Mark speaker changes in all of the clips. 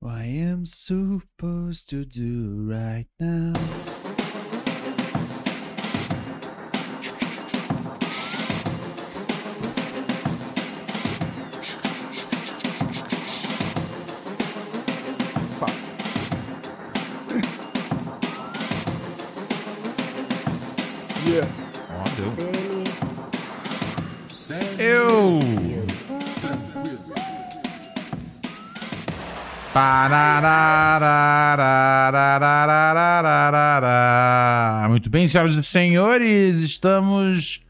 Speaker 1: What I am supposed to do right now.
Speaker 2: Yeah.
Speaker 3: Ó, deu.
Speaker 2: Eu.
Speaker 3: Parararararararararararararararararararararararararararararararararararararararararararararararararararararararara. Muito bem, senhoras e senhores, estamos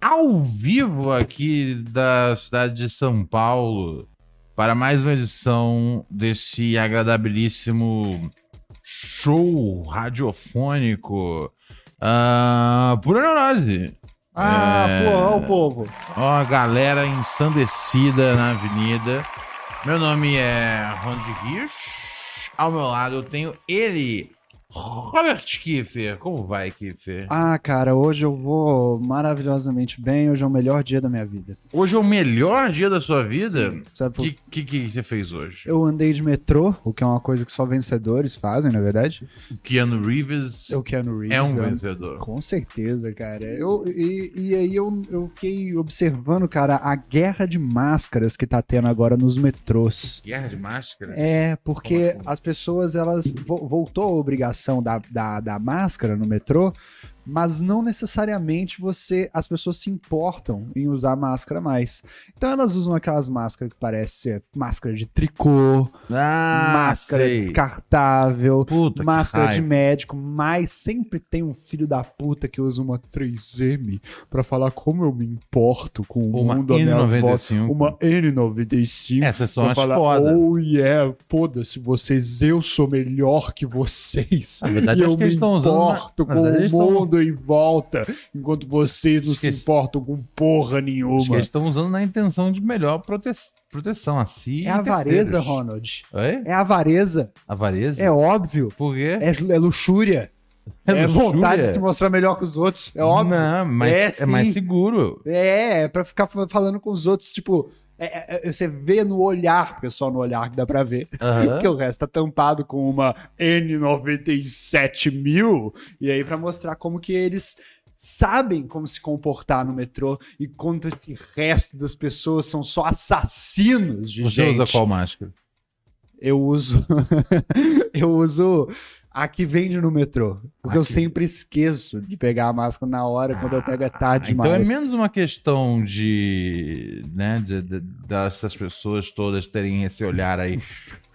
Speaker 3: ao vivo aqui da cidade de São Paulo para mais uma edição desse agradabilíssimo show radiofônico ah, Pura Neurose.
Speaker 2: Ah,
Speaker 3: É.
Speaker 2: pô, ó o povo.
Speaker 3: Ó, a galera ensandecida na avenida. Meu nome é Ron de Rios. Ao meu lado eu tenho ele, Robert Kiefer. Como vai, Kiefer?
Speaker 1: Ah, cara, hoje eu vou maravilhosamente bem. Hoje é o melhor dia da minha vida.
Speaker 3: Hoje é o melhor dia da sua vida?
Speaker 1: Sabe
Speaker 3: O
Speaker 1: por
Speaker 3: que, que, que você fez hoje?
Speaker 1: Eu andei de metrô, o que é uma coisa que só vencedores fazem, na verdade.
Speaker 3: O Keanu Reeves
Speaker 1: Eu quero no Reeves.
Speaker 3: é um
Speaker 1: né?
Speaker 3: vencedor.
Speaker 1: Com certeza, cara. Eu, e, e aí eu, eu fiquei observando, cara, a guerra de máscaras que tá tendo agora nos metrôs.
Speaker 3: Guerra de máscara?
Speaker 1: É, porque
Speaker 3: Como assim?
Speaker 1: as pessoas, elas. vo- Voltou a obrigação da, da, da máscara no metrô, mas não necessariamente você. As pessoas se importam em usar máscara mais. Então elas usam aquelas máscaras que parece ser máscara de tricô,
Speaker 3: Ah,
Speaker 1: máscara
Speaker 3: sei.
Speaker 1: descartável.
Speaker 3: Puta, que
Speaker 1: Máscara de
Speaker 3: raiva.
Speaker 1: médico, mas sempre tem um filho da puta que usa uma 3M pra falar como eu me importo com o
Speaker 3: Uma
Speaker 1: mundo à minha volta.
Speaker 3: N95.
Speaker 1: Uma N95
Speaker 3: Essas são
Speaker 1: pra
Speaker 3: as
Speaker 1: falar,
Speaker 3: É, foda.
Speaker 1: oh yeah, foda-se vocês, eu sou melhor que vocês.
Speaker 3: Na verdade,
Speaker 1: e
Speaker 3: acho
Speaker 1: eu
Speaker 3: que
Speaker 1: me
Speaker 3: eles estão usando uma-
Speaker 1: importo
Speaker 3: na
Speaker 1: com
Speaker 3: verdade, eles
Speaker 1: o
Speaker 3: estão-
Speaker 1: mundo em volta, enquanto vocês não
Speaker 3: Esqueci.
Speaker 1: se importam com porra
Speaker 3: Acho que
Speaker 1: nenhuma.
Speaker 3: eles estão usando na intenção de melhor prote- proteção a
Speaker 1: É
Speaker 3: si. e terceiros.
Speaker 1: avareza, Ronald.
Speaker 3: Oi?
Speaker 1: É avareza,
Speaker 3: Avareza?
Speaker 1: é óbvio.
Speaker 3: Por quê?
Speaker 1: É, é luxúria. É, vontade de se mostrar melhor que os outros. É óbvio.
Speaker 3: Não, mas
Speaker 1: É,
Speaker 3: é,
Speaker 1: sim.
Speaker 3: mais seguro.
Speaker 1: É, é pra ficar fa- falando com os outros, tipo. é- é- é, você vê no olhar, porque é só no olhar que dá pra ver. Porque o resto tá tampado com uma N97000. E aí, pra mostrar como que eles sabem como se comportar no metrô e quanto esse resto das pessoas são só assassinos de
Speaker 3: Você
Speaker 1: gente.
Speaker 3: usa qual máscara?
Speaker 1: Eu uso. eu uso a que vende no metrô. Porque
Speaker 3: A
Speaker 1: eu
Speaker 3: que-
Speaker 1: sempre esqueço de pegar a máscara na hora, quando eu pego é
Speaker 3: Ah,
Speaker 1: tarde
Speaker 3: então é
Speaker 1: demais.
Speaker 3: menos uma questão de, né, de, de- dessas pessoas todas terem esse olhar aí,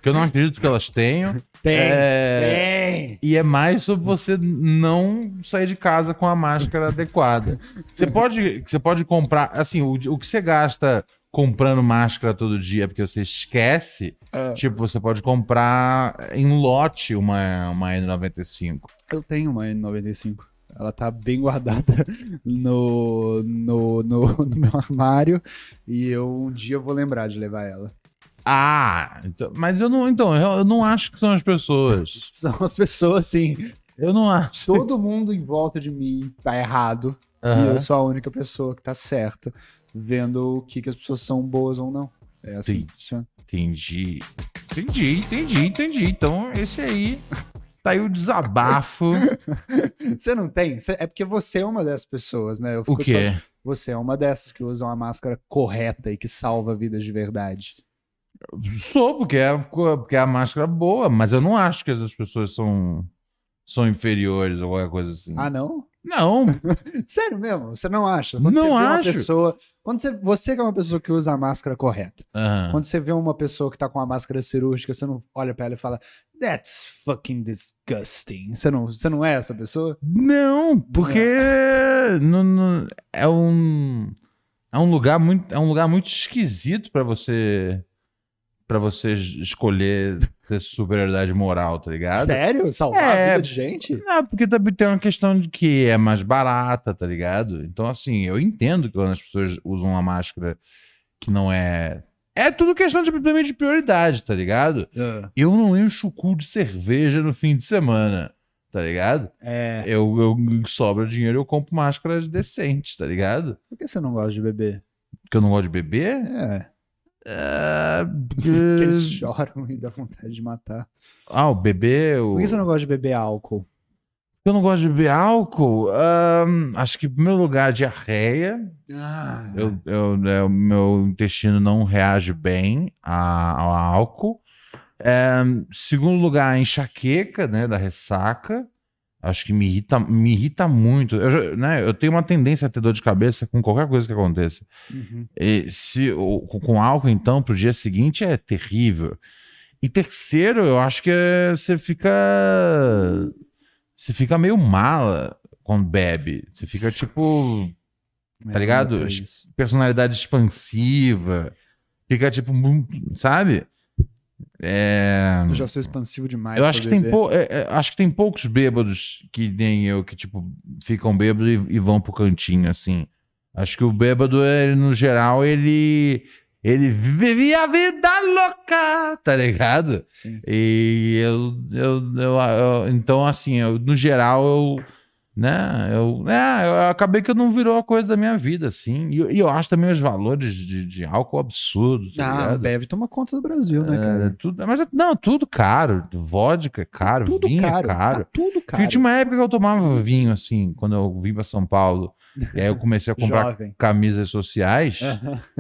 Speaker 3: que eu não acredito que elas tenham. É,
Speaker 1: Tem!
Speaker 3: E é mais sobre você não sair de casa com a máscara adequada. Você pode, você pode comprar, assim, o, o que você gasta comprando máscara todo dia é porque você esquece,
Speaker 1: Ah.
Speaker 3: tipo, você pode comprar em lote uma, uma N95.
Speaker 1: Eu tenho uma N95. Ela tá bem guardada no, no, no, no meu armário. E eu um dia eu vou lembrar de levar ela.
Speaker 3: Ah, então- mas eu não, então, eu, eu não acho que são as pessoas.
Speaker 1: São as pessoas, assim.
Speaker 3: Eu não acho.
Speaker 1: Todo mundo em volta de mim tá errado. E eu sou a única pessoa que tá certa. Vendo o que, que as pessoas são boas ou não. É assim
Speaker 3: Sim.
Speaker 1: que funciona.
Speaker 3: Entendi. Entendi, entendi, entendi. Então, esse aí tá aí o desabafo.
Speaker 1: Você não tem? Você- É porque você é uma dessas pessoas, né? Eu
Speaker 3: o
Speaker 1: fico
Speaker 3: quê?
Speaker 1: só- Você é uma dessas que usam a máscara correta e que salva vidas de verdade.
Speaker 3: Sou, porque é, porque é a máscara boa, mas eu não acho que as pessoas são, são inferiores ou qualquer coisa assim.
Speaker 1: Ah, não?
Speaker 3: Não,
Speaker 1: Sério mesmo? Você não acha?
Speaker 3: Não
Speaker 1: você vê uma
Speaker 3: acho.
Speaker 1: pessoa, quando você, você que é uma pessoa que usa a máscara correta,
Speaker 3: Aham.
Speaker 1: quando você vê uma pessoa que tá com a máscara cirúrgica, você não olha pra ela e fala, that's fucking disgusting. Você não, você não é essa pessoa?
Speaker 3: não, porque não- não- é um é um lugar muito é um lugar muito esquisito pra você para você escolher ter superioridade moral, tá ligado?
Speaker 1: Sério? Salvar
Speaker 3: É.
Speaker 1: a vida de gente?
Speaker 3: Ah, porque também tem uma questão de que é mais barata, tá ligado? Então, assim, eu entendo que quando as pessoas usam uma máscara que não é. É tudo questão de, também de prioridade, tá ligado?
Speaker 1: Ah.
Speaker 3: Eu não encho o cu de cerveja no fim de semana, tá ligado?
Speaker 1: É.
Speaker 3: Eu, eu sobra dinheiro eu compro máscaras decentes, tá ligado?
Speaker 1: Por que você não gosta de beber?
Speaker 3: Porque eu não gosto de beber.
Speaker 1: É.
Speaker 3: Ah,
Speaker 1: Porque eles choram e dá vontade de matar.
Speaker 3: ah, o bebê. O...
Speaker 1: Por que você não gosta de beber álcool?
Speaker 3: Eu não gosto de beber álcool. Ahn, acho que, em primeiro lugar, é diarreia.
Speaker 1: Ah,
Speaker 3: Eu, eu- é, o meu intestino não reage bem a- ao álcool. É, segundo lugar, a enxaqueca, né, da ressaca. Acho que me irrita, me irrita muito. Eu, já- né, eu tenho uma tendência a ter dor de cabeça com qualquer coisa que aconteça.
Speaker 1: uhum.
Speaker 3: E se, o- com, com álcool, então, pro dia seguinte é terrível. E terceiro, eu acho que é- você fica. Você fica meio mala quando bebe. Você fica tipo
Speaker 1: É,
Speaker 3: Tá ligado?
Speaker 1: não é isso.
Speaker 3: personalidade expansiva. Fica tipo, mu- sabe? É,
Speaker 1: Eu já sou expansivo demais.
Speaker 3: Eu
Speaker 1: pra
Speaker 3: acho que, tem
Speaker 1: beber.
Speaker 3: pou- é, é, acho que tem poucos bêbados que nem eu que, tipo, ficam bêbados e, e vão pro cantinho, assim. Acho que o bêbado, ele, no geral, ele. Ele vivia a vida louca, tá ligado?
Speaker 1: Sim.
Speaker 3: E eu, eu, eu, eu- então assim, eu, no geral eu, né, eu, né, eu acabei que eu não virou a coisa da minha vida assim. E, eu- e eu acho também os valores de, de álcool absurdo, tá
Speaker 1: Ah,
Speaker 3: ligado?
Speaker 1: bebe toma conta do Brasil, né,
Speaker 3: É,
Speaker 1: cara?
Speaker 3: tudo, mas é- não, tudo caro, vodka é caro,
Speaker 1: Tudo
Speaker 3: vinho
Speaker 1: caro,
Speaker 3: é caro.
Speaker 1: Tá tudo caro.
Speaker 3: Porque tinha uma época que eu tomava vinho assim, quando eu vim pra São Paulo. E aí eu comecei a comprar
Speaker 1: um Jovem. É.
Speaker 3: camisas sociais.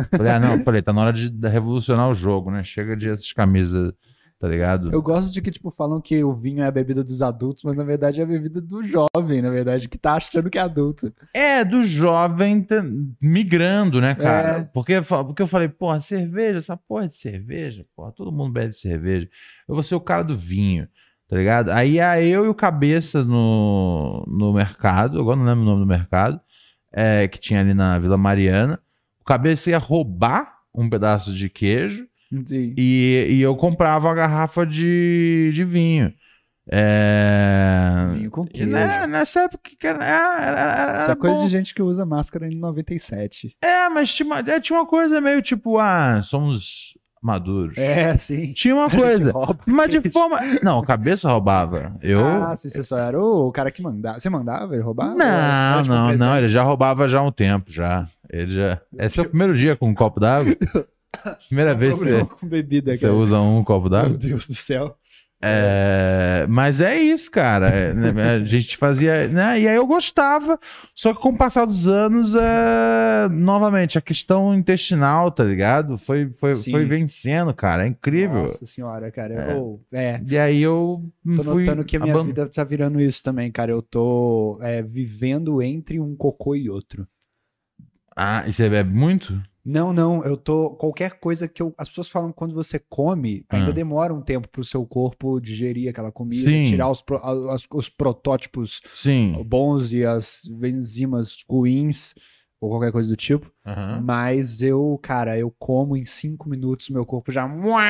Speaker 3: Falei, ah, não, falei, tá na hora de revolucionar o jogo, né? Chega de essas camisas, tá ligado?
Speaker 1: Eu gosto de que, tipo, falam que o vinho é a bebida dos adultos, mas na verdade é a bebida do jovem, na verdade, que tá achando que é adulto.
Speaker 3: É, do jovem te- migrando, né, cara?
Speaker 1: É.
Speaker 3: Porque, fa- porque eu falei, porra, cerveja, essa porra de cerveja, porra, todo mundo bebe cerveja. Eu vou ser o cara do vinho, tá ligado? Aí a eu e o Cabeça no, no mercado, agora não lembro o nome do mercado, é, que tinha ali na Vila Mariana. O Cabeça ia roubar um pedaço de queijo
Speaker 1: Sim.
Speaker 3: e, e eu comprava a garrafa de, de vinho. É...
Speaker 1: Vinho com
Speaker 3: E
Speaker 1: queijo.
Speaker 3: na, nessa época que era, ah, era, era, era
Speaker 1: Isso é coisa
Speaker 3: bom.
Speaker 1: de gente que usa máscara em 97.
Speaker 3: É, mas tinha uma, é, tinha uma coisa meio tipo, ah, somos maduros.
Speaker 1: É, sim.
Speaker 3: Tinha uma coisa.
Speaker 1: Rouba.
Speaker 3: Mas de forma. Não, cabeça roubava. Eu.
Speaker 1: Ah, se você só era o o cara que mandava. Você mandava ele roubar? Ou era
Speaker 3: não,
Speaker 1: só, tipo,
Speaker 3: não,
Speaker 1: presente?
Speaker 3: não. Ele já roubava já há um tempo já. Ele já. Esse é o primeiro dia com um copo d'água. Primeira vez que
Speaker 1: Problema
Speaker 3: você,
Speaker 1: com bebida,
Speaker 3: você
Speaker 1: cara.
Speaker 3: usa um copo
Speaker 1: Meu
Speaker 3: d'água.
Speaker 1: Deus do céu.
Speaker 3: É, mas é isso, cara. É, né, a gente fazia. Né, e aí eu gostava. Só que com o passar dos anos, é, novamente, a questão intestinal, tá ligado? Foi, foi,
Speaker 1: Sim.
Speaker 3: foi vencendo, cara. É incrível.
Speaker 1: Nossa senhora, cara.
Speaker 3: É.
Speaker 1: Eu- é.
Speaker 3: E aí eu.
Speaker 1: Tô
Speaker 3: fui
Speaker 1: notando que a minha
Speaker 3: aban-
Speaker 1: vida tá virando isso também, cara. Eu tô é, vivendo entre um cocô e outro.
Speaker 3: Ah, e você bebe muito?
Speaker 1: Não, não, eu tô. Qualquer coisa que eu. As pessoas falam que quando você come, ainda
Speaker 3: Ah.
Speaker 1: demora um tempo pro seu corpo digerir aquela comida,
Speaker 3: Sim. Hum.
Speaker 1: tirar os, pro- a- as- os protótipos
Speaker 3: Sim.
Speaker 1: bons e as enzimas ruins, ou qualquer coisa do tipo.
Speaker 3: Aham.
Speaker 1: Mas eu, cara, eu como em cinco minutos, meu corpo já. Mua,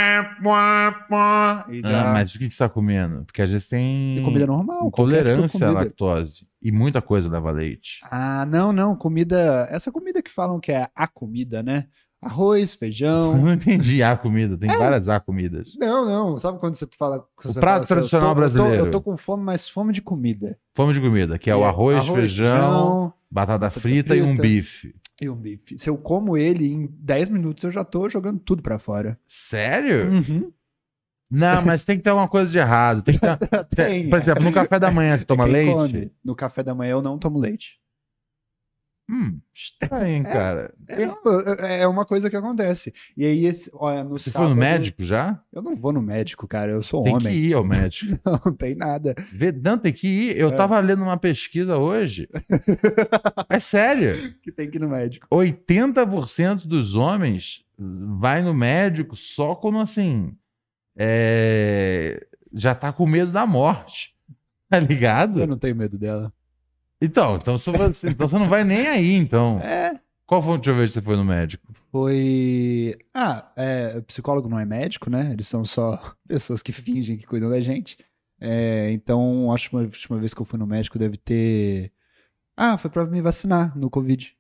Speaker 1: mua, mua, e já.
Speaker 3: Ah, mas o que que você tá comendo? Porque às vezes tem.
Speaker 1: E comida normal. qualquer tipo de
Speaker 3: Hum, intolerância à
Speaker 1: comida.
Speaker 3: lactose. E muita coisa leva leite.
Speaker 1: Ah, não, não, comida. Essa comida que falam que é a comida, né? Arroz, feijão.
Speaker 3: Não entendi a comida.
Speaker 1: É.
Speaker 3: Tem várias a comidas.
Speaker 1: Não, não. Sabe quando você fala. assim,
Speaker 3: O prato tradicional
Speaker 1: eu tô, Eu
Speaker 3: brasileiro.
Speaker 1: tô, com fome, mas fome de comida.
Speaker 3: Fome de comida, que é o arroz, feijão Batata
Speaker 1: Batata
Speaker 3: frita, e um
Speaker 1: frita.
Speaker 3: bife.
Speaker 1: e um bife. Se eu como ele, em 10 minutos eu já tô jogando tudo pra fora. Hum.
Speaker 3: Sério? Não, mas tem que ter alguma coisa de errado. Tem que ter-
Speaker 1: Tem.
Speaker 3: É,
Speaker 1: é.
Speaker 3: Por exemplo, no café da manhã você toma
Speaker 1: Quem
Speaker 3: leite?
Speaker 1: come No café da manhã eu não tomo leite.
Speaker 3: Hum, estranho, hein, cara.
Speaker 1: É, não, eu- eu- é uma coisa que acontece. E aí, esse, olha, no
Speaker 3: Você foi
Speaker 1: sábado,
Speaker 3: no médico já?
Speaker 1: Eu não vou no médico, cara. Eu sou
Speaker 3: Tem que
Speaker 1: homem.
Speaker 3: ir ao médico.
Speaker 1: Não tem nada.
Speaker 3: Vê- Não, tem que ir. Eu
Speaker 1: É.
Speaker 3: tava lendo uma pesquisa hoje. É sério.
Speaker 1: Que tem que ir no médico.
Speaker 3: 80% dos homens vai no médico só quando, assim, é, já tá com medo da morte. Tá ligado?
Speaker 1: Eu não tenho medo dela.
Speaker 3: Então, então se você, então você não vai nem aí, então.
Speaker 1: É.
Speaker 3: Qual foi a última vez que você foi no médico?
Speaker 1: Foi. Ah, é, psicólogo não é médico, né? Eles são só pessoas que fingem que cuidam da gente. É, então, acho que a última vez que eu fui no médico deve ter. Ah, foi pra me vacinar no Covid.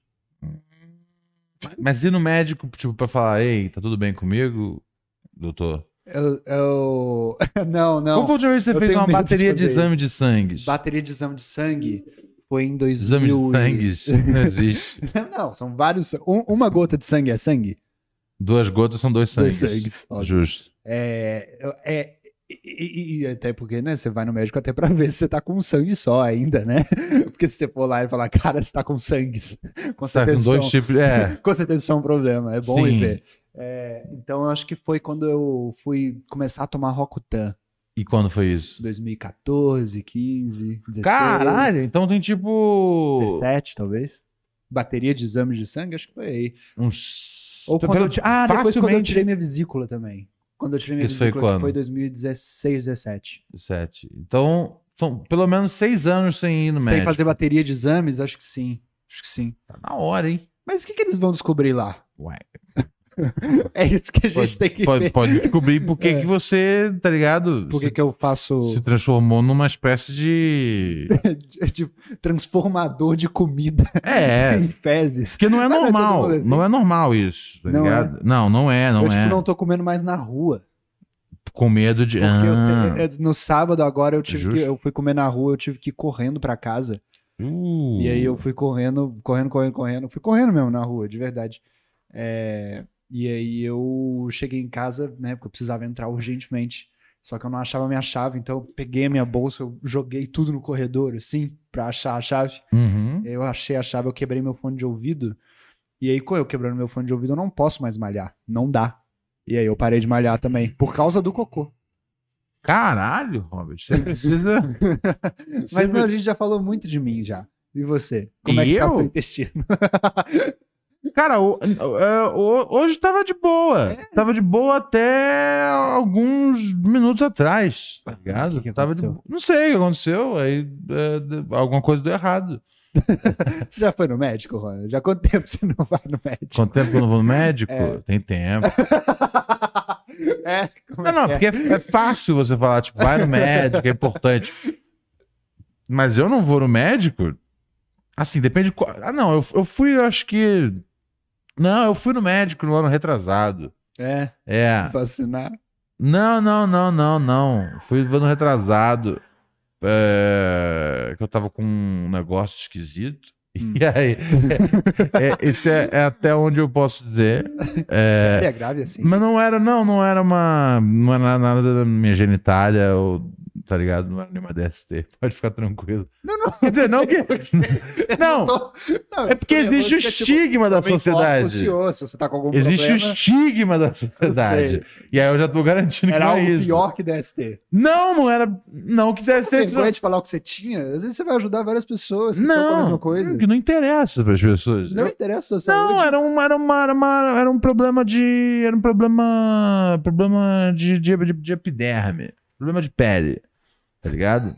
Speaker 3: Mas ir no médico, tipo, pra falar, ei, tá tudo bem comigo, doutor?
Speaker 1: Eu. eu- Não,
Speaker 3: Qual
Speaker 1: não.
Speaker 3: foi a última vez que
Speaker 1: eu
Speaker 3: você fez
Speaker 1: tenho
Speaker 3: uma
Speaker 1: medo de
Speaker 3: bateria de,
Speaker 1: fazer
Speaker 3: exame de sangue?
Speaker 1: Bateria de exame de sangue foi em
Speaker 3: Exame
Speaker 1: 2000.
Speaker 3: de sangue? Não existe.
Speaker 1: Não, são vários. um- uma gota de sangue é sangue?
Speaker 3: Duas gotas são dois
Speaker 1: Dois
Speaker 3: sangues.
Speaker 1: sangues, ótimo.
Speaker 3: Justo.
Speaker 1: É, é, e, e- e até porque, né, você vai no médico até pra ver se você tá com sangue só ainda, né? Porque se você for lá e falar, cara, você tá com sangue, com
Speaker 3: Tá
Speaker 1: certeza
Speaker 3: com
Speaker 1: isso é um-
Speaker 3: dois tipos. É.
Speaker 1: com certeza isso é um problema, é bom ir
Speaker 3: Sim.
Speaker 1: ver. É, então, eu acho que foi quando eu fui começar a tomar Rocutan,
Speaker 3: E quando foi isso?
Speaker 1: 2014, 15, 16,
Speaker 3: Caralho, então tem tipo.
Speaker 1: 17, talvez. Bateria de exames de sangue, acho que foi aí.
Speaker 3: Uns.
Speaker 1: Ou quando
Speaker 3: pelo-
Speaker 1: eu ti- Ah, depois quando eu
Speaker 3: tá facilmente-
Speaker 1: tirei minha vesícula também. Quando eu tirei minha
Speaker 3: Isso foi
Speaker 1: vesícula,
Speaker 3: quando?
Speaker 1: foi 2016, 17.
Speaker 3: Sete. Então, são pelo menos seis anos sem ir no
Speaker 1: Sem
Speaker 3: médico.
Speaker 1: fazer bateria de exames? Acho que sim. Acho que sim.
Speaker 3: Tá na hora, hein?
Speaker 1: Mas o que, que eles vão descobrir lá?
Speaker 3: Ué.
Speaker 1: É isso que a gente
Speaker 3: Pode,
Speaker 1: tem que
Speaker 3: pode,
Speaker 1: ver.
Speaker 3: pode descobrir por que,
Speaker 1: É.
Speaker 3: que você, tá ligado?
Speaker 1: Por que,
Speaker 3: se,
Speaker 1: que eu faço
Speaker 3: se transformou numa espécie de.
Speaker 1: de, de transformador de comida
Speaker 3: É.
Speaker 1: em fezes?
Speaker 3: Porque não é
Speaker 1: Mas não é todo
Speaker 3: normal.
Speaker 1: mundo assim.
Speaker 3: Não é normal isso, tá
Speaker 1: Não é.
Speaker 3: ligado? Não, não é, não
Speaker 1: eu, tipo,
Speaker 3: é.
Speaker 1: não tô comendo mais na rua.
Speaker 3: Com medo de.
Speaker 1: Porque eu-
Speaker 3: Ah.
Speaker 1: é, no sábado agora eu tive
Speaker 3: Justo.
Speaker 1: que, eu fui comer na rua, eu tive que ir correndo pra casa.
Speaker 3: Uh.
Speaker 1: E aí eu fui correndo, correndo, correndo, correndo. Fui correndo mesmo na rua, de verdade. É, E aí eu cheguei em casa, né? Porque eu precisava entrar urgentemente. Só que eu não achava a minha chave, então eu peguei a minha bolsa, eu joguei tudo no corredor, assim, pra achar a chave.
Speaker 3: Uhum.
Speaker 1: Eu achei a chave, eu quebrei meu fone de ouvido. E aí, com eu quebrando meu fone de ouvido, eu não posso mais malhar. Não dá. E aí eu parei de malhar também, por causa do cocô.
Speaker 3: Caralho, Robert, você precisa.
Speaker 1: Mas não, a gente já falou muito de mim já. E você? Como é
Speaker 3: E
Speaker 1: que tá o teu
Speaker 3: eu?
Speaker 1: intestino?
Speaker 3: Cara, o- é, o- hoje tava de boa.
Speaker 1: É.
Speaker 3: Tava de boa até alguns minutos atrás, tá ligado?
Speaker 1: O que que
Speaker 3: tava de...
Speaker 1: aconteceu?
Speaker 3: Não sei o que aconteceu. Aí é, de- alguma coisa deu errado.
Speaker 1: Você já foi no médico, Rony? Já há quanto tempo você não vai no médico?
Speaker 3: Quanto tempo que eu não vou no médico? Tem tempo.
Speaker 1: é, como
Speaker 3: Não, não,
Speaker 1: que
Speaker 3: porque é, é fácil você falar, tipo, vai no médico, é importante. Mas eu não vou no médico. Assim, depende. de Qual... Ah, não, eu, eu fui, eu acho que. Não, eu fui no médico no ano retrasado.
Speaker 1: é? É,
Speaker 3: É.
Speaker 1: vacinar.
Speaker 3: Não, não, não, não, não. Fui no ano retrasado. é, que eu tava com um negócio esquisito.
Speaker 1: Hum.
Speaker 3: E aí, é, esse é, é até onde eu posso dizer. É,
Speaker 1: É, grave assim.
Speaker 3: mas não era, não, não era uma. Não era nada da minha genitália, ou, tá ligado? Não era nenhuma DST. Pode ficar tranquilo.
Speaker 1: Não, não.
Speaker 3: Quer dizer, não que. Não,
Speaker 1: Tô- não,
Speaker 3: é porque
Speaker 1: eu tô
Speaker 3: existe o
Speaker 1: nervoso, porque, tipo,
Speaker 3: estigma da
Speaker 1: também foco
Speaker 3: sociedade.
Speaker 1: Senhor, se você tá com algum
Speaker 3: Existe o
Speaker 1: problema, é
Speaker 3: estigma da sociedade. E aí eu já tô garantindo que
Speaker 1: era
Speaker 3: não é
Speaker 1: algo
Speaker 3: isso.
Speaker 1: pior que DST.
Speaker 3: Não, não era. Não quisesse
Speaker 1: Você
Speaker 3: ser.
Speaker 1: vergonha de falar o que você tinha? Às vezes você vai ajudar várias pessoas que estão com a mesma
Speaker 3: Não,
Speaker 1: coisa.
Speaker 3: que não interessa para as pessoas.
Speaker 1: Não
Speaker 3: Eu-
Speaker 1: interessa a sua saúde.
Speaker 3: Não, era uma, era uma, era uma- era um problema de, era um problema, problema de, de, de, de epiderme, problema de pele, tá ligado?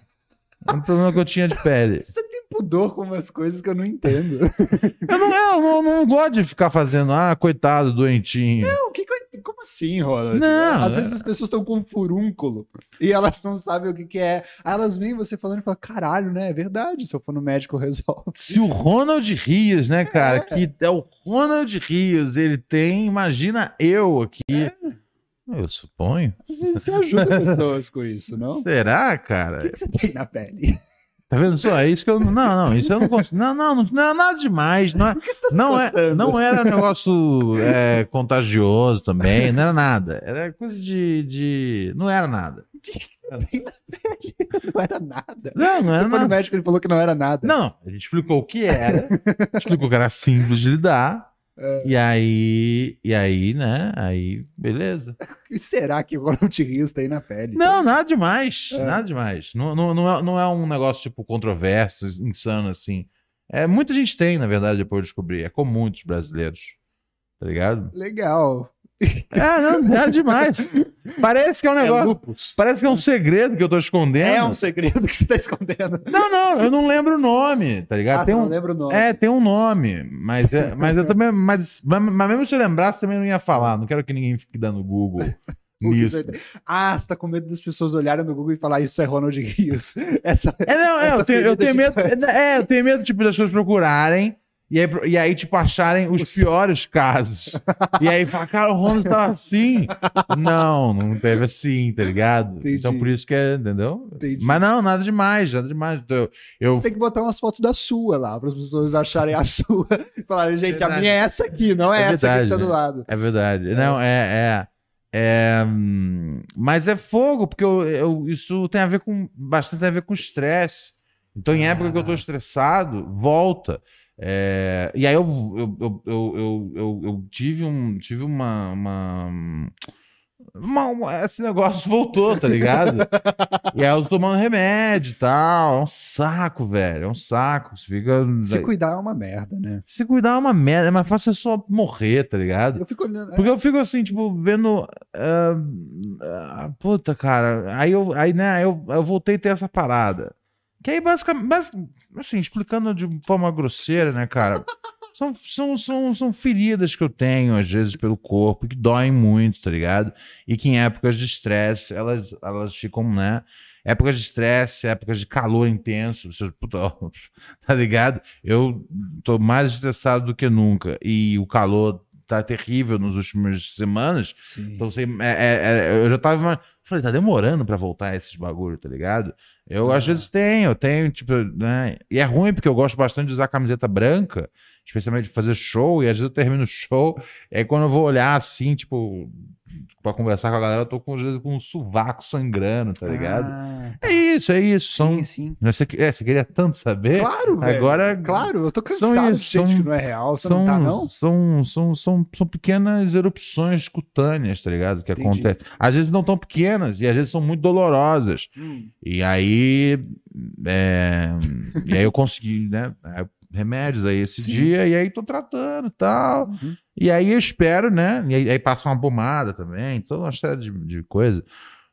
Speaker 3: Era um problema que eu tinha de pele.
Speaker 1: Você tem pudor com umas coisas que eu não entendo.
Speaker 3: Eu não, eu não, não gosto de ficar fazendo, ah, coitado, doentinho.
Speaker 1: Não, que que eu- como assim, Ronald?
Speaker 3: Não,
Speaker 1: Às
Speaker 3: é-
Speaker 1: vezes as pessoas estão com um furúnculo e elas não sabem o que, que é. Aí elas veem você falando e falam, caralho, né? É verdade, se eu for no médico resolve.
Speaker 3: Se o Ronald Rios, né, cara, que é o Ronald Rios, ele tem, imagina eu aqui. Eu suponho.
Speaker 1: Às vezes você ajuda pessoas com isso, não? O
Speaker 3: Será, cara?
Speaker 1: que, que você tem na pele?
Speaker 3: Tá vendo só? É isso que eu. Não, não, isso eu não consigo. Não, não, não, não é nada demais. Não, é,
Speaker 1: O que você tá
Speaker 3: não, é,
Speaker 1: coçando?
Speaker 3: não era um negócio é, contagioso também, não era nada. Era coisa de. de... Não era nada.
Speaker 1: Não era nada.
Speaker 3: Não, não
Speaker 1: Você
Speaker 3: era
Speaker 1: foi no
Speaker 3: nada.
Speaker 1: médico ele falou que não era nada.
Speaker 3: Não, não, ele explicou o que era, explicou que era simples de lidar. E aí. E aí, né? Aí, beleza.
Speaker 1: O que será que o Ronald Rios tem na pele?
Speaker 3: Não, nada demais. Nada demais. É. Não, não, não, é, não é um negócio, tipo, controverso, insano, assim. É, muita gente tem, na verdade, depois eu descobri. É comum entre os brasileiros. Tá ligado?
Speaker 1: Legal.
Speaker 3: É, não, nada demais. Parece que é um
Speaker 1: É
Speaker 3: negócio.
Speaker 1: lupus.
Speaker 3: parece que é um segredo que eu tô escondendo.
Speaker 1: É um segredo que você tá escondendo.
Speaker 3: Não, não, eu não lembro o nome, tá ligado?
Speaker 1: Ah,
Speaker 3: tem
Speaker 1: não
Speaker 3: um...
Speaker 1: lembro o nome.
Speaker 3: É, tem um nome, mas, é, mas eu também. Mas, mas mas mesmo se eu lembrasse, também não ia falar. Não quero que ninguém fique dando Google
Speaker 1: O que
Speaker 3: nisso.
Speaker 1: você tem. Ah, você tá com medo das pessoas olharem no Google e falar isso é Ronald Rios. Essa
Speaker 3: É, não, é,
Speaker 1: Essa
Speaker 3: eu tenho, né, é,
Speaker 1: ferida
Speaker 3: eu tenho medo. É, eu tenho medo, tipo, das pessoas procurarem. E aí, pro- e aí, tipo, acharem os piores casos. E aí falar, cara, o Ronald tava assim. Não, não teve assim, tá ligado?
Speaker 1: Entendi.
Speaker 3: Então por isso que é, entendeu?
Speaker 1: Entendi.
Speaker 3: Mas não, nada demais, nada demais. Então, Eu, eu
Speaker 1: Você tem que botar umas fotos da sua lá, para as pessoas acharem a sua. E falarem, gente, a
Speaker 3: Verdade.
Speaker 1: minha é essa aqui, não é,
Speaker 3: É
Speaker 1: essa aqui que tá
Speaker 3: verdade,
Speaker 1: do
Speaker 3: né?
Speaker 1: lado.
Speaker 3: É verdade. Não, é. é, é, hum, mas é fogo, porque eu, eu- isso tem a ver com. Bastante tem a ver com estresse. Então, em época que eu tô estressado, volta. É, e aí eu, eu, eu, eu, eu- eu- eu tive um. Tive uma. uma, uma- uma- esse negócio voltou, tá ligado? e aí eu tô tomando remédio e tal. É um saco, velho. É um saco. Você fica.
Speaker 1: Se cuidar é uma merda, né?
Speaker 3: Se cuidar é uma merda, mas fácil é só morrer, tá ligado?
Speaker 1: Eu fico olhando. é,
Speaker 3: Porque eu fico assim, tipo, vendo. ah, ah, puta, cara. Aí eu, aí, né, aí eu, eu voltei a ter essa parada. Que aí, basicamente. bas- assim, explicando de forma grosseira, né, cara? São, são, são, são feridas que eu tenho, às vezes, pelo corpo, que doem muito, tá ligado? E que em épocas de estresse, elas, elas ficam, né? Épocas de estresse, épocas de calor intenso, você, puta, tá ligado? Eu tô mais estressado do que nunca. E o calor tá terrível nas últimas semanas.
Speaker 1: Sim.
Speaker 3: Então, você, é- é- é- eu já tava. Falei, tá demorando pra voltar esses bagulho, tá ligado? Eu
Speaker 1: É.
Speaker 3: às vezes tenho, eu tenho, tipo, né? E é ruim porque eu gosto bastante de usar camiseta branca, especialmente de fazer show, e às vezes eu termino o show, e aí quando eu vou olhar assim, tipo, pra conversar com a galera, eu tô com, às vezes, com um sovaco sangrando, tá ligado?
Speaker 1: Ah,
Speaker 3: É isso, é isso. São...
Speaker 1: sim, sim.
Speaker 3: Você, é, você queria tanto saber?
Speaker 1: Claro, velho.
Speaker 3: Agora-
Speaker 1: Claro, eu tô
Speaker 3: São
Speaker 1: cansado de
Speaker 3: isso,
Speaker 1: gente
Speaker 3: são-
Speaker 1: que não é real. Você
Speaker 3: são,
Speaker 1: não tá, não?
Speaker 3: São, são, são, são pequenas erupções cutâneas, tá ligado? Que
Speaker 1: Entendi.
Speaker 3: acontece. Às vezes não tão pequenas e às vezes são muito dolorosas.
Speaker 1: Hum.
Speaker 3: E aí. é, e aí eu consegui, né? é, Remédios aí esse
Speaker 1: Sim.
Speaker 3: dia, e aí tô tratando e tal.
Speaker 1: Uhum.
Speaker 3: E aí eu espero, né? E aí, aí passa uma pomada também, toda uma série de, de coisa.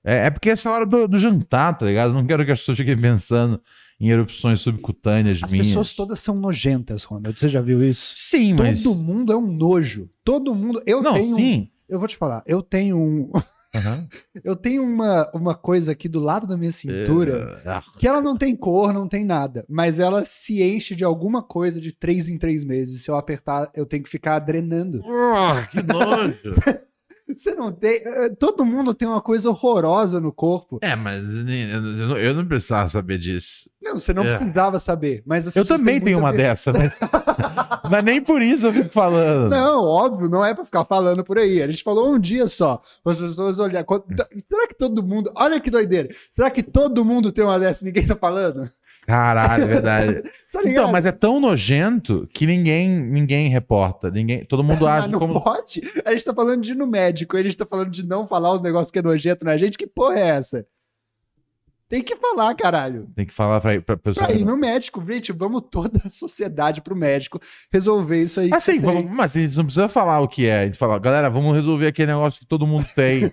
Speaker 3: É, é porque essa hora do, do jantar, tá ligado? Eu Não quero que as pessoas fiquem pensando em erupções subcutâneas
Speaker 1: As
Speaker 3: minhas.
Speaker 1: pessoas todas são nojentas, Ronald. Você já viu isso?
Speaker 3: Sim, mas.
Speaker 1: Todo mundo é um nojo. Todo mundo. um Eu
Speaker 3: Não,
Speaker 1: tenho.
Speaker 3: sim.
Speaker 1: Eu vou te falar, eu tenho um.
Speaker 3: Aham.
Speaker 1: Eu tenho uma, uma coisa aqui do lado da minha cintura.
Speaker 3: Ah,
Speaker 1: Que ela não tem cor, não tem nada, mas ela se enche de alguma coisa de três em três meses. Se eu apertar, eu tenho que ficar drenando.
Speaker 3: Ah, que nojo.
Speaker 1: Você não tem. eh, Todo mundo tem uma coisa horrorosa no corpo.
Speaker 3: É, mas nem- eu não- eu não precisava saber disso.
Speaker 1: Não, você não
Speaker 3: É.
Speaker 1: precisava saber, mas as
Speaker 3: Eu
Speaker 1: pessoas
Speaker 3: também
Speaker 1: têm
Speaker 3: tenho
Speaker 1: muita
Speaker 3: uma
Speaker 1: ver-
Speaker 3: dessa, mas... mas nem por isso eu fico falando.
Speaker 1: Não, óbvio, não é pra ficar falando por aí. A gente falou um dia só. As pessoas olhar. quando-
Speaker 3: É.
Speaker 1: Tá, Será que todo mundo. Olha que doideira. Será que todo mundo tem uma dessa e ninguém tá falando?
Speaker 3: Caralho, é verdade.
Speaker 1: Tá ligado?
Speaker 3: Então, mas é tão nojento que ninguém, ninguém reporta. Ninguém, todo mundo
Speaker 1: Ah,
Speaker 3: acha
Speaker 1: não
Speaker 3: como.
Speaker 1: pode? A gente tá falando de ir no médico, a gente tá falando de não falar os negócios que é nojento na gente. Que porra é essa? Tem que falar, caralho.
Speaker 3: Tem que falar pra, pra pessoa.
Speaker 1: Pra ir no médico, gente, vamos toda a sociedade pro médico resolver isso aí.
Speaker 3: Ah, sim,
Speaker 1: que tem.
Speaker 3: vamos, mas eles não precisam falar o que é. A gente fala, galera, vamos resolver aquele negócio que todo mundo tem.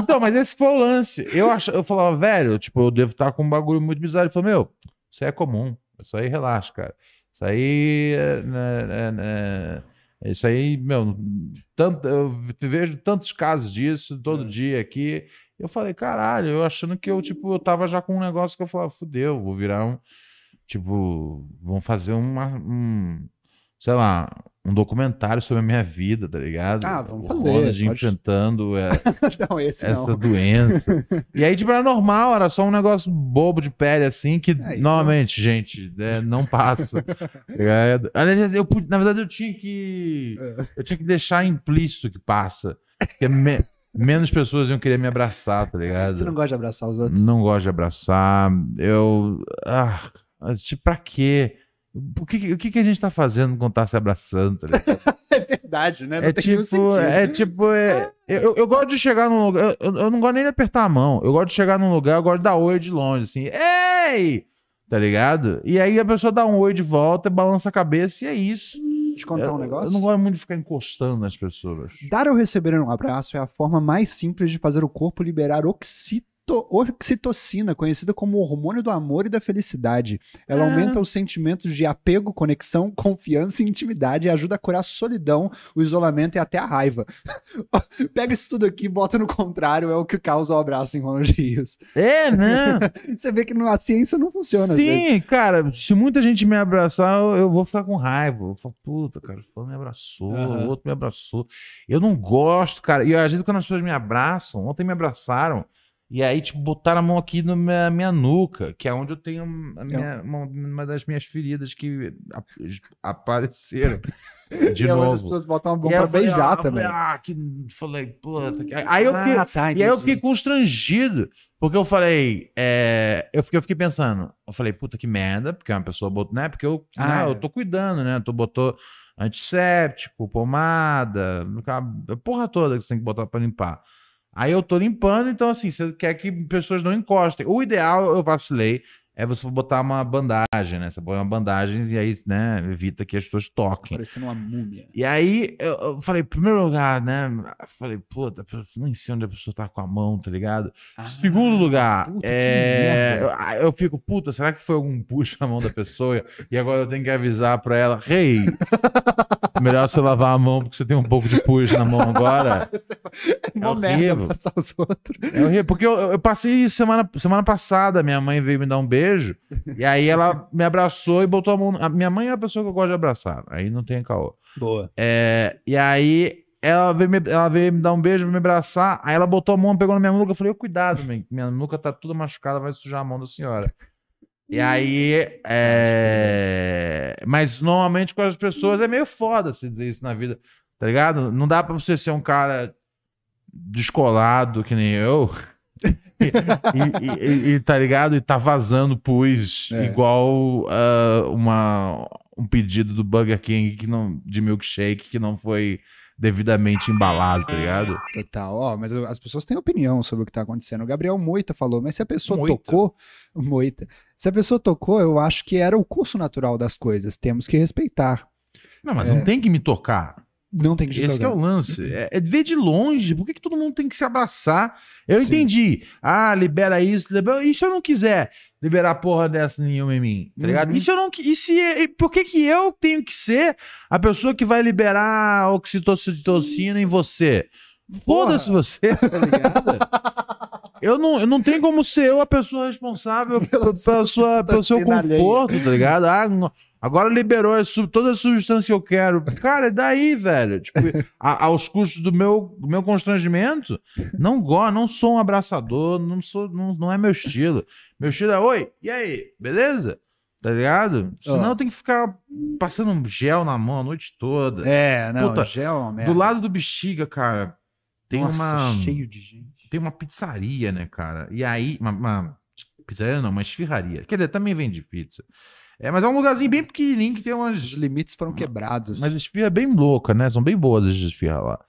Speaker 3: então, mas esse foi o lance. Eu, ach, eu falava, velho, tipo, eu devo estar com um bagulho muito bizarro. Ele falou, meu, isso aí é comum. Isso aí relaxa, cara. Isso aí. é, né, né, né, isso aí, meu, tanto, eu vejo tantos casos disso todo
Speaker 1: É.
Speaker 3: dia aqui. Eu falei, caralho, eu achando que eu, tipo, eu tava já com um negócio que eu falava, fudeu, vou virar um. Tipo, vão fazer uma. Um, sei lá, um documentário sobre a minha vida, tá ligado?
Speaker 1: Ah, vamos
Speaker 3: O
Speaker 1: fazer,
Speaker 3: Ronald
Speaker 1: pode-
Speaker 3: enfrentando é,
Speaker 1: Não, esse
Speaker 3: essa é
Speaker 1: não.
Speaker 3: doença. e aí, tipo, era normal, era só um negócio bobo de pele, assim, que
Speaker 1: isso.
Speaker 3: normalmente, gente, né, não passa. tá ligado? Aliás, eu, pude- na verdade, eu tinha que.
Speaker 1: É.
Speaker 3: Eu tinha que deixar implícito que passa. Porque me- menos pessoas iam querer me abraçar, tá ligado?
Speaker 1: Você não gosta de abraçar os outros?
Speaker 3: Não gosto de abraçar. Eu. Ah, tipo, pra quê? O que, o que que a gente tá fazendo quando tá se abraçando? tá ligado?
Speaker 1: É verdade, né? Não
Speaker 3: É
Speaker 1: tem nenhum
Speaker 3: tipo.
Speaker 1: sentido. Ah.
Speaker 3: É tipo. é- eu, eu- eu gosto de chegar num lugar. Eu, eu não gosto nem de apertar a mão. Eu gosto de chegar num lugar, eu gosto de dar oi de longe, assim. Ei! Tá ligado? E aí a pessoa dá um oi de volta, balança a cabeça e é isso.
Speaker 1: Deixa eu contar
Speaker 3: Eu-
Speaker 1: um negócio.
Speaker 3: Eu não gosto muito de ficar encostando nas pessoas.
Speaker 1: Dar ou receber um abraço é a forma mais simples de fazer o corpo liberar oxitocina. octo- oxitocina, conhecida como hormônio do amor e da felicidade. Ela
Speaker 3: Ah.
Speaker 1: aumenta os sentimentos de apego, conexão, confiança e intimidade e ajuda a curar a solidão, o isolamento e até a raiva. Pega isso tudo aqui, bota no contrário, é o que causa o abraço em Ronald Rios.
Speaker 3: É, né?
Speaker 1: Você vê que não- a ciência não funciona às vezes. né?
Speaker 3: Sim, cara, se muita gente me abraçar, eu, eu vou ficar com raiva. Eu falo, puta, cara, fulano me abraçou,
Speaker 1: Aham.
Speaker 3: o outro me abraçou. Eu não gosto, cara. E às vezes quando as pessoas me abraçam, ontem me abraçaram, e aí, tipo, botaram a mão aqui na minha, minha nuca, que é onde eu tenho a minha- uma, uma das minhas feridas que a- apareceram. De
Speaker 1: E é onde As
Speaker 3: novo.
Speaker 1: pessoas botam a
Speaker 3: E
Speaker 1: mão
Speaker 3: aí
Speaker 1: pra
Speaker 3: eu falei, ah,
Speaker 1: beijar
Speaker 3: eu falei,
Speaker 1: também.
Speaker 3: ah, que. Falei, puta. que- Aí eu fiquei,
Speaker 1: Ah, tá,
Speaker 3: e aí eu
Speaker 1: entendi.
Speaker 3: fiquei constrangido, porque eu falei, é, eu, fiquei, eu fiquei pensando, eu falei, puta que merda, porque uma pessoa botou, né? Porque eu,
Speaker 1: Ah,
Speaker 3: né,
Speaker 1: é.
Speaker 3: eu tô cuidando, né? Tu botou antisséptico, pomada, a porra toda que você tem que botar pra limpar. Aí eu tô limpando, então assim, você quer que pessoas não encostem. O ideal, eu vacilei, é você botar uma bandagem, né? Você põe uma bandagem e aí, né, evita que as pessoas toquem.
Speaker 1: Parecendo uma múmia.
Speaker 3: E aí eu, eu falei, em primeiro lugar, né? eu Falei, puta, eu nem sei onde a pessoa tá com a mão, tá ligado? Segundo lugar,
Speaker 1: Ah, puta, que
Speaker 3: é,
Speaker 1: merda.
Speaker 3: eu, aí eu fico, puta, será que foi algum puxo na mão da pessoa? e agora eu tenho que avisar pra ela, rei, melhor você lavar a mão porque você tem um pouco de puxo na mão agora.
Speaker 1: É
Speaker 3: é
Speaker 1: uma
Speaker 3: horrível.
Speaker 1: merda passar os outros.
Speaker 3: É horrível, porque eu, eu passei isso semana, semana passada, minha mãe veio me dar um beijo, e aí ela me abraçou e botou a mão. A minha mãe é a pessoa que eu gosto de abraçar, aí não tem caô.
Speaker 1: Boa.
Speaker 3: É, e aí ela veio, me, ela veio me dar um beijo, veio me abraçar. Aí ela botou a mão, pegou na minha nuca. Eu falei, "Ô, cuidado, minha, minha nuca tá toda machucada, vai sujar a mão da senhora. E aí. é, Mas normalmente com as pessoas é meio foda se dizer isso na vida, tá ligado? Não dá pra você ser um cara descolado que nem eu. e, e- e- e, tá ligado? E tá vazando pus
Speaker 1: É.
Speaker 3: igual ah, uma, um pedido do Burger King que não, de milkshake que não foi devidamente embalado, tá ligado?
Speaker 1: Total. Ó, mas eu- as pessoas têm opinião sobre o que tá acontecendo. O Gabriel Moita falou, mas se a pessoa
Speaker 3: Moita?
Speaker 1: tocou. Moita. Se a pessoa tocou, eu acho que era o curso natural das coisas. Temos que respeitar.
Speaker 3: Não, mas não tem que me tocar.
Speaker 1: Não tem que te
Speaker 3: Esse que é
Speaker 1: tocar.
Speaker 3: o lance. É, é ver de longe. Por que, que todo mundo tem que se abraçar? Eu
Speaker 1: Sim.
Speaker 3: entendi. Ah, libera isso, libera. E se eu não quiser liberar porra dessa nenhuma em mim? Tá ligado?
Speaker 1: Uhum.
Speaker 3: E se eu não. qui- E se. e por que, que eu tenho que ser a pessoa que vai liberar oxitocina em você? Foda-se você, tá ligado? Eu não, eu não tenho como ser eu a pessoa responsável pela pela
Speaker 1: tá
Speaker 3: sua, pelo seu
Speaker 1: substância alheia.
Speaker 3: conforto, tá ligado? Ah, não- agora liberou as sub- toda a substância que eu quero. Cara, é daí, velho. Tipo, a- aos custos do meu, do meu constrangimento, não gosto, não sou um abraçador, não, sou, não, não é meu estilo. Meu estilo é, oi, e aí, beleza? Tá ligado? Senão
Speaker 1: Ah.
Speaker 3: eu tenho que ficar passando um gel na mão a noite toda.
Speaker 1: É, não,
Speaker 3: Puta,
Speaker 1: já é uma merda.
Speaker 3: do lado do bexiga, cara, tem
Speaker 1: Nossa,
Speaker 3: uma
Speaker 1: cheio de gente.
Speaker 3: tem uma pizzaria, né, cara? E aí, uma, uma- pizzaria não, uma esfirraria. Quer dizer, também vende pizza. É, mas é um lugarzinho bem pequenininho que tem
Speaker 1: Os
Speaker 3: umas,
Speaker 1: limites foram quebrados.
Speaker 3: umas esfirras bem loucas, né? São bem boas as esfirras lá.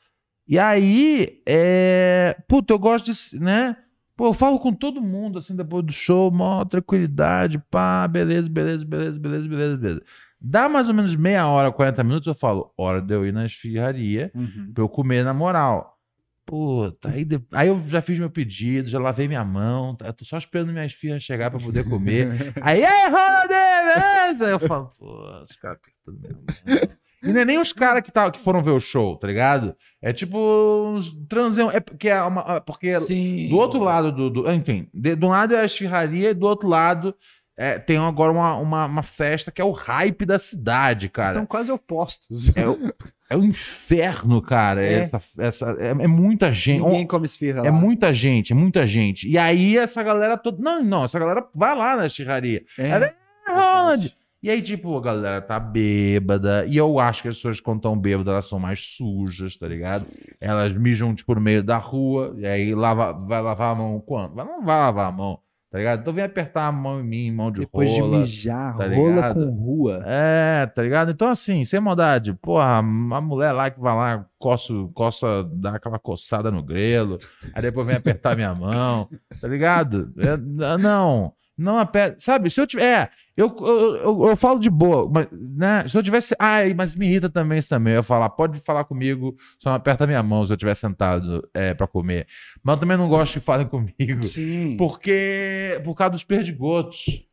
Speaker 3: E aí, é... Puta, eu gosto de, né? Pô, eu falo com todo mundo, assim, depois do show, maior tranquilidade, pá, beleza, beleza, beleza, beleza, beleza, beleza. Dá mais ou menos meia hora, 40 minutos, eu falo, hora de eu ir na esfirraria
Speaker 1: Uhum.
Speaker 3: pra eu comer na moral. Puta, aí, de- aí eu já fiz meu pedido, já lavei minha mão, tá- eu tô só esperando minhas filhas chegar pra poder comer. aí, aí, Ronald, beleza? Eu falo, pô, os caras tá apertando minha mão. E não é nem os caras que, tá, que foram ver o show, tá ligado? É tipo uns transão. É porque, é uma, é porque
Speaker 1: Sim.
Speaker 3: do outro lado do. do- enfim, de, de um lado é a esfirraria e do outro lado é, tem agora uma, uma, uma festa que é o hype da cidade, cara.
Speaker 1: Estão quase opostos.
Speaker 3: É, o- é um inferno, cara.
Speaker 1: É.
Speaker 3: Essa, essa, é, é muita gente.
Speaker 1: Ninguém come esfirra
Speaker 3: É
Speaker 1: lá.
Speaker 3: muita gente, é muita gente. E aí essa galera toda. Não, não, essa galera vai lá na chirraria.
Speaker 1: É.
Speaker 3: É, Ronald! E aí, tipo, a galera tá bêbada. E eu acho que as pessoas, quando estão bêbadas, elas são mais sujas, tá ligado? Elas mijam, tipo, no meio da rua. E aí lava, vai lavar a mão quando? Vai- Não vai lavar a mão, tá ligado? Então vem apertar a mão em mim, mão de
Speaker 1: Depois de
Speaker 3: rola.
Speaker 1: mijar,
Speaker 3: tá
Speaker 1: rola
Speaker 3: ligado?
Speaker 1: com rua.
Speaker 3: É, tá ligado? Então, assim, sem maldade, porra, a mulher lá que vai lá, coça, coça, dá aquela coçada no grelo, aí depois vem apertar minha mão, tá ligado? É, n- não. Não aperta. Sabe, se eu tiver. É, eu, eu, eu, eu falo de boa, mas, né? Se eu tivesse. Ai, mas me irrita também isso também. Eu falar, pode falar comigo, só não aperta minha mão se eu estiver sentado é, para comer. Mas eu também não gosto que falem comigo.
Speaker 1: Sim.
Speaker 3: Porque. Por causa dos perdigotos.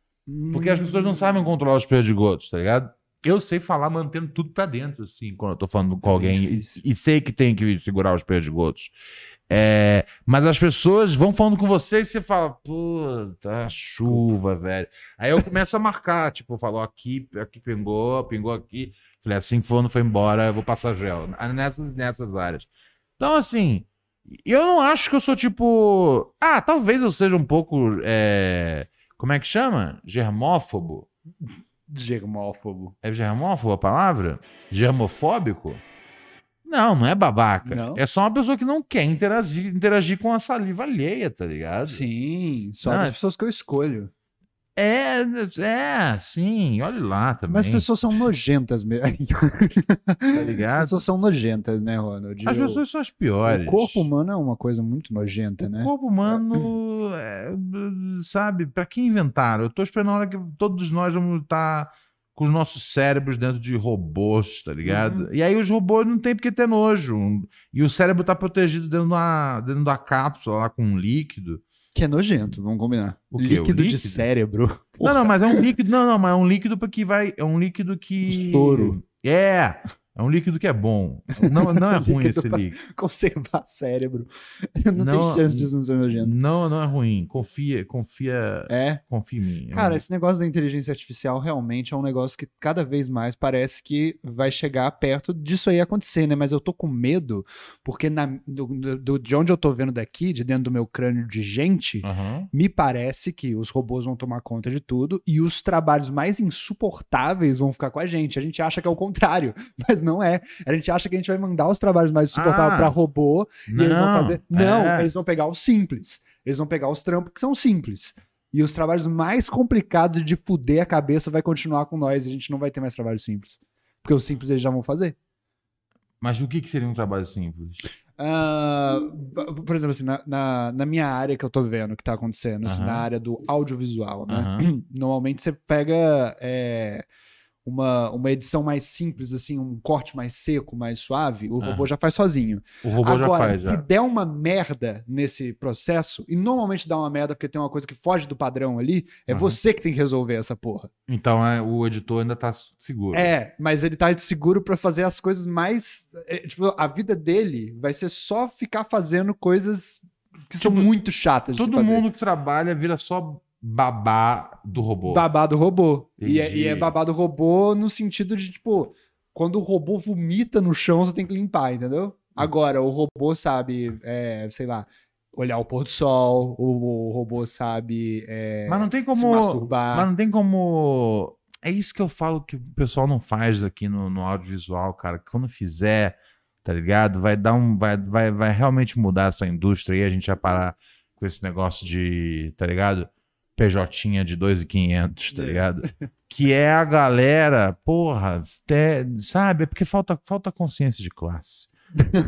Speaker 3: Porque as
Speaker 1: Hum.
Speaker 3: pessoas não sabem controlar os perdigotos, tá ligado? Eu sei falar mantendo tudo pra dentro, assim, quando eu tô falando com alguém. E, e sei que tem que segurar os perdigotos. É, mas as pessoas vão falando com você e você fala, puta, chuva, velho. Aí eu começo a marcar, tipo, eu falo, aqui, aqui pingou, pingou aqui. Falei, assim que for, não foi embora, eu vou passar gel. Ah, Nessas, nessas áreas. Então, assim, eu não acho que eu sou tipo. Ah, talvez eu seja um pouco. é, Como é que chama? Germófobo.
Speaker 1: Germófobo.
Speaker 3: É germófobo a palavra? Germofóbico? Não, não é babaca.
Speaker 1: Não.
Speaker 3: É só uma pessoa que não quer interagir, interagir com a saliva alheia, tá ligado?
Speaker 1: Sim, só
Speaker 3: Não,
Speaker 1: das
Speaker 3: é-
Speaker 1: pessoas que eu escolho.
Speaker 3: É, é, sim, olha lá também.
Speaker 1: Mas as pessoas são nojentas mesmo.
Speaker 3: tá
Speaker 1: As
Speaker 3: ligado?
Speaker 1: pessoas são nojentas, né, Ronald?
Speaker 3: As
Speaker 1: O-
Speaker 3: pessoas são as
Speaker 1: o
Speaker 3: piores.
Speaker 1: corpo humano é uma coisa muito nojenta,
Speaker 3: O
Speaker 1: né?
Speaker 3: corpo humano, é, b- sabe, pra que inventaram? Eu tô esperando a hora que todos nós vamos estar com os nossos cérebros dentro de robôs, tá ligado?
Speaker 1: Uhum.
Speaker 3: E aí os robôs não tem porque ter nojo. E o cérebro tá protegido dentro da, dentro da cápsula lá com um líquido.
Speaker 1: Que é nojento, vamos combinar.
Speaker 3: O quê? O
Speaker 1: líquido, de
Speaker 3: líquido?
Speaker 1: cérebro. Porra.
Speaker 3: Não, não, mas é um líquido. Não, não, mas é um líquido pra que vai. É um líquido que.
Speaker 1: Estouro.
Speaker 3: É! É um líquido que é bom. Não, não é ruim
Speaker 1: Líquido
Speaker 3: esse
Speaker 1: pra-
Speaker 3: líquido.
Speaker 1: Conservar cérebro. Não,
Speaker 3: Não,
Speaker 1: tem chance disso não ser nojento.
Speaker 3: Não, não é ruim. Confia, confia,
Speaker 1: É.
Speaker 3: confia em mim. É um
Speaker 1: Cara, esse negócio da inteligência artificial realmente é um negócio que cada vez mais parece que vai chegar perto disso aí acontecer, né? Mas eu tô com medo, porque na- do- do- de onde eu tô vendo daqui, de dentro do meu crânio de gente,
Speaker 3: Aham.
Speaker 1: me parece que os robôs vão tomar conta de tudo e os trabalhos mais insuportáveis vão ficar com a gente. A gente acha que é o contrário, mas não é. A gente acha que a gente vai mandar os trabalhos mais insuportáveis
Speaker 3: Ah.
Speaker 1: pra robô e eles vão fazer. Não,
Speaker 3: é.
Speaker 1: eles vão pegar os simples. Eles vão pegar os trampos que são simples. E os trabalhos mais complicados de fuder a cabeça vai continuar com nós. e A gente não vai ter mais trabalho simples. Porque os simples eles já vão fazer.
Speaker 3: Mas o que, que seria um trabalho simples?
Speaker 1: Ah, b- por exemplo, assim, na, na, na minha área que eu tô vendo que tá acontecendo, assim,
Speaker 3: Aham.
Speaker 1: na área do audiovisual, né?
Speaker 3: Aham.
Speaker 1: Normalmente você pega é, uma, uma edição mais simples, assim, um corte mais seco, mais suave, o robô
Speaker 3: Aham.
Speaker 1: já faz sozinho.
Speaker 3: O robô
Speaker 1: Agora,
Speaker 3: já faz, já.
Speaker 1: se der uma merda nesse processo, e normalmente dá uma merda porque tem uma coisa que foge do padrão ali, é
Speaker 3: Aham.
Speaker 1: você que tem que resolver essa porra.
Speaker 3: Então é, o editor ainda tá seguro.
Speaker 1: É, mas ele tá de seguro pra fazer as coisas mais. é, tipo, a vida dele vai ser só ficar fazendo coisas que são
Speaker 3: Tipo,
Speaker 1: muito chatas de se
Speaker 3: Todo
Speaker 1: fazer.
Speaker 3: mundo que trabalha vira só babá do robô.
Speaker 1: Babado robô. E é,
Speaker 3: Entendi.
Speaker 1: e é babado robô no sentido de, tipo, quando o robô vomita no chão, você tem que limpar, entendeu? Agora, o robô sabe, é, sei lá, olhar o pôr do sol, o, o robô sabe é,
Speaker 3: Mas não tem
Speaker 1: se
Speaker 3: como.
Speaker 1: masturbar.
Speaker 3: Mas não tem como. É isso que eu falo que o pessoal não faz aqui no, no audiovisual, cara. Que quando fizer, tá ligado? Vai dar um. Vai, vai, vai realmente mudar essa indústria e a gente vai parar com esse negócio de, tá ligado? PJ de 2,500, tá
Speaker 1: É.
Speaker 3: ligado? Que é a galera, porra, até, sabe? É porque falta, falta consciência de classe.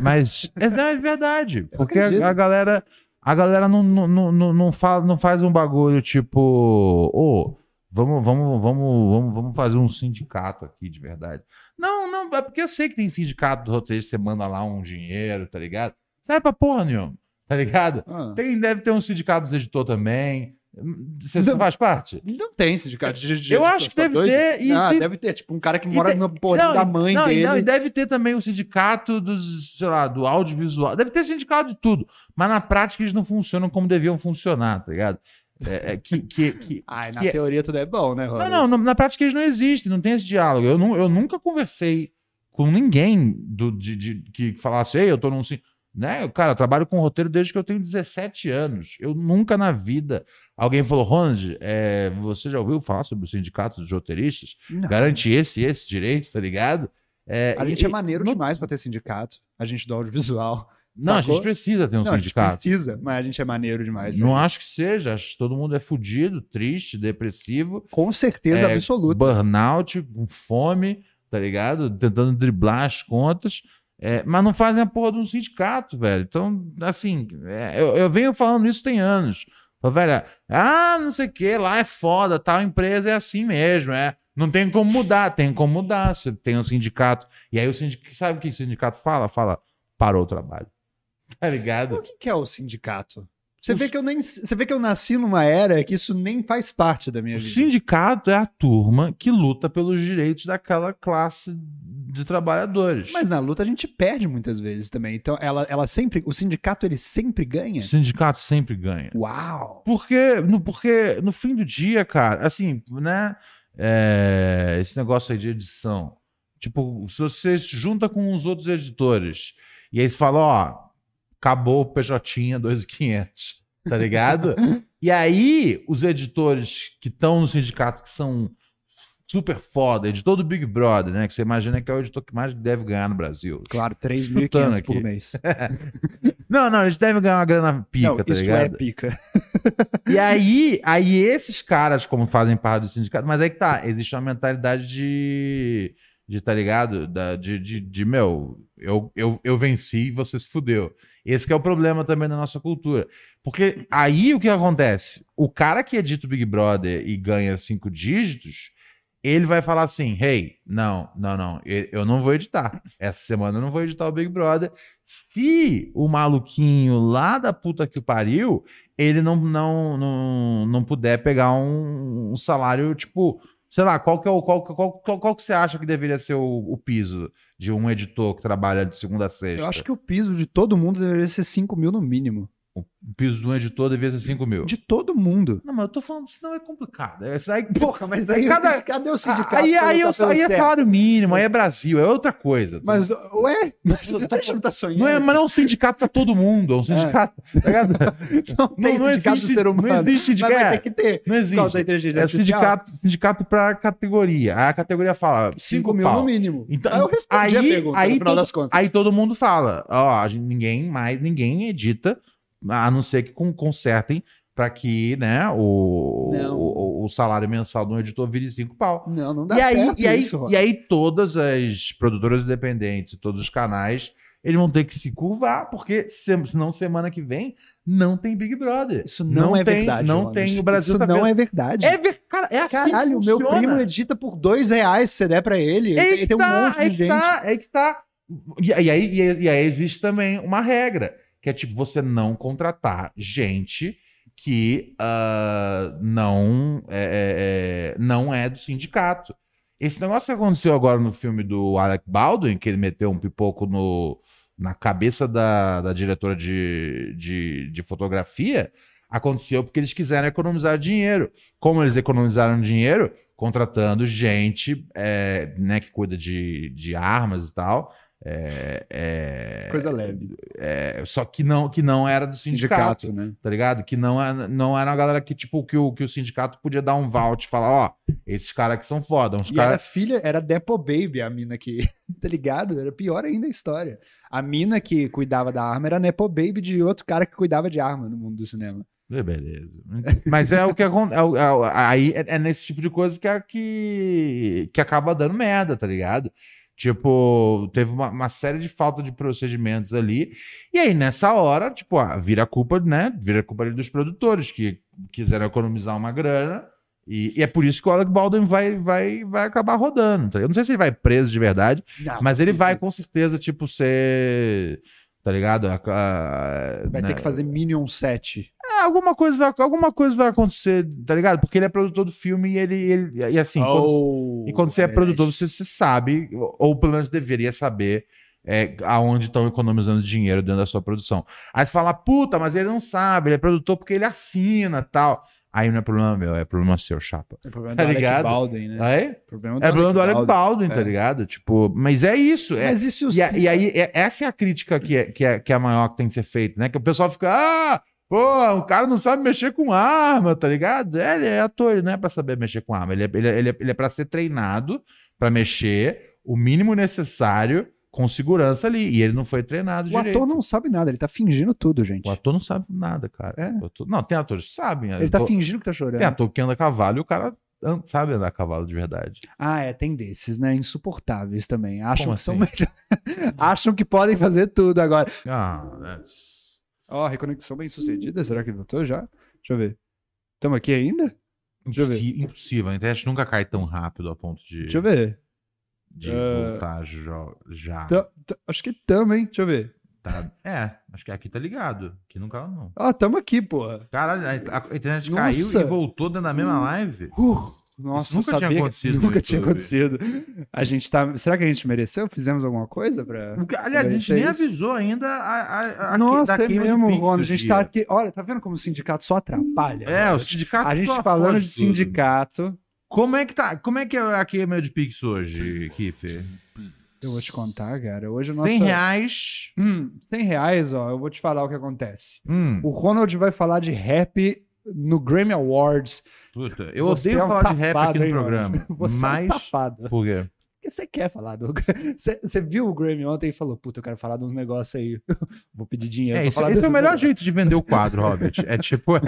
Speaker 3: Mas é, não, é verdade. Porque
Speaker 1: acredito.
Speaker 3: a, a galera, a galera não, não, não, não- não, fala, não faz um bagulho tipo, ô, vamos, vamos, vamos, vamos, vamos fazer um sindicato aqui de verdade. Não, não, é porque eu sei que tem sindicato do roteiro, você manda lá um dinheiro, tá ligado? Sai pra porra nenhuma, tá ligado?
Speaker 1: Ah.
Speaker 3: Tem, deve ter um sindicato dos editor também. Você
Speaker 1: Não.
Speaker 3: faz parte?
Speaker 1: Não tem sindicato de, de
Speaker 3: Eu acho que
Speaker 1: tá
Speaker 3: deve
Speaker 1: doido?
Speaker 3: ter, e
Speaker 1: ah,
Speaker 3: tem-
Speaker 1: deve ter. Tipo, um cara que
Speaker 3: E
Speaker 1: mora
Speaker 3: tem-
Speaker 1: no porão
Speaker 3: Não,
Speaker 1: da
Speaker 3: e-
Speaker 1: mãe
Speaker 3: não,
Speaker 1: dele.
Speaker 3: E, não, e deve ter também o sindicato dos, sei lá, do audiovisual. Deve ter sindicato de tudo. Mas na prática eles não funcionam como deviam funcionar, tá ligado? É, é que, que, que-
Speaker 1: Ai, na
Speaker 3: que-
Speaker 1: teoria tudo é bom, né, Ronald?
Speaker 3: Não, não, na- na prática eles não existem, não tem esse diálogo. Eu, nu- eu nunca conversei com ninguém do, de, de- que falasse, ei, eu tô num. sin-" Né? Eu, Cara, eu trabalho com roteiro desde que eu tenho 17 anos. Eu nunca na vida. Alguém falou, Ronald, é, você já ouviu falar sobre o sindicato dos roteiristas?
Speaker 1: Não.
Speaker 3: Garante esse e esse direito, tá ligado? É,
Speaker 1: A
Speaker 3: e-
Speaker 1: gente é
Speaker 3: e-
Speaker 1: maneiro
Speaker 3: não-
Speaker 1: demais pra ter sindicato. A gente do audiovisual.
Speaker 3: Não, a
Speaker 1: Sacou?
Speaker 3: gente precisa ter um
Speaker 1: não, a gente
Speaker 3: sindicato.
Speaker 1: precisa, mas a gente é maneiro demais. pra
Speaker 3: Não
Speaker 1: gente.
Speaker 3: acho que seja. Acho que todo mundo é fudido, triste, depressivo,
Speaker 1: Com certeza
Speaker 3: É,
Speaker 1: absoluta.
Speaker 3: burnout, com fome, tá ligado? Tentando driblar as contas. é, mas não fazem a porra de um sindicato, velho. Então, assim, é, eu, eu venho falando isso tem anos. Fala, velho, ah, não sei o que, lá é foda, tal empresa é assim mesmo, é. Não tem como mudar, tem como mudar, se tem um sindicato. E aí o sindicato, sabe o que o sindicato fala? Fala, parou o trabalho. Tá
Speaker 1: O
Speaker 3: ligado?
Speaker 1: que, que é o sindicato? Você vê, que eu nem, você vê que eu nasci numa era que isso nem faz parte da minha
Speaker 3: O
Speaker 1: vida.
Speaker 3: sindicato é a turma que luta pelos direitos daquela classe de trabalhadores.
Speaker 1: Mas na luta a gente perde muitas vezes também. Então ela, ela sempre, o sindicato ele sempre ganha.
Speaker 3: o sindicato sempre ganha.
Speaker 1: Uau!
Speaker 3: Porque no, porque no fim do dia, cara, assim, né? é, esse negócio aí de edição. Tipo, se você se junta com os outros editores e aí você fala, ó, acabou o PJ 2,500, tá ligado? e aí os editores que estão no sindicato, que são super foda, editor do Big Brother, né? Que você imagina que é o editor que mais deve ganhar no Brasil.
Speaker 1: Claro,
Speaker 3: Chutando
Speaker 1: 3.500
Speaker 3: aqui.
Speaker 1: por mês.
Speaker 3: Não, não, eles devem ganhar uma grana pica,
Speaker 1: Não,
Speaker 3: tá
Speaker 1: isso
Speaker 3: ligado?
Speaker 1: é pica.
Speaker 3: E aí, aí esses caras, como fazem parte do sindicato, mas aí que tá, existe uma mentalidade de, de tá ligado? Da, de, de, de, meu, eu, eu, eu venci e você se fudeu. Esse que é o problema também da nossa cultura. Porque aí o que acontece? O cara que edita o Big Brother e ganha cinco dígitos, ele vai falar assim, hey, não, não, não, eu eu não vou editar. Essa semana eu não vou editar o Big Brother. Se o maluquinho lá da puta que o pariu ele não, não, não, não puder pegar um, um salário, tipo, sei lá, qual que é o. Qual, que- qual, qual, qual que você acha que deveria ser o, o piso de um editor que trabalha de segunda a sexta?
Speaker 1: Eu acho que o piso de todo mundo deveria ser 5 mil no mínimo.
Speaker 3: O piso de um editor deveria ser 5 mil.
Speaker 1: De todo mundo.
Speaker 3: Não, mas eu tô falando, senão é complicado. É, isso aí-
Speaker 1: Porra, mas
Speaker 3: aí- Cada-
Speaker 1: cadê o tá
Speaker 3: aí aí, eu, aí é salário mínimo, aí é Brasil, é outra coisa.
Speaker 1: Mas, ué, mas a gente não tá sonhando.
Speaker 3: Não é, mas não é um sindicato pra todo mundo, é um sindicato. tá ligado?
Speaker 1: não tem
Speaker 3: não
Speaker 1: sindicato do
Speaker 3: existe-
Speaker 1: ser humano.
Speaker 3: Não existe
Speaker 1: Mas vai ter
Speaker 3: sindicato.
Speaker 1: que ter.
Speaker 3: Não
Speaker 1: Por causa
Speaker 3: existe.
Speaker 1: da inteligência
Speaker 3: É
Speaker 1: artificial.
Speaker 3: sindicato, sindicato para categoria. Aí a categoria fala
Speaker 1: 5
Speaker 3: 5
Speaker 1: mil no mínimo.
Speaker 3: Então,
Speaker 1: aí eu respondi a
Speaker 3: aí-
Speaker 1: pergunta
Speaker 3: aí
Speaker 1: no final
Speaker 3: todo-
Speaker 1: das contas.
Speaker 3: Aí todo mundo fala, ó, a gente- ninguém mais, ninguém edita, a não ser que con- consertem para que, né, o,
Speaker 1: Não.
Speaker 3: o, o salário mensal de um editor vire cinco pau.
Speaker 1: Não, não dá
Speaker 3: e, aí,
Speaker 1: certo
Speaker 3: e, aí,
Speaker 1: isso, Rob.
Speaker 3: e aí todas as produtoras independentes, todos os canais, eles vão ter que se curvar, porque se- senão semana que vem não tem Big Brother.
Speaker 1: Isso não, é
Speaker 3: tem,
Speaker 1: verdade.
Speaker 3: Não
Speaker 1: Ronald.
Speaker 3: tem, o Brasil
Speaker 1: Isso
Speaker 3: tá
Speaker 1: não
Speaker 3: vendo-
Speaker 1: é verdade.
Speaker 3: É ver- cara, é assim que
Speaker 1: Caralho, o meu
Speaker 3: funciona.
Speaker 1: primo edita por dois reais se você der pra ele.
Speaker 3: É
Speaker 1: Ele
Speaker 3: que
Speaker 1: tem um
Speaker 3: tá,
Speaker 1: monte
Speaker 3: é
Speaker 1: de
Speaker 3: que
Speaker 1: gente.
Speaker 3: Tá, é que tá. E, e aí, e aí- e aí existe também uma regra, que é tipo você não contratar gente que ah, não, é, é, é, não é do sindicato. Esse negócio que aconteceu agora no filme do Alec Baldwin, que ele meteu um pipoco no, na cabeça da, da diretora de, de, de fotografia, aconteceu porque eles quiseram economizar dinheiro. Como eles economizaram dinheiro? Contratando gente é, né, que cuida de, de armas e tal. É, é,
Speaker 1: Coisa leve.
Speaker 3: é, só que não, que não era do sindicato
Speaker 1: né?
Speaker 3: tá ligado? Que não, é, não era uma galera que, tipo, que o, que o sindicato podia dar um vault e falar, ó, esses caras que são foda, uns
Speaker 1: E era
Speaker 3: caras...
Speaker 1: filha, era Depo Baby a mina que, tá ligado? Era pior ainda a história. A mina que cuidava da arma era Nepo Baby de outro cara que cuidava de arma no mundo do cinema.
Speaker 3: É, Beleza. Mas é o que acontece, aí é, é nesse tipo de coisa que, é- que, que acaba dando merda, tá ligado? Tipo, teve uma, uma série de falta de procedimentos ali, e aí nessa hora, tipo, ah, vira a culpa, né, vira a culpa ali dos produtores, que quiseram economizar uma grana, e, e é por isso que o Alec Baldwin vai, vai, vai acabar rodando. tá ligado? Eu não sei se ele vai preso de verdade,
Speaker 1: Não,
Speaker 3: Mas ele
Speaker 1: filho,
Speaker 3: vai com certeza, tipo, ser. Tá ligado? A- a-
Speaker 1: Vai
Speaker 3: né?
Speaker 1: ter que fazer Minion 7.
Speaker 3: Ah, alguma, coisa vai, alguma coisa vai acontecer, tá ligado? Porque ele é produtor do filme e ele. ele- e assim, quando,
Speaker 1: Oh,
Speaker 3: e quando você é
Speaker 1: verdade.
Speaker 3: produtor, você, você sabe, ou pelo menos deveria saber. é, aonde estão economizando dinheiro dentro da sua produção. Aí você fala, puta, mas ele não sabe, ele é produtor porque ele assina tal. Aí não é problema meu, é problema seu, chapa.
Speaker 1: É problema
Speaker 3: Tá
Speaker 1: do Alec
Speaker 3: ligado?
Speaker 1: Baldwin, né?
Speaker 3: Aí,
Speaker 1: Problema
Speaker 3: é problema do Alec
Speaker 1: Baldwin.
Speaker 3: Baldwin, tá
Speaker 1: é.
Speaker 3: ligado? Tipo, mas é isso. É,
Speaker 1: Mas isso
Speaker 3: e, a- e aí, é- essa é a crítica que é, que, é, que é a maior que tem que ser feita, né? Que o pessoal fica, ah, pô, o cara não sabe mexer com arma, tá ligado? É, ele é ator, ele não é pra saber mexer com arma. Ele é, ele é, ele é, ele é pra ser treinado, pra mexer o mínimo necessário com segurança ali. E ele não foi treinado
Speaker 1: O
Speaker 3: direito.
Speaker 1: ator não sabe nada, ele tá fingindo tudo, gente.
Speaker 3: O ator não sabe nada, cara.
Speaker 1: É?
Speaker 3: O ator- Não, tem atores que sabem.
Speaker 1: Ele tá
Speaker 3: ator-
Speaker 1: fingindo que tá chorando.
Speaker 3: Tem ator que anda a cavalo e o cara an- sabe andar a cavalo de verdade.
Speaker 1: Ah, é, tem desses, né? Insuportáveis também. Acham
Speaker 3: Como assim?
Speaker 1: que são melhor- Acham que podem fazer tudo agora.
Speaker 3: Ah, that's...
Speaker 1: Ó, reconexão bem sucedida, será que voltou já? Deixa eu ver. Estamos aqui ainda? Deixa eu ver.
Speaker 3: Impossi- Impossível. A internet nunca cai tão rápido a ponto de,
Speaker 1: Deixa eu ver.
Speaker 3: de
Speaker 1: É.
Speaker 3: voltar jo- já.
Speaker 1: Tá- tá- acho que estamos, hein? Deixa eu ver.
Speaker 3: tá? É, acho que aqui tá ligado. Aqui não caiu, não.
Speaker 1: Ah, estamos aqui, porra.
Speaker 3: Caralho, a- a internet
Speaker 1: Nossa.
Speaker 3: caiu e voltou dentro da mesma live.
Speaker 1: Uh, nossa,
Speaker 3: nunca
Speaker 1: eu
Speaker 3: tinha
Speaker 1: sabia-
Speaker 3: acontecido no
Speaker 1: Nunca tinha
Speaker 3: YouTube.
Speaker 1: acontecido. A gente tá. Será que a gente mereceu? Fizemos alguma coisa pra.
Speaker 3: Aliás, a
Speaker 1: Vai
Speaker 3: gente
Speaker 1: ser
Speaker 3: nem
Speaker 1: É, isso.
Speaker 3: avisou ainda a, a, a
Speaker 1: Nossa,
Speaker 3: da
Speaker 1: é
Speaker 3: queima de
Speaker 1: mesmo,
Speaker 3: Pix
Speaker 1: Rony.
Speaker 3: do
Speaker 1: A gente
Speaker 3: dia.
Speaker 1: tá aqui. Olha, tá vendo como o sindicato só atrapalha?
Speaker 3: É, o
Speaker 1: Robert?
Speaker 3: sindicato.
Speaker 1: A
Speaker 3: só
Speaker 1: gente falando
Speaker 3: fode
Speaker 1: de
Speaker 3: tudo.
Speaker 1: sindicato.
Speaker 3: Como é que tá? Como é que é a queima de Pix hoje, Kiffer?
Speaker 1: Eu vou te contar, cara. Hoje o nosso.
Speaker 3: 100 reais.
Speaker 1: Hum, 100 reais, ó. Eu vou te falar o que acontece.
Speaker 3: Hum,
Speaker 1: O Ronald vai falar de rap no Grammy Awards.
Speaker 3: puta, eu
Speaker 1: Você
Speaker 3: odeio
Speaker 1: é um
Speaker 3: falar de rap
Speaker 1: safado,
Speaker 3: aqui no
Speaker 1: hein,
Speaker 3: programa.
Speaker 1: Ronald? Você é um
Speaker 3: mas.
Speaker 1: safado.
Speaker 3: Por quê?
Speaker 1: Porque você quer falar do. Você você viu o Grammy ontem e falou: Puta, eu quero falar de uns negócios aí. Vou pedir dinheiro.
Speaker 3: É,
Speaker 1: pra
Speaker 3: isso,
Speaker 1: falar
Speaker 3: esse é
Speaker 1: desses
Speaker 3: o melhor
Speaker 1: negócios."
Speaker 3: jeito de vender o quadro, Robert. É tipo, é,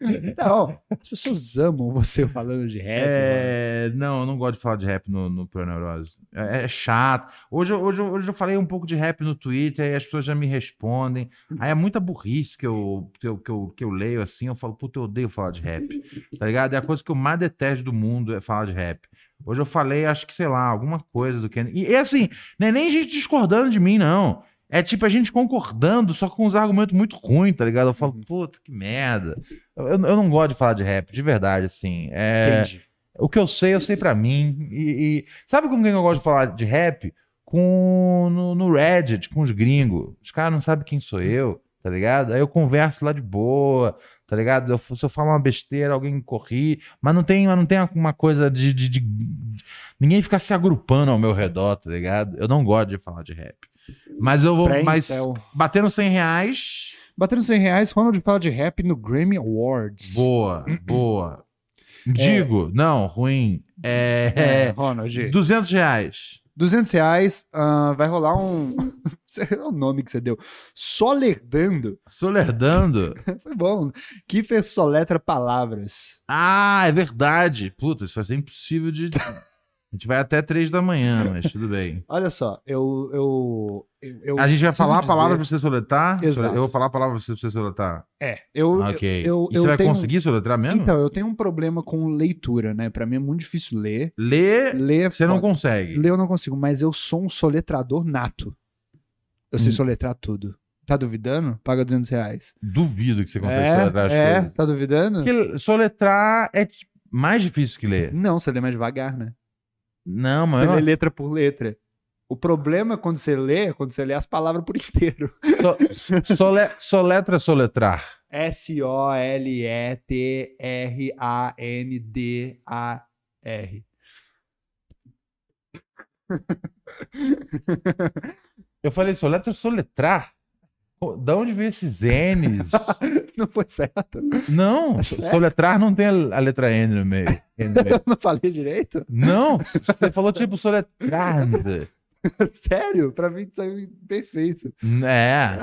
Speaker 3: Uhum.
Speaker 1: Não, as pessoas amam você falando de rap. mano.
Speaker 3: é, não, eu não gosto de falar de rap no, no Pura Neurose. É, é chato. Hoje, eu- hoje, eu- hoje eu falei um pouco de rap no Twitter e as pessoas já me respondem. Aí é muita burrice que eu, que eu, que eu, que eu leio assim. Eu falo, puta, eu odeio falar de rap. Tá ligado? É a coisa que eu mais detesto do mundo é falar de rap. Hoje eu falei, acho que, sei lá, alguma coisa do Kenny. E, e assim, não é nem gente discordando de mim, não. É tipo a gente concordando, só com uns argumentos muito ruins, tá ligado? Eu falo, puta, que merda. Eu, eu não gosto de falar de rap, de verdade, assim. É,
Speaker 1: Entendi.
Speaker 3: o que eu sei, eu sei pra mim. E, e- sabe com quem eu gosto de falar de rap? Com no, no Reddit, com os gringos. Os caras não sabem quem sou eu, tá ligado? Aí eu converso lá de boa, tá ligado? Eu, se eu falar uma besteira, alguém me corri, mas não tem, mas não tem uma coisa de, de- de- Ninguém fica se agrupando ao meu redor, tá ligado? Eu não gosto de falar de rap. Mas eu vou.
Speaker 1: Prensel.
Speaker 3: Mas batendo 100 reais.
Speaker 1: é Batendo 100 reais, Ronald fala de rap no Grammy Awards.
Speaker 3: Boa, boa. Digo, não, ruim.
Speaker 1: É,
Speaker 3: É,
Speaker 1: Ronald.
Speaker 3: 200 reais.
Speaker 1: 200 reais, ah, vai rolar um. Sei lá o nome que você deu. Soledando.
Speaker 3: Solerdando.
Speaker 1: Foi bom. Que fez soletra palavras.
Speaker 3: Ah, é verdade. Puta, isso vai ser impossível de. A gente vai até três da manhã, mas tudo bem.
Speaker 1: Olha só, eu. eu, eu, eu
Speaker 3: A gente vai
Speaker 1: preciso
Speaker 3: falar a
Speaker 1: dizer-
Speaker 3: palavra pra você soletar?
Speaker 1: Exato.
Speaker 3: Eu vou falar a palavra pra você pra você soletar.
Speaker 1: É, eu.
Speaker 3: Ah, ok.
Speaker 1: eu-
Speaker 3: e
Speaker 1: eu
Speaker 3: você vai
Speaker 1: tenho-
Speaker 3: conseguir soletrar mesmo?
Speaker 1: Então, eu tenho um problema com leitura, né? Pra mim é muito difícil ler.
Speaker 3: Lê,
Speaker 1: Ler é
Speaker 3: você não
Speaker 1: foda.
Speaker 3: consegue.
Speaker 1: Ler eu não consigo, mas eu sou um soletrador nato. Eu
Speaker 3: Hum.
Speaker 1: sei soletrar tudo. Tá duvidando? Paga 200 reais.
Speaker 3: Duvido que você consiga soletrar as
Speaker 1: é, é
Speaker 3: coisas.
Speaker 1: tá duvidando?
Speaker 3: Porque soletrar é tipo, mais difícil que ler.
Speaker 1: Não, você lê mais devagar, né?
Speaker 3: Não, mas.
Speaker 1: Você
Speaker 3: eu
Speaker 1: lê letra por letra. O problema é quando você lê, é quando você lê as palavras por inteiro.
Speaker 3: So- sole- soletra, soletrar.
Speaker 1: S-O-L-E-T-R-A-N-D-A-R.
Speaker 3: Eu falei soletra, soletrar? Pô, Da onde veio esses N's?
Speaker 1: Não foi certo?
Speaker 3: não, so-
Speaker 1: É sério?
Speaker 3: soletrar não tem a a letra N no meio. N no meio.
Speaker 1: Eu não falei direito?
Speaker 3: Não, você falou tipo soletrar.
Speaker 1: Sério? Pra mim saiu perfeito.
Speaker 3: É.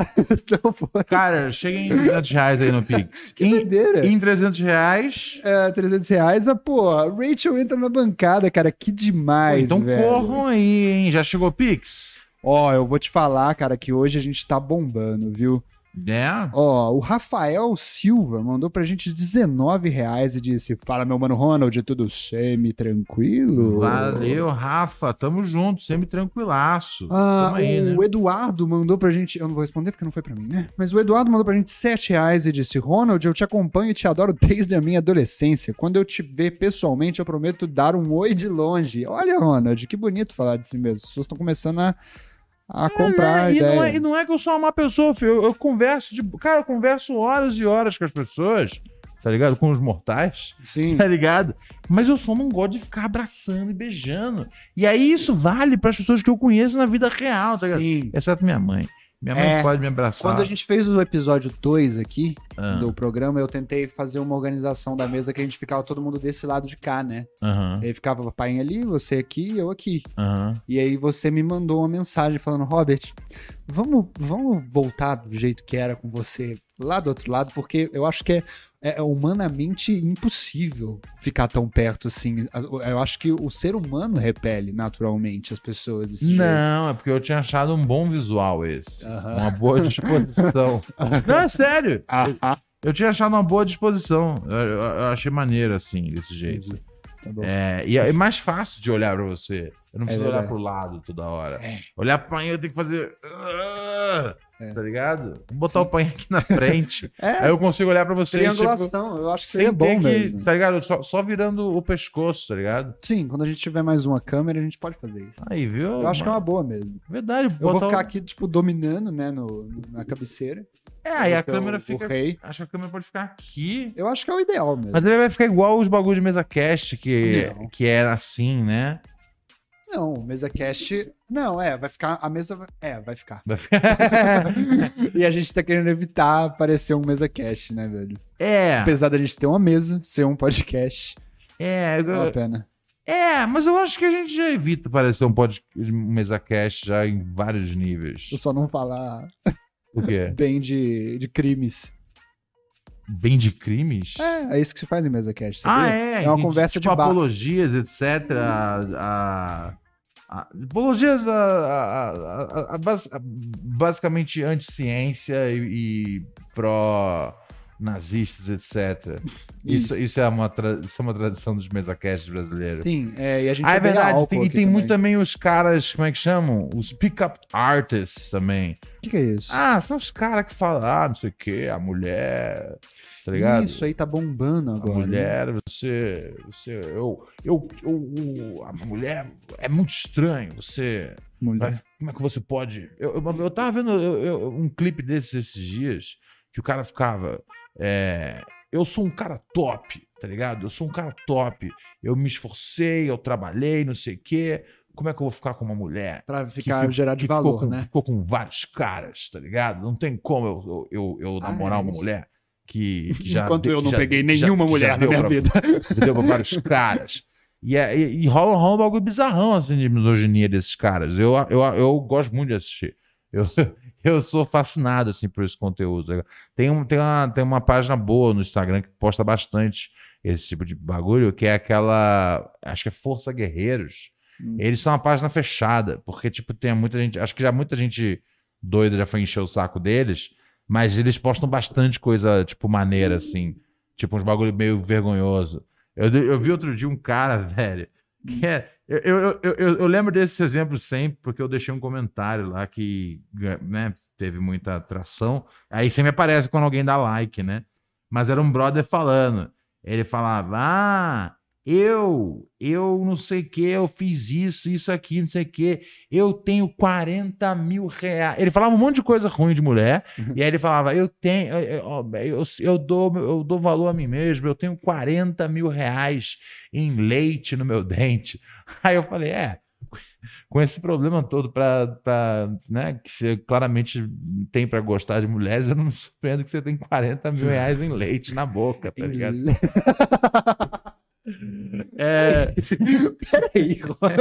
Speaker 1: Não foi.
Speaker 3: Cara, chega em 200 reais aí no Pix.
Speaker 1: Que
Speaker 3: Em,
Speaker 1: doideira.
Speaker 3: em 300 reais.
Speaker 1: É, 300 reais, ah, pô, a Rachel entra na bancada, cara, que demais,
Speaker 3: então
Speaker 1: velho.
Speaker 3: corram aí, hein? Já chegou o Pix?
Speaker 1: Ó, eu vou te falar, cara, que hoje a gente tá bombando, viu?
Speaker 3: É.
Speaker 1: Ó, o Rafael Silva mandou pra gente 19 reais e disse, fala meu mano Ronald, tudo semi-tranquilo?
Speaker 3: Valeu, Rafa. Tamo junto, sempre tranquilaço.
Speaker 1: Ah,
Speaker 3: Tamo aí, né?
Speaker 1: o Eduardo mandou pra gente. Eu não vou responder porque não foi pra mim, né? Mas o Eduardo mandou pra gente 7 reais e disse: Ronald, eu te acompanho e te adoro desde a minha adolescência. Quando eu te ver pessoalmente, eu prometo dar um oi de longe. Olha, Ronald, que bonito falar de si mesmo. As pessoas estão começando a, a comprar a
Speaker 3: e, não é,
Speaker 1: ideia.
Speaker 3: e não é que eu sou uma má pessoa, filho. Eu, eu converso de. Cara, eu converso horas e horas com as pessoas, tá ligado? Com os mortais,
Speaker 1: Sim.
Speaker 3: tá ligado? Mas eu só não gosto de ficar abraçando e beijando. E aí isso vale para as pessoas que eu conheço na vida real, tá ligado?
Speaker 1: Sim.
Speaker 3: Exceto minha mãe. Minha mãe
Speaker 1: É.
Speaker 3: pode me abraçar.
Speaker 1: Quando a gente fez o episódio 2 aqui
Speaker 3: Ah,
Speaker 1: do programa, eu tentei fazer uma organização da mesa que a gente ficava todo mundo desse lado de cá, né?
Speaker 3: aham,
Speaker 1: Aí ficava o papai ali, você aqui, eu aqui.
Speaker 3: aham.
Speaker 1: E aí você me mandou uma mensagem falando, Robert, vamos, vamos voltar do jeito que era com você lá do outro lado, porque eu acho que é, é humanamente impossível ficar tão perto assim. Eu acho que o ser humano repele naturalmente as pessoas desse jeito.
Speaker 3: Não, é porque eu tinha achado um bom visual esse.
Speaker 1: Aham.
Speaker 3: Uma boa disposição. não, é sério.
Speaker 1: Ah, ah,
Speaker 3: Eu tinha achado uma boa disposição. Eu, eu- eu achei maneiro, assim, desse jeito.
Speaker 1: Tá bom.
Speaker 3: É, e é mais fácil de olhar pra você. Eu não
Speaker 1: É
Speaker 3: preciso olhar
Speaker 1: verdade.
Speaker 3: pro lado toda hora.
Speaker 1: É.
Speaker 3: Olhar pro panheiro, eu tenho que fazer. "Ah",
Speaker 1: É.
Speaker 3: Tá ligado? Vou botar o panheiro aqui na frente.
Speaker 1: É,
Speaker 3: aí eu consigo olhar pra você. tipo,
Speaker 1: triangulação, eu acho que
Speaker 3: Sem
Speaker 1: seria bom
Speaker 3: ter que,
Speaker 1: mesmo.
Speaker 3: tá ligado? Só, só virando o pescoço, tá ligado?
Speaker 1: Sim, quando a gente tiver mais uma câmera, a gente pode fazer isso.
Speaker 3: Aí, viu?
Speaker 1: Eu acho que é uma boa mesmo.
Speaker 3: Verdade.
Speaker 1: Eu vou
Speaker 3: botar o-
Speaker 1: ficar aqui, tipo, dominando, né, no, no- na cabeceira.
Speaker 3: É, aí a
Speaker 1: Você é o-
Speaker 3: câmera
Speaker 1: o
Speaker 3: fica.
Speaker 1: rei.
Speaker 3: Acho que a câmera pode ficar aqui.
Speaker 1: Eu acho que é o ideal mesmo.
Speaker 3: Mas ele vai ficar igual os bagulhos de mesa cast, que,
Speaker 1: Não.
Speaker 3: que é assim, né?
Speaker 1: Não, mesa cast. Não, é, vai ficar. A mesa. vai- É, vai ficar.
Speaker 3: Vai ficar-
Speaker 1: E a gente tá querendo evitar aparecer um mesa cast, né, velho?
Speaker 3: é,
Speaker 1: Apesar da gente ter uma mesa, ser um podcast,
Speaker 3: é,
Speaker 1: vale
Speaker 3: eu-
Speaker 1: a pena.
Speaker 3: é, mas eu acho que a gente já evita parecer um podcast, um mesa cast já em vários níveis.
Speaker 1: Eu só não falar
Speaker 3: O quê?
Speaker 1: bem de, de crimes.
Speaker 3: Bem de crimes?
Speaker 1: É, é isso que se faz em mesa cast,
Speaker 3: ah,
Speaker 1: sabia?
Speaker 3: é.
Speaker 1: É uma
Speaker 3: e,
Speaker 1: conversa
Speaker 3: tipo,
Speaker 1: de bar.
Speaker 3: apologias, etc. A, a- a- apologias a, a- a- a- a- bas- a- basicamente anti-ciência e, e pró-nazistas, etc. Isso, isso, é uma tra- isso é uma tradição dos mesacasts brasileiros.
Speaker 1: Sim, é, e a gente
Speaker 3: Ah, é
Speaker 1: odeia
Speaker 3: verdade.
Speaker 1: álcool
Speaker 3: Tem, e
Speaker 1: aqui
Speaker 3: tem muito
Speaker 1: também.
Speaker 3: também os caras, como é que chamam? Os pick-up artists também.
Speaker 1: O que, que é isso?
Speaker 3: Ah, são os caras que falam, ah, não sei o quê, a mulher, tá ligado?
Speaker 1: Isso aí tá bombando
Speaker 3: A
Speaker 1: agora. né?
Speaker 3: mulher, você, você, eu, eu, eu, a mulher é muito estranho. Você,
Speaker 1: Mulher.
Speaker 3: vai- como é que você pode? Eu, eu, eu tava vendo eu- eu- um clipe desses esses dias que o cara ficava, é, eu sou um cara top, tá ligado? Eu sou um cara top. Eu me esforcei, eu trabalhei, não sei o quê. Como é que eu vou ficar com uma mulher?
Speaker 1: Pra
Speaker 3: que
Speaker 1: ficar
Speaker 3: fico-
Speaker 1: gerar de
Speaker 3: que ficou
Speaker 1: valor,
Speaker 3: com,
Speaker 1: né?
Speaker 3: Ficou com vários caras, tá ligado? Não tem como eu, eu, eu, eu
Speaker 1: Ah,
Speaker 3: namorar
Speaker 1: é
Speaker 3: uma
Speaker 1: isso.
Speaker 3: mulher que, que já.
Speaker 1: Enquanto
Speaker 3: de-
Speaker 1: eu não
Speaker 3: já-
Speaker 1: peguei
Speaker 3: já-
Speaker 1: nenhuma
Speaker 3: já
Speaker 1: mulher na
Speaker 3: deu
Speaker 1: minha
Speaker 3: pra-
Speaker 1: vida.
Speaker 3: Já deu pra vários caras. E, é- e, e rola, rola um bagulho bizarrão assim de misoginia desses caras. Eu, eu, eu gosto muito de assistir. Eu, eu sou fascinado assim por esse conteúdo. tá ligado? Tem, um, tem, uma, tem uma página boa no Instagram que posta bastante esse tipo de bagulho, que é aquela. Acho que é Força Guerreiros.
Speaker 1: Hum.
Speaker 3: Eles são uma página fechada, porque, tipo, tem muita gente. Acho que já muita gente doida já foi encher o saco deles, mas eles postam bastante coisa, tipo, maneira, assim. Tipo, uns bagulho meio vergonhoso. Eu, eu vi outro dia um cara, velho, que é. Eu, eu, eu, eu- eu lembro desses exemplos sempre, porque eu deixei um comentário lá que né, teve muita atração. Aí sempre aparece quando alguém dá like, né? Mas era um brother falando. Ele falava: Ah, eu, eu não sei o que, eu fiz isso, isso aqui, não sei o que, eu tenho 40 mil reais. Ele falava um monte de coisa ruim de mulher, e aí ele falava: Eu tenho, eu, eu, eu, eu dou, eu dou valor a mim mesmo, eu tenho 40 mil reais em leite no meu dente. Aí eu falei: É. Com esse problema todo pra, pra, né, que você claramente tem pra gostar de mulheres, eu não me surpreendo que você tem 40 mil reais em leite na boca, tá ligado? É,
Speaker 1: Peraí, que porra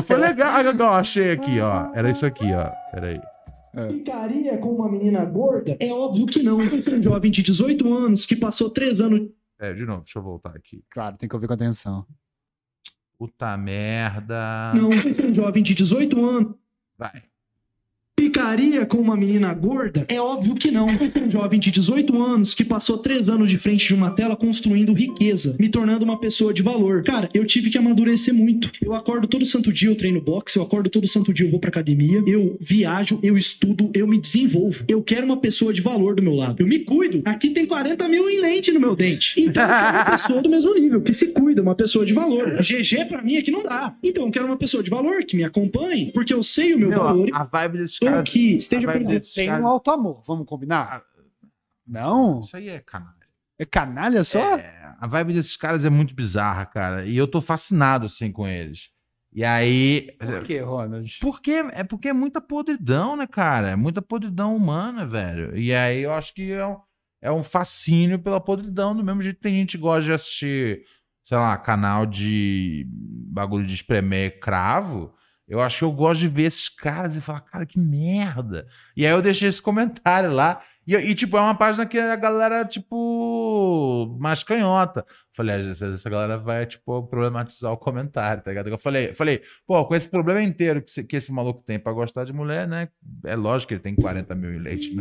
Speaker 3: e foi
Speaker 1: é essa?
Speaker 3: legal. Ah, não, achei aqui, ó. Era isso aqui, ó. Peraí.
Speaker 4: Ficaria com uma menina gorda? É óbvio que não. Eu sou um jovem de 18 anos que passou 3 anos.
Speaker 3: É, de novo, deixa eu voltar aqui.
Speaker 1: Claro, tem que ouvir com atenção.
Speaker 3: Puta merda.
Speaker 4: Não, eu sou um jovem de 18 anos.
Speaker 3: Vai.
Speaker 4: Ficaria com uma menina gorda? É óbvio que não. Eu sou um jovem de 18 anos que passou 3 anos de frente de uma tela construindo riqueza, me tornando uma pessoa de valor. Cara, eu tive que amadurecer muito. Eu acordo todo santo dia, eu treino boxe, eu acordo todo santo dia, eu vou pra academia, eu viajo, eu estudo, eu me desenvolvo. Eu quero uma pessoa de valor do meu lado. Eu me cuido. Aqui tem 40 mil em lente no meu dente. Então eu quero uma pessoa do mesmo nível, que se cuida, uma pessoa de valor. GG pra mim aqui não dá. Então eu quero uma pessoa de valor que me acompanhe, porque eu sei o meu
Speaker 3: Meu,
Speaker 4: valor.
Speaker 3: a, a vibe desses
Speaker 4: Estou
Speaker 3: caras.
Speaker 4: aqui,
Speaker 3: A
Speaker 4: esteja
Speaker 3: vibe
Speaker 4: presente.
Speaker 3: desses
Speaker 1: Tem
Speaker 3: caras-
Speaker 1: um alto amor, vamos combinar?
Speaker 3: Ah.
Speaker 1: Não?
Speaker 3: Isso aí é canalha.
Speaker 1: É canalha só?
Speaker 3: É, a vibe desses caras é muito bizarra, cara. E eu tô fascinado, assim, com eles. E aí.
Speaker 1: Por que, Ronald?
Speaker 3: Porque é porque é muita podridão, né, cara? É muita podridão humana, velho. E aí eu acho que é um, é um fascínio pela podridão. Do mesmo jeito que tem gente que gosta de assistir, sei lá, canal de bagulho de espremer cravo. Eu acho que eu gosto de ver esses caras e falar, cara, que merda. E aí eu deixei esse comentário lá. E, e, tipo, é uma página que a galera, tipo, mais canhota. Falei, às vezes essa galera vai, tipo, problematizar o comentário, tá ligado? Eu falei, falei, pô, com esse problema inteiro que, esse- que esse maluco tem pra gostar de mulher, né? É lógico que ele tem 40 mil em leite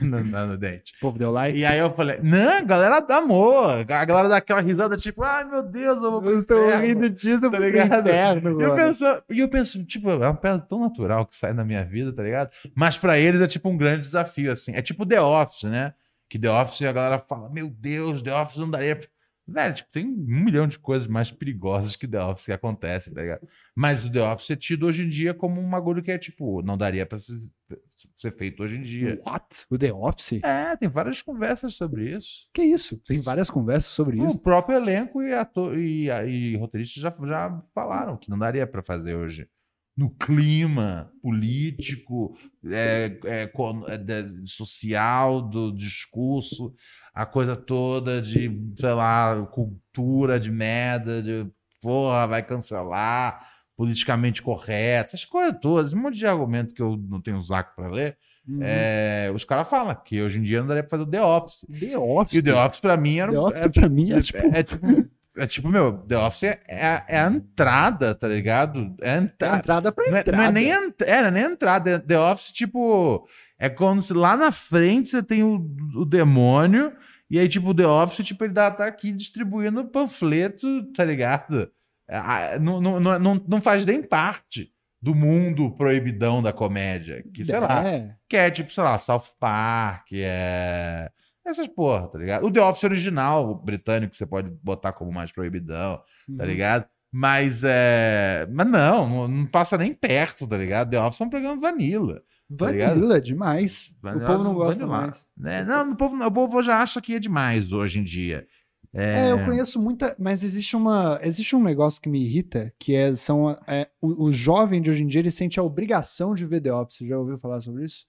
Speaker 3: no, no- no- no dente.
Speaker 1: O povo deu like.
Speaker 3: E aí eu falei, não, a galera dá amor. A galera dá aquela risada, tipo, ai meu Deus, eu vou pro inferno."
Speaker 1: disso,
Speaker 3: tá ligado?
Speaker 1: Interno,
Speaker 3: E eu
Speaker 1: mano.
Speaker 3: penso, e eu penso, tipo, é uma pedra tão natural que sai na minha vida, tá ligado? Mas pra eles é tipo um grande desafio, assim. É tipo The Office, né? Que The Office a galera fala, meu Deus, The Office não daria. pra-" Velho, tipo, tem um milhão de coisas mais perigosas que The Office que acontecem, tá ligado? Mas o The Office é tido hoje em dia como um bagulho que é tipo, não daria pra se- ser feito hoje em dia.
Speaker 1: What? O The Office?
Speaker 3: É, tem várias conversas sobre isso.
Speaker 1: Que isso? Tem várias conversas sobre
Speaker 3: O
Speaker 1: isso.
Speaker 3: próprio elenco e, ator, e, e roteiristas já, já falaram que não daria para fazer hoje. No clima político, é, é, con- é, de- social do discurso, a coisa toda de, sei lá, cultura de merda, de porra, vai cancelar, politicamente correto, essas coisas todas, um monte de argumento que eu não tenho saco para ler.
Speaker 1: Uhum.
Speaker 3: é, os caras falam que hoje em dia não daria para fazer o The Office.
Speaker 1: The Office.
Speaker 3: E o The Office, para mim, era
Speaker 1: The
Speaker 3: um-
Speaker 1: Office pra mim é tipo.
Speaker 3: é tipo, é tipo, meu, The Office é, é- é a entrada, tá ligado? É a
Speaker 1: é
Speaker 3: entrada.
Speaker 1: entrada pra
Speaker 3: Não é,
Speaker 1: entrada.
Speaker 3: não é nem a ent- é, não é nem a entrada. é- The Office, tipo, é como se lá na frente você tem o, o demônio, e aí, tipo, o The Office, tipo, ele dá, tá aqui distribuindo panfleto, tá ligado? É, ah, não, não, não, não- não faz nem parte do mundo proibidão da comédia. Que, sei lá,
Speaker 1: É.
Speaker 3: que é tipo, sei lá, South Park, é. Essas porra, tá ligado? O The Office original, o britânico, que você pode botar como mais proibidão, tá ligado? Mas é. Mas não, não, não passa nem perto, tá ligado? The Office é um programa vanilla.
Speaker 5: Vanilla, demais.
Speaker 3: Vanilla,
Speaker 5: o povo não gosta
Speaker 3: Tá vanilla.
Speaker 5: mais.
Speaker 3: Né? Não, o povo, o povo já acha que é demais hoje em dia.
Speaker 1: É, eu conheço muita, mas existe uma, existe um negócio que me irrita, que é, são, é, o, o jovem de hoje em dia, ele sente a obrigação de ver The Office, já ouviu falar sobre isso?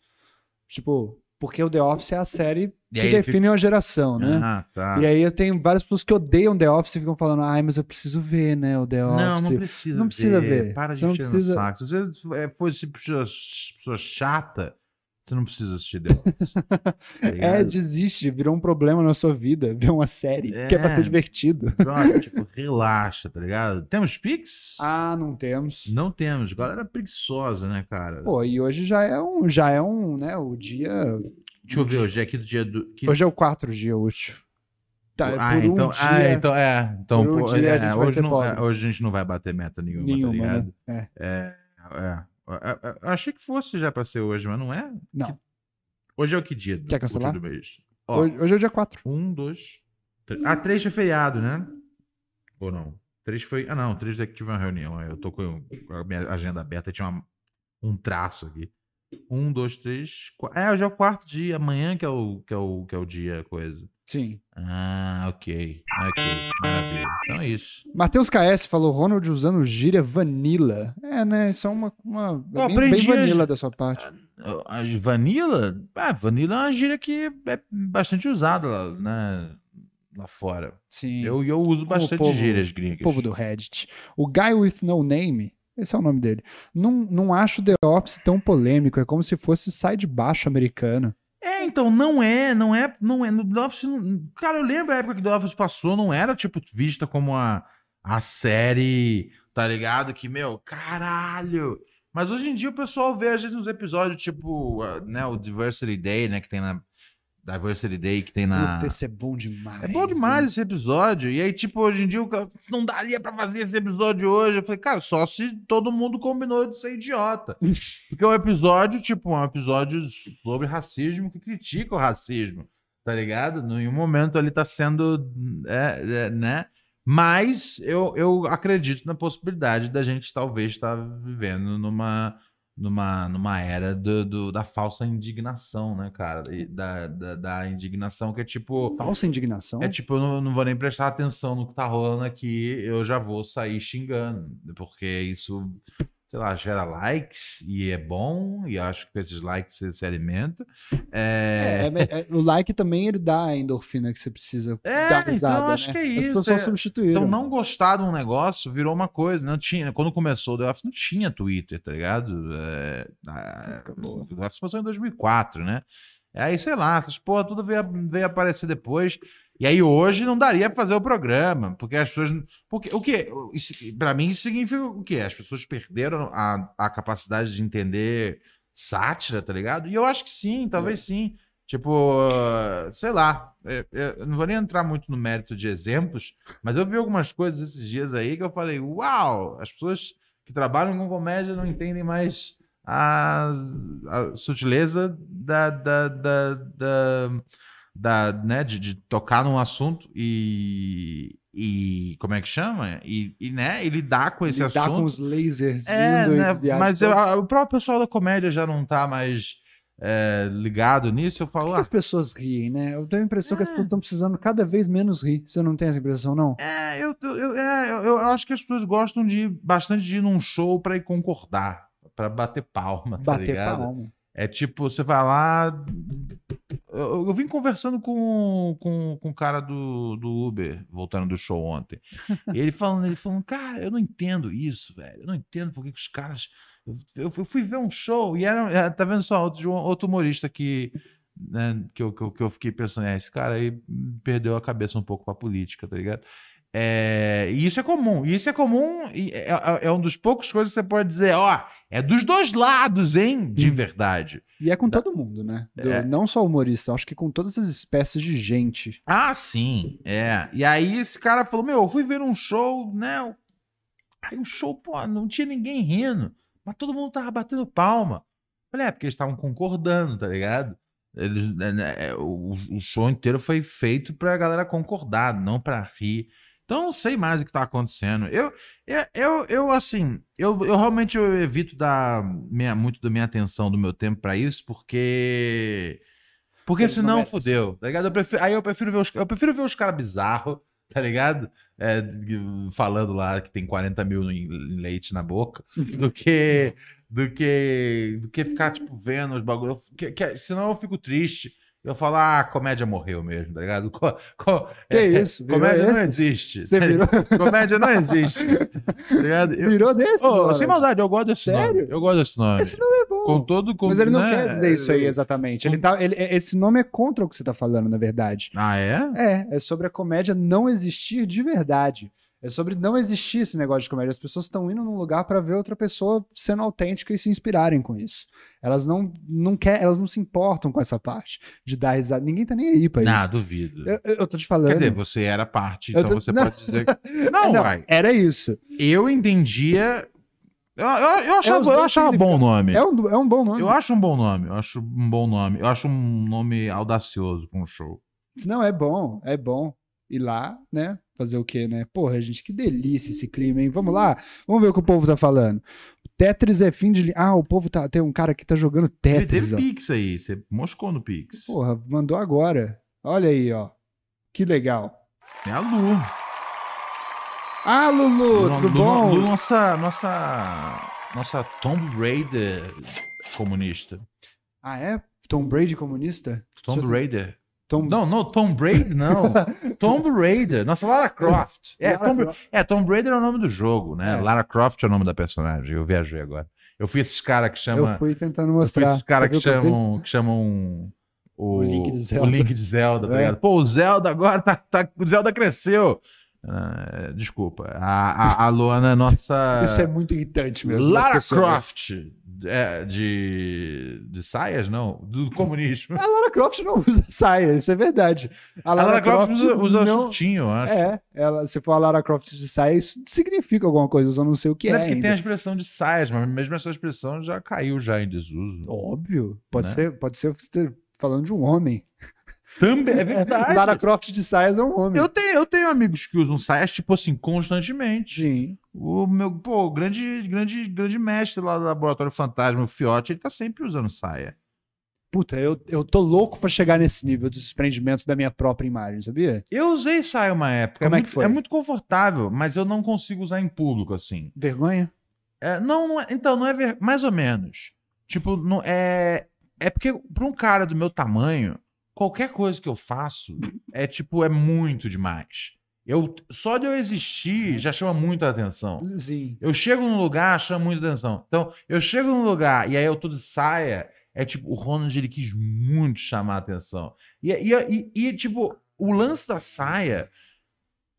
Speaker 1: Tipo, porque o The Office é a série
Speaker 3: E
Speaker 1: que
Speaker 3: aí ele
Speaker 1: define uma geração, né?
Speaker 3: Ah, tá.
Speaker 1: E aí eu tenho várias pessoas que odeiam The Office e ficam falando, ai, mas eu preciso ver, né, o The Office.
Speaker 3: Não, não precisa.
Speaker 1: Não precisa ver.
Speaker 3: Para de
Speaker 1: Você não
Speaker 3: encher no
Speaker 1: precisa-
Speaker 3: saco. Se você é, for se pessoa, pessoa chata, você não precisa assistir The Office. tá
Speaker 1: É,
Speaker 3: ligado?
Speaker 1: desiste, virou um problema na sua vida, ver uma série que é pra
Speaker 3: É.
Speaker 1: ser divertido.
Speaker 3: Brother, tipo, relaxa, tá ligado? Temos Pix?
Speaker 1: Ah, não temos.
Speaker 3: Não temos. Galera preguiçosa, né, cara?
Speaker 1: Pô, e hoje já é um, já é um, né, o dia,
Speaker 3: Deixa eu ver, hoje é aqui do dia do. que-
Speaker 1: hoje é o quatro dia útil. Tá,
Speaker 3: ah,
Speaker 1: por um
Speaker 3: então, ah,
Speaker 1: dia-
Speaker 3: então, é. Então,
Speaker 1: por um
Speaker 3: pô,
Speaker 1: dia a
Speaker 3: é,
Speaker 1: gente vai
Speaker 3: hoje,
Speaker 1: ser
Speaker 3: não,
Speaker 1: pobre.
Speaker 3: é, hoje a gente não vai bater meta nenhuma, tá
Speaker 1: Nenhuma,
Speaker 3: ligado?
Speaker 1: né? É.
Speaker 3: É, é, é, eu achei que fosse já pra ser hoje, mas não é?
Speaker 1: Não.
Speaker 3: Que- Hoje é o que dia? Do,
Speaker 1: Quer cancelar?
Speaker 3: último do mês? Ó,
Speaker 1: Hoje, hoje é o dia 4.
Speaker 3: Um, dois. Três. Ah, três foi feriado, né? Ou não? Três foi. Ah, não. Três é que tive uma reunião. Eu tô com com a minha agenda aberta e tinha uma- um traço aqui. Um, dois, três. Quatro. É, hoje é o quarto dia. Amanhã que é o, que é o, que é o dia, coisa.
Speaker 1: Sim.
Speaker 3: Ah, ok. Ok. Maravilha. Então é isso.
Speaker 1: Matheus KS falou Ronald usando gíria vanilla. É, né? Isso é uma. uma é bem,
Speaker 3: Eu
Speaker 1: bem
Speaker 3: aprendi a-
Speaker 1: vanilla da sua parte.
Speaker 3: A vanilla? Ah, vanilla é uma gíria que é bastante usada lá, né? Lá fora.
Speaker 1: Sim.
Speaker 3: Eu, eu uso
Speaker 1: Como o
Speaker 3: bastante
Speaker 1: povo-
Speaker 3: gírias gringas.
Speaker 1: O povo do Reddit. O Guy with No Name. Esse é o nome dele. Não, não acho The Office tão polêmico. É como se fosse sai de baixo americano.
Speaker 3: É, então, não é, não é, não é. No The Office, não- cara, eu lembro a época que The Office passou, não era, tipo, vista como a, a série, tá ligado? Que, meu, caralho. Mas hoje em dia o pessoal vê, às vezes, uns episódios, tipo, ah, né, o Diversity Day, né, que tem na. Diversity Day que tem na.
Speaker 1: Puta, esse é bom demais. né?
Speaker 3: É bom demais esse episódio. E aí, tipo, hoje em dia, o cara, não daria pra fazer esse episódio hoje. Eu falei, cara, só se todo mundo combinou de ser idiota. Porque é um episódio, tipo, é um episódio sobre racismo que critica o racismo, tá ligado? No- Em um momento ali tá sendo, é, é, né? Mas eu, eu acredito na possibilidade da gente talvez estar vivendo numa, numa, numa era do, do- da falsa indignação, né, cara? E da, da, da indignação que é tipo.
Speaker 1: Falsa indignação.
Speaker 3: É tipo, eu não, não vou nem prestar atenção no que tá rolando aqui, eu já vou sair xingando, porque isso, sei lá, gera likes e é bom, e acho que com esses likes você se alimenta. É,
Speaker 1: É, é, é, o like também ele dá a endorfina que você precisa
Speaker 3: É,
Speaker 1: dar risada.
Speaker 3: então eu acho
Speaker 1: né?
Speaker 3: que é
Speaker 1: As
Speaker 3: isso,
Speaker 1: pessoas só
Speaker 3: é.
Speaker 1: substituíram.
Speaker 3: Então, não gostar de um negócio virou uma coisa. Não tinha, quando começou o The Office, não tinha Twitter, tá ligado? É, a, o The Office começou em 2004, né? Aí, sei lá, essas porra tudo veio, veio aparecer depois. E aí hoje não daria pra fazer o programa, porque as pessoas. Porque, o que? Para mim isso significa o quê? As pessoas perderam a, a capacidade de entender sátira, tá ligado? E eu acho que sim, talvez sim. Tipo, sei lá, eu, eu não vou nem entrar muito no mérito de exemplos, mas eu vi algumas coisas esses dias aí que eu falei, uau, as pessoas que trabalham com comédia não entendem mais a, a sutileza da, da, da, da, da, né, de, de tocar num assunto e, e como é que chama? E, e, né, e lidar com esse
Speaker 1: Lidar
Speaker 3: assunto.
Speaker 1: com os lasers
Speaker 3: É,
Speaker 1: indo Então, e
Speaker 3: né,
Speaker 1: viagem
Speaker 3: mas eu-
Speaker 1: toda.
Speaker 3: a- o próprio pessoal da comédia já não tá mais é, ligado nisso. Eu falo,
Speaker 1: Por que
Speaker 3: ah,
Speaker 1: as pessoas riem, né? Eu tenho a impressão que as pessoas estão precisando cada vez menos rir. Você não tem essa impressão, não?
Speaker 3: é, eu, eu- eu, é, eu, eu acho que as pessoas gostam de bastante de ir num show pra ir concordar, pra bater palma, tá
Speaker 1: Bater
Speaker 3: ligado?
Speaker 1: palma.
Speaker 3: É tipo, você vai lá. Eu, eu vim conversando com, com, com o cara do, do Uber, voltando do show ontem. E ele falando, ele falando, cara, eu não entendo isso, velho. Eu não entendo porque que os caras. Eu, eu fui ver um show e era. é, Tá vendo só outro, de um- outro humorista que. né, que, eu, que, eu, que eu fiquei pensando, é, esse cara aí perdeu a cabeça um pouco pra política, tá ligado? É, e isso é comum. E isso é comum. e é, é, é um dos poucos coisas que você pode dizer, ó, é dos dois lados, hein? De verdade.
Speaker 1: E é com todo mundo, né? Do-
Speaker 3: Tá. É.
Speaker 1: Não só humorista, eu acho que com todas as espécies de gente.
Speaker 3: Ah, sim, é. E aí esse cara falou: Meu, eu fui ver um show, né? Aí o show, pô, não tinha ninguém rindo, mas todo mundo tava batendo palma. Falei, é, porque eles estavam concordando, tá ligado? Eles, né, né, é, o, o show inteiro foi feito pra galera concordar, não pra rir. Então eu não sei mais o que tá acontecendo. Eu, eu, eu, eu, assim, eu, eu realmente eu evito dar minha, muito da minha atenção, do meu tempo pra isso, porque. Porque
Speaker 1: Eles não
Speaker 3: senão
Speaker 1: merecem.
Speaker 3: fudeu, tá ligado? Eu prefiro- aí eu prefiro ver os, eu prefiro ver os caras bizarros, tá ligado? É, falando lá que tem 40 mil em em leite na boca, do que do que do que ficar tipo vendo os bagulhos. senão eu fico triste. Eu falo, ah, a comédia morreu mesmo, tá ligado? Co- co-
Speaker 1: Que
Speaker 3: é,
Speaker 1: isso? virou
Speaker 3: comédia não
Speaker 1: esse?
Speaker 3: existe.
Speaker 1: Você
Speaker 3: tá
Speaker 1: virou,
Speaker 3: Comédia não existe. tá ligado? Eu-
Speaker 1: virou desse?
Speaker 3: Ô,
Speaker 1: Dora?
Speaker 3: sem maldade, eu gosto desse
Speaker 1: Sério?
Speaker 3: nome. Eu gosto desse nome.
Speaker 1: Esse nome é bom.
Speaker 3: Com todo com,
Speaker 1: Mas ele não
Speaker 3: né?
Speaker 1: quer dizer isso aí exatamente. Ele tá, ele- esse nome é contra o que você tá falando, na verdade.
Speaker 3: Ah, é?
Speaker 1: É, é sobre a comédia não existir de verdade. É sobre não existir esse negócio de comédia. As pessoas estão indo num lugar para ver outra pessoa sendo autêntica e se inspirarem com isso. Elas não não quer, elas não se importam com essa parte de dar risada. Ninguém tá nem aí pra
Speaker 3: Ah,
Speaker 1: isso.
Speaker 3: duvido.
Speaker 1: Eu, eu- eu tô te
Speaker 3: Quer
Speaker 1: falando.
Speaker 3: dizer, você era parte,
Speaker 1: Eu
Speaker 3: então
Speaker 1: tô-
Speaker 3: você
Speaker 1: não. É,
Speaker 3: pode dizer. que- Não,
Speaker 1: Não,
Speaker 3: vai.
Speaker 1: era isso.
Speaker 3: Eu entendia. Eu, eu, eu
Speaker 1: É os
Speaker 3: achava,
Speaker 1: dois
Speaker 3: eu achava bom o nome.
Speaker 1: É um, é um bom nome.
Speaker 3: Eu acho um bom nome. Eu acho um bom nome. Eu acho um nome audacioso com um show.
Speaker 1: Não, é bom, é bom. Ir lá, né? Fazer o quê, né? Porra, gente, que delícia esse clima, hein? Vamos lá, vamos ver o que o povo tá falando. Tetris é fim de linha. Ah, o povo tá. Tem um cara que tá jogando
Speaker 3: Teve,
Speaker 1: Tetris.
Speaker 3: teve
Speaker 1: ó.
Speaker 3: Pix aí. Você moscou no Pix.
Speaker 1: Porra, mandou agora. Olha aí, ó. Que legal.
Speaker 3: É a Lu.
Speaker 1: Ah, Lulu,
Speaker 3: Lu-
Speaker 1: tudo
Speaker 3: Lu-
Speaker 1: bom?
Speaker 3: Lu, nossa, nossa, nossa Tomb Raider comunista.
Speaker 1: Ah, é? Tom Brady comunista?
Speaker 3: Tomb
Speaker 1: Deixa eu-
Speaker 3: Raider.
Speaker 1: Tom...
Speaker 3: Não, não, Tomb Raider, não. Tomb Raider. Nossa, Lara Croft. É,
Speaker 1: Lara
Speaker 3: Tomb,
Speaker 1: Croft.
Speaker 3: é, Tomb Raider é o nome do jogo, né?
Speaker 1: É.
Speaker 3: Lara Croft é o nome da personagem. Eu viajei agora. Eu fui esses caras que
Speaker 1: Eu
Speaker 3: chama.
Speaker 1: fui tentando
Speaker 3: Eu fui
Speaker 1: mostrar.
Speaker 3: esses caras
Speaker 1: Você
Speaker 3: que
Speaker 1: viu eu fiz?
Speaker 3: chamam, que chamam o,
Speaker 1: O Link de Zelda.
Speaker 3: o Link de Zelda, tá
Speaker 1: É.
Speaker 3: ligado? Pô, o Zelda agora tá. tá- o Zelda cresceu. Ah, desculpa. A, a, a Luana é nossa.
Speaker 1: Isso é muito irritante mesmo. das
Speaker 3: Lara
Speaker 1: pessoas.
Speaker 3: Croft é, de, de saias, não? Do comunismo.
Speaker 1: A É, Lara Croft não usa saia, isso é verdade. A
Speaker 3: A Lara, Croft, usa, usa
Speaker 1: não...
Speaker 3: shortinho, eu acho.
Speaker 1: É, ela, se for a Lara Croft de saia, isso significa alguma coisa, eu só não sei o que
Speaker 3: Não
Speaker 1: é.
Speaker 3: é porque
Speaker 1: ainda.
Speaker 3: tem a expressão de saias, mas mesmo essa expressão já caiu já em desuso.
Speaker 1: Óbvio. Pode,
Speaker 3: Né?
Speaker 1: ser, pode ser você ter- falando de um homem.
Speaker 3: Também, é verdade.
Speaker 1: Lara Croft de saias é um homem.
Speaker 3: Eu tenho, eu tenho amigos que usam saias, tipo assim, constantemente.
Speaker 1: Sim.
Speaker 3: O meu, pô, o grande, grande, grande mestre lá do Laboratório Fantasma, o Fiote, ele tá sempre usando saia.
Speaker 1: Puta, eu, eu tô louco pra chegar nesse nível de desprendimento da minha própria imagem, sabia?
Speaker 3: Eu usei saia uma época.
Speaker 1: Como é
Speaker 3: muito,
Speaker 1: que foi?
Speaker 3: É muito confortável, mas eu não consigo usar em público, assim.
Speaker 1: Vergonha?
Speaker 3: É, não, não é- então, não é ver- mais ou menos. Tipo, não é é porque pra um cara do meu tamanho, qualquer coisa que eu faço é tipo é muito demais. Eu só de eu existir já chama muita atenção.
Speaker 1: Sim.
Speaker 3: Eu chego num lugar, chama muita atenção. Então, eu chego num lugar e aí eu tô de saia, é tipo, o Ronald ele quis muito chamar a atenção. E, e, e- e, tipo, O lance da saia,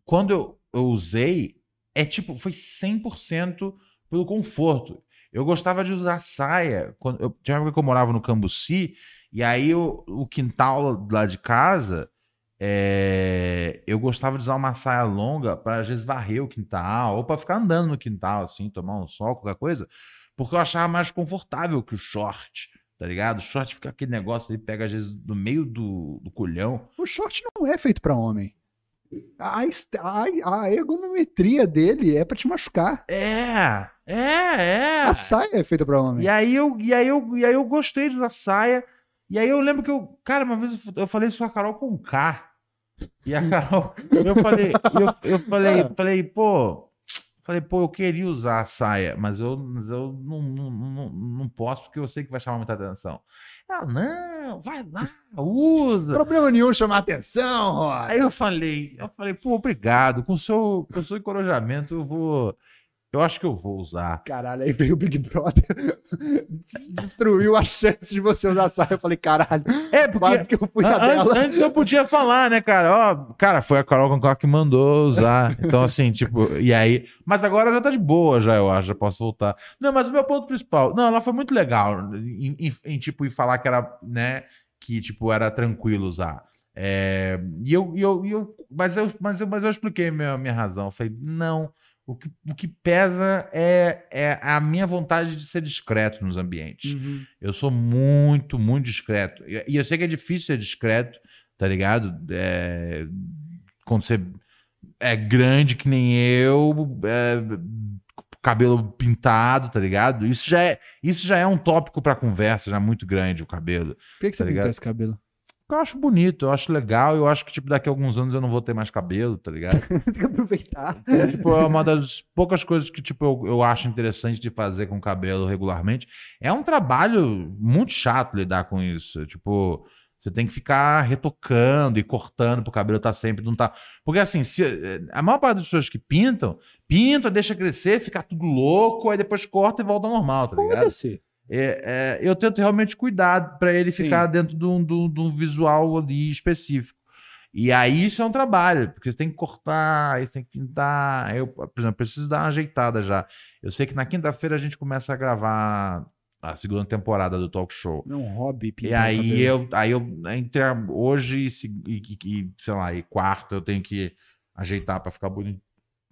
Speaker 3: quando eu, eu usei, é tipo, foi 100% pelo conforto. Eu gostava de usar saia. Quando, eu, tinha uma época que eu morava no Cambuci, e aí eu- o quintal lá de casa, é, eu gostava de usar uma saia longa para às vezes varrer o quintal, ou para ficar andando no quintal, assim, tomar um sol, qualquer coisa, porque eu achava mais confortável que o short, tá ligado? O short fica aquele negócio, ele pega às vezes no meio do, do colhão.
Speaker 1: O short não é feito pra homem. A, est- a- a ergonometria dele é pra te machucar.
Speaker 3: É, é, é.
Speaker 1: A saia é feita pra homem.
Speaker 3: E aí eu, e aí eu, e aí eu gostei da saia. E aí eu lembro que eu, cara, uma vez eu f- eu falei isso com a Carol com K. E a Carol, eu falei, eu, eu falei,
Speaker 1: É.
Speaker 3: falei, pô, falei, pô, eu queria usar a saia, mas eu, mas eu não, não, não, não posso porque eu sei que vai chamar muita atenção. Ela, não, vai lá, usa.
Speaker 1: Problema nenhum chamar atenção, Rod.
Speaker 3: Aí eu falei, eu falei, pô, obrigado, com o seu, com o seu encorajamento eu vou, eu acho que eu vou usar.
Speaker 1: Caralho, aí veio o Big Brother, des- destruiu a chance de você usar saia. Eu falei, caralho,
Speaker 3: É, porque ah,
Speaker 1: quase que eu fui na
Speaker 3: An- an-
Speaker 1: dela.
Speaker 3: Antes eu podia falar, né, cara? Ó, cara, foi a Carol Conká que mandou usar. Então, assim, tipo, e aí. Mas agora já tá de boa, já, eu acho, já posso voltar. Não, mas o meu ponto principal. Não, ela foi muito legal em, em- em, tipo, em falar que era, né, que, tipo, era tranquilo usar. É, e eu, e eu, e eu, mas eu, mas eu, mas eu expliquei minha, minha razão. Eu falei, não, o que, o que pesa é, é a minha vontade de ser discreto nos ambientes. Eu sou muito, muito discreto. E e eu sei que é difícil ser discreto, tá ligado? É, quando você é grande que nem eu, é, cabelo pintado, tá ligado? Isso já é, isso já é um tópico pra conversa, já é muito grande o cabelo.
Speaker 1: Por que, que
Speaker 3: Tá ligado?
Speaker 1: esse cabelo?
Speaker 3: Eu acho bonito, eu acho legal, eu acho que tipo daqui a alguns anos eu não vou ter mais cabelo, tá ligado?
Speaker 1: Tem que aproveitar.
Speaker 3: Tipo, é uma das poucas coisas que tipo, eu, eu acho interessante de fazer com o cabelo regularmente. É um trabalho muito chato lidar com isso. Tipo, você tem que ficar retocando e cortando pro cabelo tá sempre, não tá. Porque assim, se, eh, a maior parte das pessoas que pintam, pinta, deixa crescer, fica tudo louco, aí depois corta e volta ao normal, tá ligado?
Speaker 1: Foda-se.
Speaker 3: É, é, eu tento realmente cuidar para ele ficar dentro de um, de um- de um visual ali específico. E aí isso é um trabalho, porque você tem que cortar, aí você tem que pintar. aí Eu, por exemplo, preciso dar uma ajeitada já. Eu sei que na quinta-feira a gente começa a gravar a segunda temporada do talk show.
Speaker 1: É um hobby
Speaker 3: E
Speaker 1: pintar o
Speaker 3: aí
Speaker 1: cabelo.
Speaker 3: eu, aí eu, né, entre a- hoje e se- e, e- e, sei lá, e quarta, eu tenho que ajeitar para ficar boni-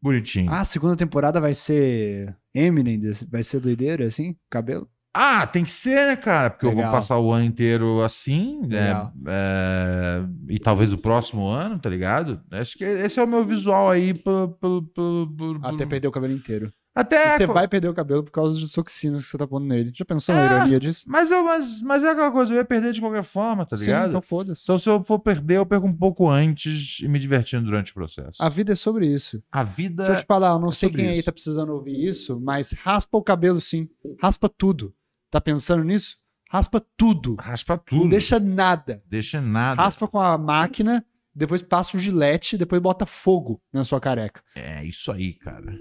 Speaker 3: bonitinho.
Speaker 1: Ah, a segunda temporada vai ser Eminem, desse- vai ser doideira, assim, cabelo?
Speaker 3: Ah, tem que ser, né, cara? Porque eu
Speaker 1: Legal.
Speaker 3: vou passar o ano inteiro assim, né?
Speaker 1: Legal.
Speaker 3: É, e talvez o próximo ano, tá ligado? Acho que esse é o meu visual aí. Pelo, pelo, pelo, pelo-
Speaker 1: Até perder o cabelo inteiro.
Speaker 3: Até-
Speaker 1: E você vai perder o cabelo por causa dos toxinas que você tá pondo nele. Já pensou
Speaker 3: É,
Speaker 1: na ironia disso?
Speaker 3: Mas, eu, mas, mas é aquela coisa, eu ia perder de qualquer forma, tá
Speaker 1: Sim,
Speaker 3: ligado?
Speaker 1: então foda-se.
Speaker 3: Então, se eu for perder, eu perco um pouco antes e me divertindo durante o processo.
Speaker 1: A vida é sobre isso.
Speaker 3: A vida.
Speaker 1: Deixa eu te falar, eu não
Speaker 3: é
Speaker 1: sei
Speaker 3: sobre
Speaker 1: quem aí
Speaker 3: isso.
Speaker 1: tá precisando ouvir isso, mas raspa o cabelo sim. Raspa tudo. Tá pensando nisso? Raspa tudo.
Speaker 3: Raspa
Speaker 1: Não
Speaker 3: tudo. Deixa,
Speaker 1: deixa nada.
Speaker 3: nada.
Speaker 1: Raspa com a máquina, depois passa o gilete, depois bota fogo na sua careca.
Speaker 3: É isso aí, cara.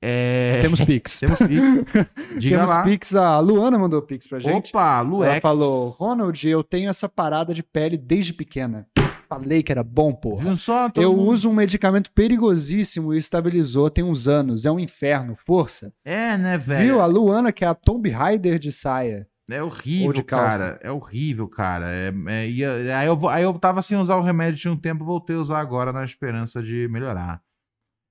Speaker 3: É.
Speaker 1: Temos pix.
Speaker 3: Temos Pix. Diga
Speaker 1: Temos
Speaker 3: lá.
Speaker 1: pix. A Luana mandou pix pra gente.
Speaker 3: Opa, Luex.
Speaker 1: Ela falou, Ronald, eu tenho essa parada de pele desde pequena. Falei que era bom, porra.
Speaker 3: Viu só? Todo
Speaker 1: Eu
Speaker 3: mundo-
Speaker 1: uso um medicamento perigosíssimo e estabilizou tem uns anos. É um inferno, força.
Speaker 3: É, né, velho?
Speaker 1: Viu? A Luana, que é a Tomb Raider de saia.
Speaker 3: É
Speaker 1: Ou
Speaker 3: horrível,
Speaker 1: de calça.
Speaker 3: cara. É horrível, cara. É, é, e aí, eu, vou- aí eu tava sem usar o remédio tinha um tempo, voltei a usar agora na esperança de melhorar.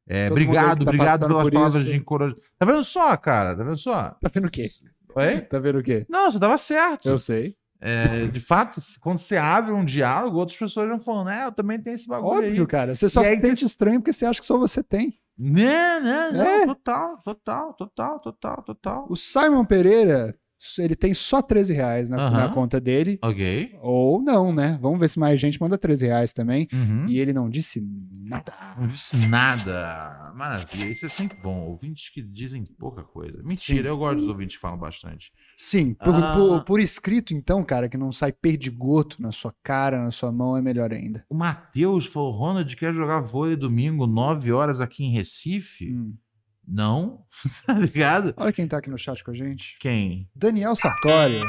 Speaker 3: É,
Speaker 1: Todo mundo aí
Speaker 3: obrigado,
Speaker 1: que tá
Speaker 3: obrigado
Speaker 1: passando
Speaker 3: pelas
Speaker 1: por
Speaker 3: palavras
Speaker 1: isso.
Speaker 3: de encorajamento. Tá vendo só, cara? Tá vendo só?
Speaker 1: Tá vendo o quê?
Speaker 3: Oi?
Speaker 1: Tá vendo o quê?
Speaker 3: Não, você tava certo.
Speaker 1: Eu sei.
Speaker 3: É, de fato, quando você abre um diálogo, outras pessoas vão falando, né? Eu também tenho esse bagulho aí.
Speaker 1: Óbvio, cara. Você só
Speaker 3: E aí
Speaker 1: se sente estranho porque você acha que só você tem.
Speaker 3: Né, né, né?
Speaker 1: É.
Speaker 3: Total, total, total, total, total.
Speaker 1: O Simon Pereira, ele tem só 13 reais na,
Speaker 3: Aham.
Speaker 1: na conta dele.
Speaker 3: Ok.
Speaker 1: Ou não, né? Vamos ver se mais gente manda 13 reais também.
Speaker 3: Uhum.
Speaker 1: E ele não disse nada.
Speaker 3: Não disse nada. Maravilha. Isso é sempre bom. Ouvintes que dizem pouca coisa. Mentira, eu gosto dos ouvintes que falam bastante.
Speaker 1: Sim, por,
Speaker 3: Ah.
Speaker 1: por- por escrito, então, cara, que não sai perdigoto na sua cara, na sua mão, é melhor ainda.
Speaker 3: O Matheus falou: Ronald quer jogar vôlei domingo, 9 horas aqui em Recife.
Speaker 1: Hum.
Speaker 3: Não, tá ligado?
Speaker 1: Olha quem tá aqui no chat com a gente.
Speaker 3: Quem?
Speaker 1: Daniel Sartório,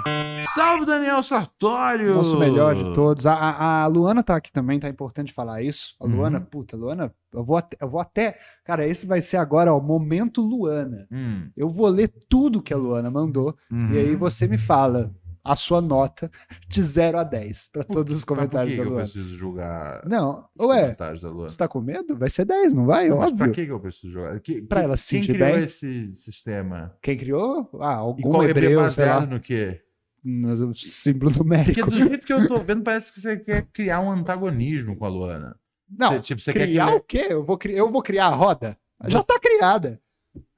Speaker 3: Salve, Daniel Sartório!
Speaker 1: nosso melhor de todos. A, a- a Luana tá aqui também, tá importante falar isso. A Luana,
Speaker 3: Uhum.
Speaker 1: puta, Luana, eu vou, até, eu vou até. Cara, esse vai ser agora, ó, momento Luana.
Speaker 3: Hum,
Speaker 1: Eu vou ler tudo que a Luana mandou
Speaker 3: uhum.
Speaker 1: e aí você me fala a sua nota de 0 a 10 pra todos os
Speaker 3: Mas por que
Speaker 1: comentários
Speaker 3: que
Speaker 1: da
Speaker 3: eu
Speaker 1: Luana. é?
Speaker 3: preciso julgar
Speaker 1: Não,
Speaker 3: os
Speaker 1: ué,
Speaker 3: comentários da Luana?
Speaker 1: você tá com medo? Vai ser 10, não vai?
Speaker 3: Mas pra
Speaker 1: é Óbvio.
Speaker 3: que que eu preciso jogar? Que,
Speaker 1: Pra
Speaker 3: que-
Speaker 1: ela se
Speaker 3: quem
Speaker 1: sentir
Speaker 3: criou
Speaker 1: bem?
Speaker 3: esse sistema?
Speaker 1: Quem criou? Ah,
Speaker 3: E
Speaker 1: algum
Speaker 3: qual é
Speaker 1: hebreu, sei
Speaker 3: baseado
Speaker 1: lá,
Speaker 3: no quê?
Speaker 1: no símbolo
Speaker 3: Porque
Speaker 1: numérico.
Speaker 3: do jeito que eu tô vendo, parece que você quer criar um antagonismo com a Luana.
Speaker 1: Não,
Speaker 3: Você, tipo, você quer
Speaker 1: criar
Speaker 3: que...
Speaker 1: o quê? Eu vou, cri- eu vou criar a roda? Já tá criada.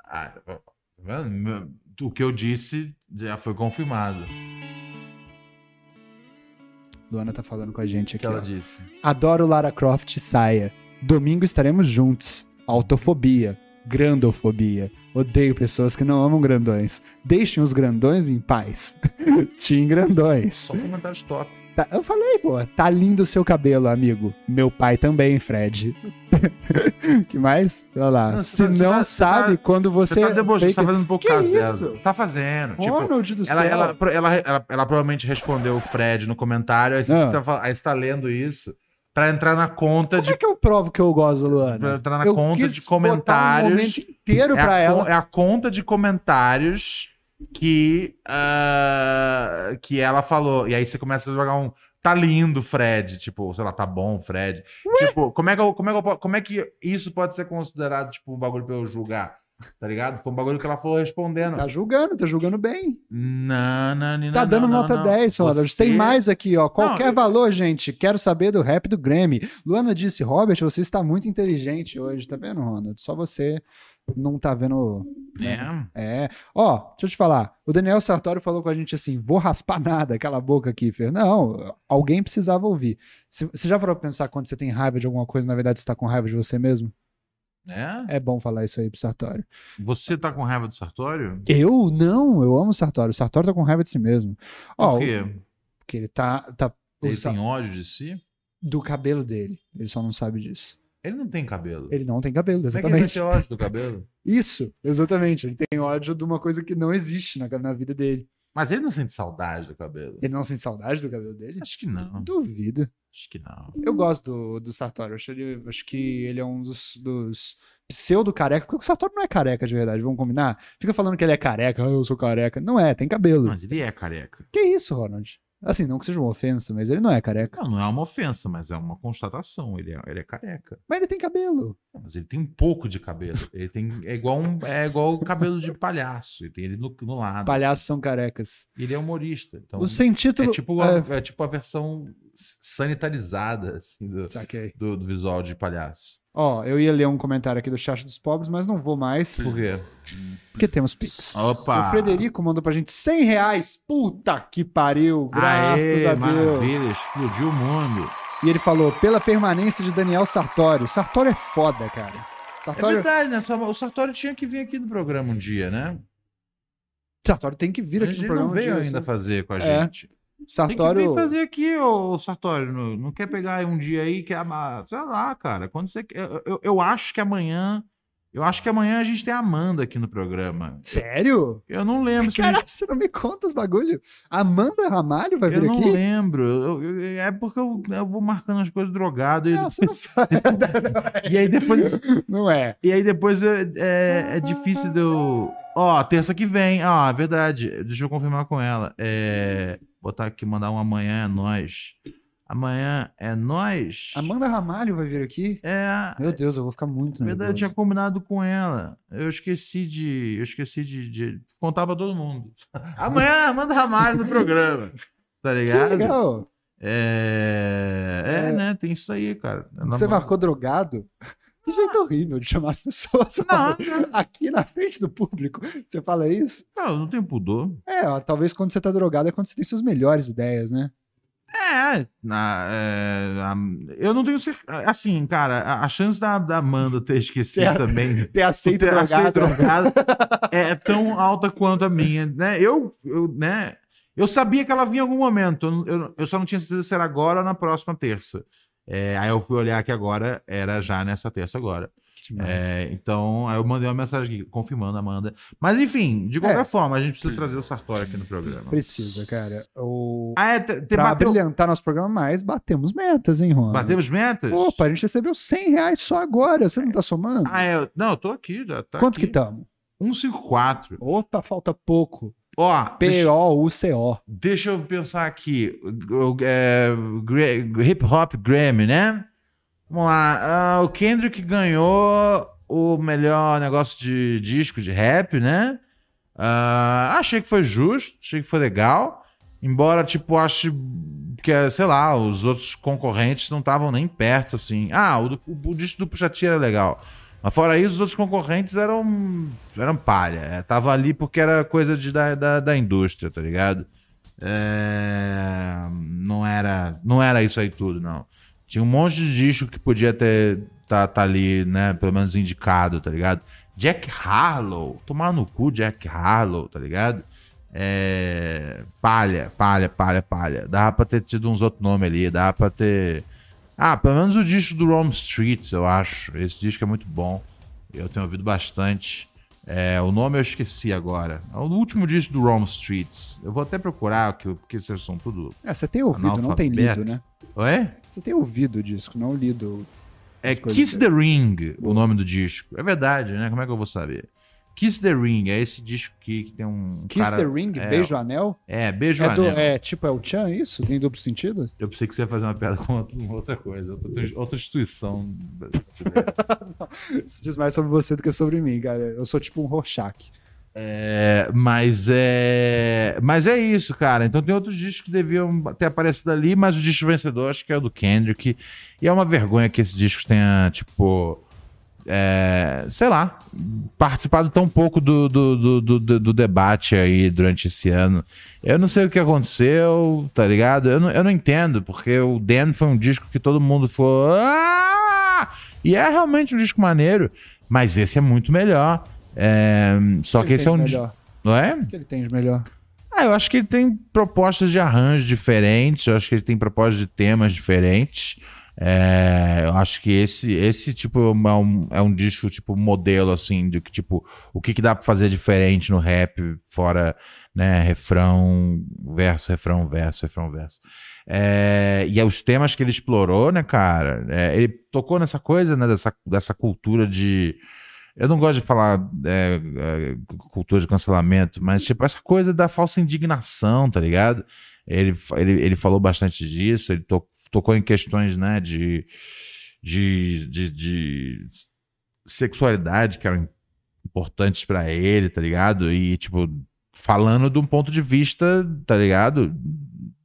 Speaker 3: Ah, tá vendo? Meu- O que eu disse já foi confirmado. O
Speaker 1: Luana tá falando com a gente aqui.
Speaker 3: que ela
Speaker 1: ó.
Speaker 3: disse.
Speaker 1: Adoro Lara Croft e saia. Domingo estaremos juntos. Autofobia. Grandofobia. Odeio pessoas que não amam grandões. Deixem os grandões em paz. Tim Grandões.
Speaker 3: Só comentários top.
Speaker 1: Tá- eu falei, pô, tá lindo o seu cabelo, amigo. Meu pai também, Fred. que mais? Olha lá.
Speaker 3: Não,
Speaker 1: Se
Speaker 3: você tá- você
Speaker 1: não
Speaker 3: tá-
Speaker 1: sabe quando você.
Speaker 3: Você tá debochando,
Speaker 1: fake-
Speaker 3: você tá fazendo um pouco
Speaker 1: Que
Speaker 3: caso
Speaker 1: isso?
Speaker 3: dela. Tá fazendo. Tipo,
Speaker 1: Ronald do
Speaker 3: ela,
Speaker 1: céu.
Speaker 3: ela, ela, ela- ela provavelmente respondeu o Fred no comentário, aí você,
Speaker 1: Ah.
Speaker 3: tá, fal- aí você tá lendo isso pra entrar na conta
Speaker 1: Como
Speaker 3: de.
Speaker 1: é que eu provo que eu gosto,
Speaker 3: Pra
Speaker 1: Luana?
Speaker 3: entrar na
Speaker 1: eu
Speaker 3: conta
Speaker 1: quis
Speaker 3: de
Speaker 1: botar Um
Speaker 3: comentários.
Speaker 1: momento inteiro
Speaker 3: é,
Speaker 1: pra
Speaker 3: a, con-
Speaker 1: ela.
Speaker 3: é a conta de comentários que, ah, que ela falou. E aí você começa a jogar um. Tá lindo, Fred. Tipo, sei lá, tá bom, Fred. Tipo, como é, que eu- como, é que eu po- como é que isso pode ser considerado, tipo, um bagulho pra eu julgar? Tá ligado? Foi um bagulho que ela foi respondendo.
Speaker 1: Tá julgando, tá julgando bem.
Speaker 3: Não, não, é. não,
Speaker 1: Tá
Speaker 3: não,
Speaker 1: dando
Speaker 3: não,
Speaker 1: nota
Speaker 3: não.
Speaker 1: 10, Ronald. Tem
Speaker 3: Você-
Speaker 1: mais aqui, ó. Qualquer
Speaker 3: eu-
Speaker 1: valor, gente. Quero saber do rap do Grammy. Luana disse, Robert, você está muito inteligente hoje. Tá vendo, Ronald? Só você não tá vendo.
Speaker 3: É.
Speaker 1: É. Ó, deixa eu te falar. O Daniel Sartório falou com a gente assim: vou raspar nada, cala a boca aqui, Fer. Não, alguém precisava ouvir. Se- Você já parou pra pensar quando você tem raiva de alguma coisa, na verdade você tá com raiva de você mesmo?
Speaker 3: É?
Speaker 1: É bom falar isso aí pro Sartório.
Speaker 3: Você tá com raiva do Sartório?
Speaker 1: Eu não, eu amo o Sartório. O Sartório tá com raiva de si mesmo. Ó,
Speaker 3: Por quê?
Speaker 1: porque ele tá. tá o
Speaker 3: Ele
Speaker 1: Sa-
Speaker 3: tem ódio de si?
Speaker 1: do cabelo dele. Ele só não sabe disso.
Speaker 3: Ele não tem cabelo.
Speaker 1: Ele não tem cabelo,
Speaker 3: Como é que ele vai
Speaker 1: exatamente.
Speaker 3: ter ódio do cabelo?
Speaker 1: Isso, exatamente. Ele tem ódio de uma coisa que não existe na, na vida dele.
Speaker 3: Mas ele não sente saudade do cabelo.
Speaker 1: Ele não sente saudade do cabelo dele?
Speaker 3: Acho que não.
Speaker 1: Duvido.
Speaker 3: Acho que não.
Speaker 1: Eu gosto do, do Sartori. eu Acho, ele- acho que ele é um dos, dos pseudo-careca. Porque o Sartori não é careca de verdade, vamos combinar? Fica falando que ele é careca, "Ah, eu sou careca. Não é, tem cabelo.
Speaker 3: Mas ele é careca.
Speaker 1: Que isso, Ronald? Assim, não que seja uma ofensa, mas ele não é careca.
Speaker 3: Não, não é uma ofensa, mas é uma constatação. Ele é, ele é careca.
Speaker 1: Mas ele tem cabelo.
Speaker 3: Mas ele tem um pouco de cabelo. Ele tem. É igual um, é igual o cabelo de palhaço. Ele tem ele no, no lado.
Speaker 1: Palhaços são carecas.
Speaker 3: Ele é humorista. Ah, Então,
Speaker 1: o sem título.
Speaker 3: é, tipo
Speaker 1: é,
Speaker 3: a, é tipo a versão s- sanitarizada assim, do,
Speaker 1: Saquei.
Speaker 3: do, do visual de palhaço.
Speaker 1: Ó, eu ia ler um comentário aqui do chat dos pobres, mas não vou mais,
Speaker 3: Por quê?
Speaker 1: porque temos Pix.
Speaker 3: Hum. Opa!
Speaker 1: O Frederico mandou pra gente 100 reais. Puta que pariu. Graças
Speaker 3: Aê,
Speaker 1: a Deus.
Speaker 3: maravilha, explodiu o mundo.
Speaker 1: E ele falou, pela permanência de Daniel Sartório. Sartório é foda, cara.
Speaker 3: É
Speaker 1: Sartório,
Speaker 3: verdade, né? Só- O Sartori tinha que vir aqui no programa um dia, né?
Speaker 1: Sartório tem que vir
Speaker 3: Mas
Speaker 1: aqui no
Speaker 3: ele
Speaker 1: programa.
Speaker 3: não veio
Speaker 1: um dia,
Speaker 3: ainda
Speaker 1: assim.
Speaker 3: fazer com a
Speaker 1: É.
Speaker 3: gente. Tem que
Speaker 1: Sartório,
Speaker 3: vir fazer aqui, ô, ô Sartório. Não, não quer pegar aí um dia aí que amar. Sei lá, cara. Quando você. quer- Eu, eu, eu acho que amanhã. Eu acho que amanhã a gente tem a Amanda aqui no programa.
Speaker 1: sério?
Speaker 3: Eu não lembro se a gente-
Speaker 1: Caralho, você não me conta os bagulho. Amanda Ramalho vai
Speaker 3: Eu
Speaker 1: vir
Speaker 3: não
Speaker 1: aqui?
Speaker 3: lembro. Eu- eu- eu- é porque eu, eu vou marcando as coisas drogado. E,
Speaker 1: Não, Ah, você não sabe.
Speaker 3: e aí depois.
Speaker 1: Não é.
Speaker 3: E aí depois eu- é, é difícil de eu. Ó, terça que vem. Ah, é verdade. Deixa eu confirmar com ela. É. Botar aqui, mandar um amanhã é nós. Amanhã é nós.
Speaker 1: Amanda Ramalho vai vir aqui?
Speaker 3: É.
Speaker 1: Meu Deus, eu vou ficar muito
Speaker 3: Na verdade, eu tinha
Speaker 1: nervoso.
Speaker 3: combinado com ela. Eu esqueci de. Eu esqueci de, de contar pra todo mundo. Amanhã manda Ramalho no programa. Tá
Speaker 1: Que
Speaker 3: ligado?
Speaker 1: legal.
Speaker 3: É... é,
Speaker 1: É.
Speaker 3: né? Tem isso aí, cara.
Speaker 1: Você
Speaker 3: Namor-
Speaker 1: marcou drogado? Que jeito horrível de chamar as pessoas.
Speaker 3: Ah. Não,
Speaker 1: Aqui na frente do público, você fala isso?
Speaker 3: não, eu não tenho pudor.
Speaker 1: É, ó, talvez quando você tá drogado é quando você tem suas melhores ideias, né?
Speaker 3: É, na- é, a- eu não tenho certeza. Assim, cara, a, a chance da, da Amanda ter esquecido
Speaker 2: É,
Speaker 1: Ter-
Speaker 3: também.
Speaker 1: Ter aceito
Speaker 3: ter-
Speaker 1: drogado. né?
Speaker 3: aceito drogada é tão alta quanto a minha, né? Eu, eu, né? Eu sabia que ela vinha em algum momento. Eu, não- eu não- eu só não tinha certeza se era agora ou na próxima terça. É, aí eu fui olhar que agora era já nessa terça agora. É, então, aí eu mandei uma mensagem aqui, confirmando a Amanda. Mas enfim, de qualquer
Speaker 2: É.
Speaker 3: forma, a gente precisa trazer o Sartori aqui no programa.
Speaker 2: Precisa, cara. O...
Speaker 3: Ah, é, te, te
Speaker 2: Pra
Speaker 3: bateu-
Speaker 2: brilhantar nosso programa mais, batemos metas, hein, Juan?
Speaker 3: batemos metas?
Speaker 2: Opa, a gente recebeu 100 reais só agora. Você não tá somando?
Speaker 3: Ah, é, eu- não, eu tô aqui. Já, tá
Speaker 2: Quanto
Speaker 3: aqui.
Speaker 2: que tamo?
Speaker 3: 154.
Speaker 2: Opa, falta pouco.
Speaker 3: Ó, deixa,
Speaker 2: P-O-U-C-O.
Speaker 3: deixa eu pensar aqui. O- o- é, Gra- hip Hop Grammy, né? Vamos lá. Ah, o Kendrick ganhou o melhor negócio de disco de rap, né? Ah, achei que foi justo, achei que foi legal. Embora, tipo, ache que, é, sei lá, os outros concorrentes não estavam nem perto, assim. Ah, o, do- o disco do Puxati era legal. Mas fora isso, os outros concorrentes eram, eram palha. É, tava ali porque era coisa de, da, da, da indústria, tá ligado? É, não, era, não era isso aí tudo, não. Tinha um monte de disco que podia ter tá, tá ali, né? Pelo menos indicado, tá ligado? Jack Harlow, tomar no cu Jack Harlow, tá ligado? É, palha, palha, palha, palha. Dava pra ter tido uns outros nomes ali, dava pra ter. Ah, pelo menos o disco do Rome Streets, eu acho. Esse disco é muito bom. Eu tenho ouvido bastante. É, o nome eu esqueci agora. É o último disco do Rome Streets. Eu vou até procurar, que- porque vocês são tudo.
Speaker 2: É, você tem ouvido, não tem
Speaker 3: Analfabeto.
Speaker 2: lido, né?
Speaker 3: Oi?
Speaker 2: Você tem ouvido o disco, não lido.
Speaker 3: É
Speaker 2: As coisas
Speaker 3: Kiss the Ring, o nome do disco. É verdade, né? Como é que eu vou saber? Kiss the Ring, é esse disco aqui que tem um.
Speaker 2: Kiss
Speaker 3: cara-
Speaker 2: the Ring,
Speaker 3: é,
Speaker 2: Beijo Anel?
Speaker 3: É, beijo
Speaker 2: É, do-
Speaker 3: anel.
Speaker 2: é tipo, é o Chan isso? Tem duplo sentido?
Speaker 3: Eu pensei que você ia fazer uma piada com outra- com outra coisa, outra, outra instituição.
Speaker 2: Isso diz mais sobre você do que sobre mim, galera. Eu sou tipo um Rorschach.
Speaker 3: É, mas é. Mas é isso, cara. Então tem outros discos que deviam ter aparecido ali, mas o disco vencedor acho que é o do Kendrick. E é uma vergonha que esse disco tenha, tipo. é, sei lá, participado tão pouco do, do, do, do- do- do debate aí durante esse ano. Eu não sei o que aconteceu, tá ligado? Eu não, eu não entendo, porque o Dan foi um disco que todo mundo falou. "Ah!" E é realmente um disco maneiro, mas esse é muito melhor. É, só que
Speaker 2: ele
Speaker 3: esse é
Speaker 2: tem
Speaker 3: um.
Speaker 2: de
Speaker 3: di-
Speaker 2: melhor?
Speaker 3: Não é?
Speaker 2: O que ele tem de melhor?
Speaker 3: Ah, eu acho que ele tem propostas de arranjos diferentes, eu acho que ele tem propostas de temas diferentes. É, eu acho que esse, esse tipo é um, é um disco tipo modelo assim de que tipo o que, que dá pra fazer diferente no rap fora né refrão verso refrão verso refrão verso É, e é os temas que ele explorou né cara É, ele tocou nessa coisa né dessa, dessa cultura de eu não gosto de falar é, é, cultura de cancelamento, mas tipo, essa coisa da falsa indignação, tá ligado? Ele, fa- ele, ele falou bastante disso, ele to- tocou em questões, né, de, de, de, de sexualidade que eram importantes pra ele, tá ligado? E, tipo, falando de um ponto de vista, tá ligado?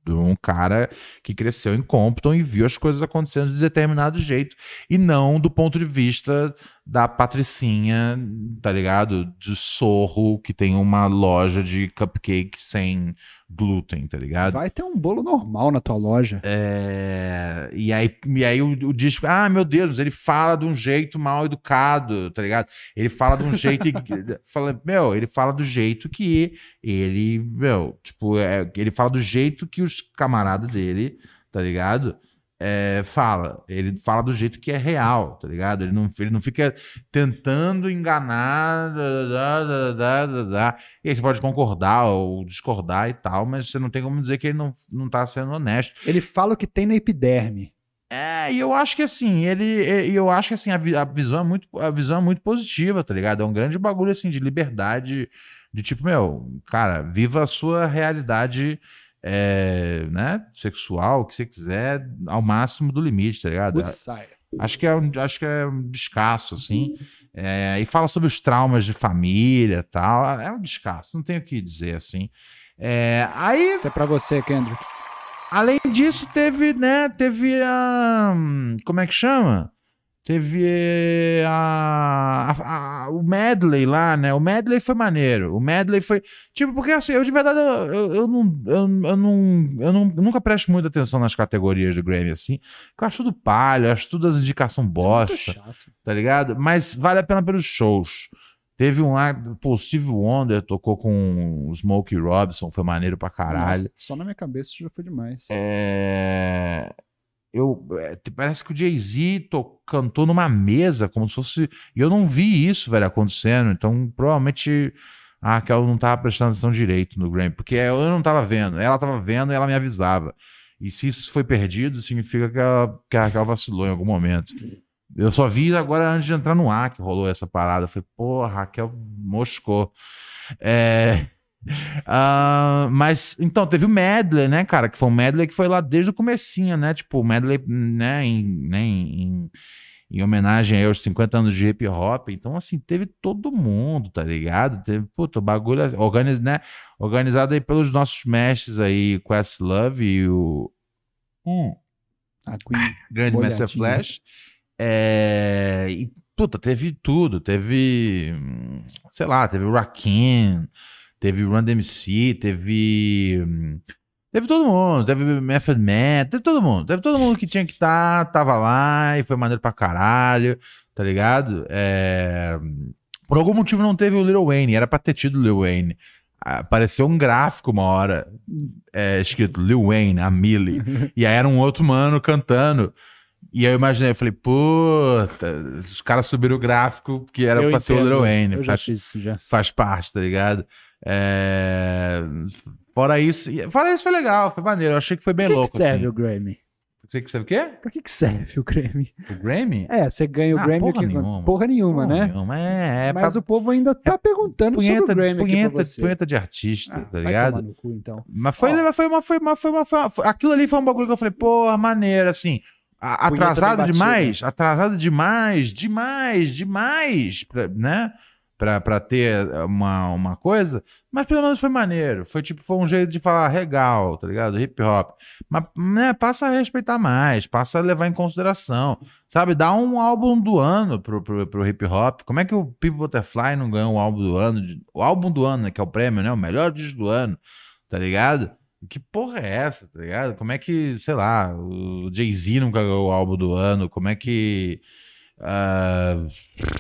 Speaker 3: De um cara que cresceu em Compton e viu as coisas acontecendo de determinado jeito, e não do ponto de vista da Patricinha, tá ligado? De Sorro, que tem uma loja de cupcake sem glúten, tá ligado?
Speaker 2: Vai ter um bolo normal na tua loja.
Speaker 3: É, e aí, e aí o, o disco, ah, meu Deus, ele fala de um jeito mal educado, tá ligado? Ele fala de um jeito. fala, meu, ele fala do jeito que ele, meu, tipo, é, ele fala do jeito que os camaradas dele, tá ligado? É, fala. Ele fala do jeito que é real, tá ligado? Ele não, ele não fica tentando enganar. dá, dá, dá, dá, dá, dá. E aí você pode concordar ou discordar e tal, mas você não tem como dizer que ele não, não tá sendo honesto.
Speaker 2: Ele fala o que tem na epiderme.
Speaker 3: É, e eu acho que assim, ele. e- e Eu acho que assim, a, vi- a visão é muito, a visão é muito positiva, tá ligado? É um grande bagulho assim de liberdade, de tipo, meu, cara, viva a sua realidade é, né, sexual, o que você quiser, ao máximo do limite, tá ligado?
Speaker 2: Saia.
Speaker 3: Acho que é um, acho que é um descasso, assim. É, e fala sobre os traumas de família e tal. É um descasso, não tenho o que dizer, assim. É, aí
Speaker 2: Isso é pra você, Kendrick.
Speaker 3: Além disso, teve, né? Teve a. Como é que chama? Teve a, a- a- o medley lá, né? O medley foi maneiro. O medley foi. Tipo, porque assim, eu de verdade, eu, eu, eu não, eu, eu não, eu não- nunca presto muita atenção nas categorias do Grammy assim. porque Eu acho tudo palha, eu acho tudo as indicações
Speaker 2: Muito
Speaker 3: bosta
Speaker 2: chato.
Speaker 3: tá ligado? Mas vale a pena pelos shows. Teve um lá, pô, Steve Wonder tocou com o Smokey Robinson, foi maneiro pra caralho.
Speaker 2: Nossa, só na minha cabeça isso já foi demais.
Speaker 3: É, Eu, é, te- parece que o Jay-Z to- cantou numa mesa, como se fosse. E eu não vi isso, velho, acontecendo. Então, provavelmente a Raquel não tava prestando atenção direito no Grammy, porque eu não tava vendo. Ela tava vendo e ela me avisava. E se isso foi perdido, significa que, ela, que a Raquel vacilou em algum momento. Eu só vi agora antes de entrar no ar que rolou essa parada. Eu falei, porra, a Raquel moscou. É. Ah, mas então teve o medley, né, cara? Que foi um medley que foi lá desde o comecinho, né? Tipo, o medley, né, em, né, em, em homenagem aí aos 50 anos de hip hop. Então, assim, teve todo mundo, tá ligado? Teve, puta, o bagulho organiz, né, organizado aí pelos nossos mestres aí, Quest Love e o hum,
Speaker 1: A Ah, Queen.
Speaker 3: Grande Master
Speaker 1: Olhadinho.
Speaker 3: Flash. É, e, puta, teve tudo. Teve, hum, sei lá, teve o Rakim, teve o Run DMC, teve. hum, Teve todo mundo, teve Method Man, teve todo mundo, teve todo mundo que tinha que estar, tava lá e foi maneiro pra caralho, tá ligado? É, por algum motivo não teve o Lil Wayne, era pra ter tido o Lil Wayne. Apareceu um gráfico uma hora, é, escrito Lil Wayne, a Millie, e aí era um outro mano cantando. E aí eu imaginei, eu falei, puta, os caras subiram o gráfico porque era
Speaker 6: Eu
Speaker 3: pra ser o Lil
Speaker 6: entendo,
Speaker 3: Wayne.
Speaker 6: Eu já
Speaker 3: faz-
Speaker 6: fiz isso já.
Speaker 3: faz parte, tá ligado? É, Fora isso, e- fora isso foi legal, foi maneiro. Eu achei que foi bem
Speaker 6: Pra que,
Speaker 3: louco.
Speaker 6: que serve
Speaker 3: assim.
Speaker 6: o Grammy?
Speaker 3: Você que sabe o quê?
Speaker 6: Pra que, que serve o Grammy?
Speaker 3: O Grammy?
Speaker 1: É, você ganha o
Speaker 3: Ah,
Speaker 1: Grammy.
Speaker 3: porra
Speaker 1: que-
Speaker 3: nenhuma.
Speaker 1: porra nenhuma,
Speaker 3: Porra
Speaker 1: né?
Speaker 3: nenhuma, É, é
Speaker 1: Mas
Speaker 3: pra- é
Speaker 1: o povo ainda tá perguntando sobre
Speaker 3: punheta,
Speaker 1: o Grammy aqui pra
Speaker 3: punheta,
Speaker 1: você.
Speaker 3: punheta de artista,
Speaker 1: Ah,
Speaker 3: tá
Speaker 1: vai
Speaker 3: ligado?
Speaker 1: tomar no cu, então.
Speaker 3: Mas foi,
Speaker 1: Ó.
Speaker 3: mas foi uma, foi uma, foi uma, foi uma- foi- aquilo ali foi um bagulho que eu falei, porra, maneiro, assim, a-
Speaker 1: Punheta
Speaker 3: atrasado
Speaker 1: bem batida.
Speaker 3: demais, atrasado demais, demais, demais, pra, né, pra, pra ter eh, uma, uma coisa, mas pelo menos foi maneiro, foi tipo, foi um jeito de falar regal, tá ligado, hip hop, mas, né, passa a respeitar mais, passa a levar em consideração, sabe, dá um álbum do ano pro, pro, pro hip hop, como é que o People Butterfly não ganhou o álbum do ano, de- o álbum do ano, né, que é o prêmio, né, o melhor disco do ano, tá ligado? Que porra é essa, tá ligado? Como é que, sei lá, o Jay-Z nunca ganhou o álbum do ano? Como é que, ah,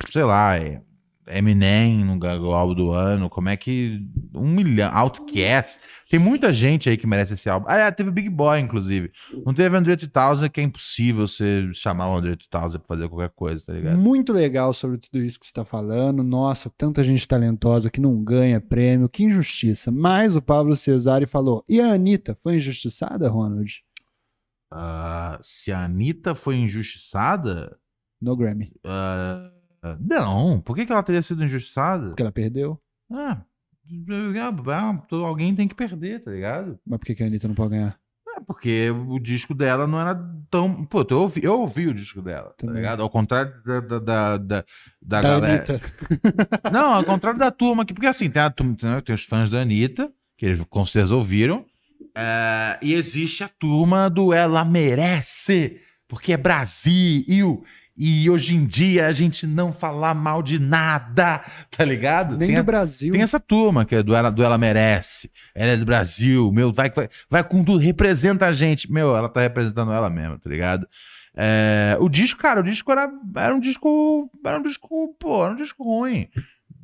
Speaker 3: sei lá, é- Eminem nunca ganhou o álbum do ano? Como é que um milhão, Outcast? Tem muita gente aí que merece esse álbum. Ah, é, teve o Big Boy, inclusive. Não teve André 3000, que é impossível você chamar o André 3000 pra fazer qualquer coisa, tá ligado?
Speaker 1: Muito legal sobre tudo isso que você está falando. Nossa, tanta gente talentosa que não ganha prêmio, que injustiça. Mas o Pablo Cesari falou: e a Anitta foi injustiçada, Ronald?
Speaker 3: Ah, se a Anitta foi injustiçada...
Speaker 1: No Grammy.
Speaker 3: ah, não, por que, que ela teria sido injustiçada?
Speaker 1: Porque ela perdeu.
Speaker 3: Ah, ah, ah, alguém tem que perder, tá ligado?
Speaker 1: Mas por que que a Anitta não pode ganhar?
Speaker 3: É porque o disco dela não era tão. Pô, eu ouvi, eu ouvi o disco dela, tá
Speaker 1: Também.
Speaker 3: ligado? Ao contrário da, da, da, da, da
Speaker 1: Da
Speaker 3: galera.
Speaker 1: Anitta.
Speaker 3: Não, ao contrário da turma aqui, porque assim, tem, a turma, tem- tem os fãs da Anitta, que eles com certeza ouviram, é, e existe a turma do Ela Merece, porque é Brasil, e hoje em dia a gente não falar mal de nada, tá ligado?
Speaker 1: Nem
Speaker 3: Tem a-
Speaker 1: do Brasil.
Speaker 3: tem essa turma que é do ela, do ela merece. Ela é do Brasil, meu, vai, vai, vai com tudo, representa a gente. Meu, ela tá representando ela mesma, tá ligado? É, o disco, cara, o disco era, era um disco. Era um disco, pô, era um disco ruim.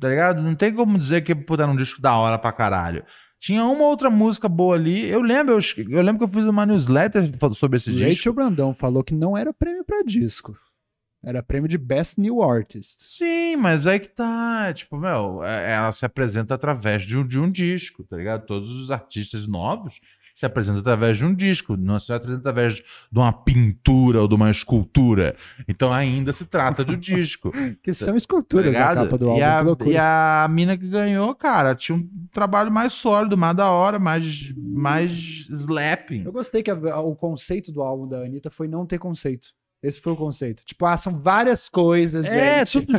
Speaker 3: Tá ligado? Não tem como dizer que pô, era um disco da hora pra caralho. Tinha uma outra música boa ali. Eu lembro, eu, es- eu lembro que eu fiz uma newsletter fal- sobre esse
Speaker 1: Rachel
Speaker 3: disco.
Speaker 1: Brandão falou que não era prêmio pra disco. Era prêmio de Best New Artist.
Speaker 3: Sim, mas aí que tá. é Tipo, meu, é- ela se apresenta através de um, de um disco, tá ligado? Todos os artistas novos se apresentam através de um disco, não se apresenta através de uma pintura ou de uma escultura. Então ainda se trata do disco.
Speaker 1: Que são
Speaker 3: tá
Speaker 1: esculturas da
Speaker 3: ligado?
Speaker 1: é capa do álbum.
Speaker 3: e,
Speaker 1: que
Speaker 3: a,
Speaker 1: loucura.
Speaker 3: e a mina que ganhou, cara, tinha um trabalho mais sólido, mais da hora, mais, mais slapping.
Speaker 1: Eu gostei que a- o conceito do álbum da Anitta foi não ter conceito. Esse foi o conceito. Tipo, ah, são várias coisas,
Speaker 3: É,
Speaker 1: gente.
Speaker 3: tudo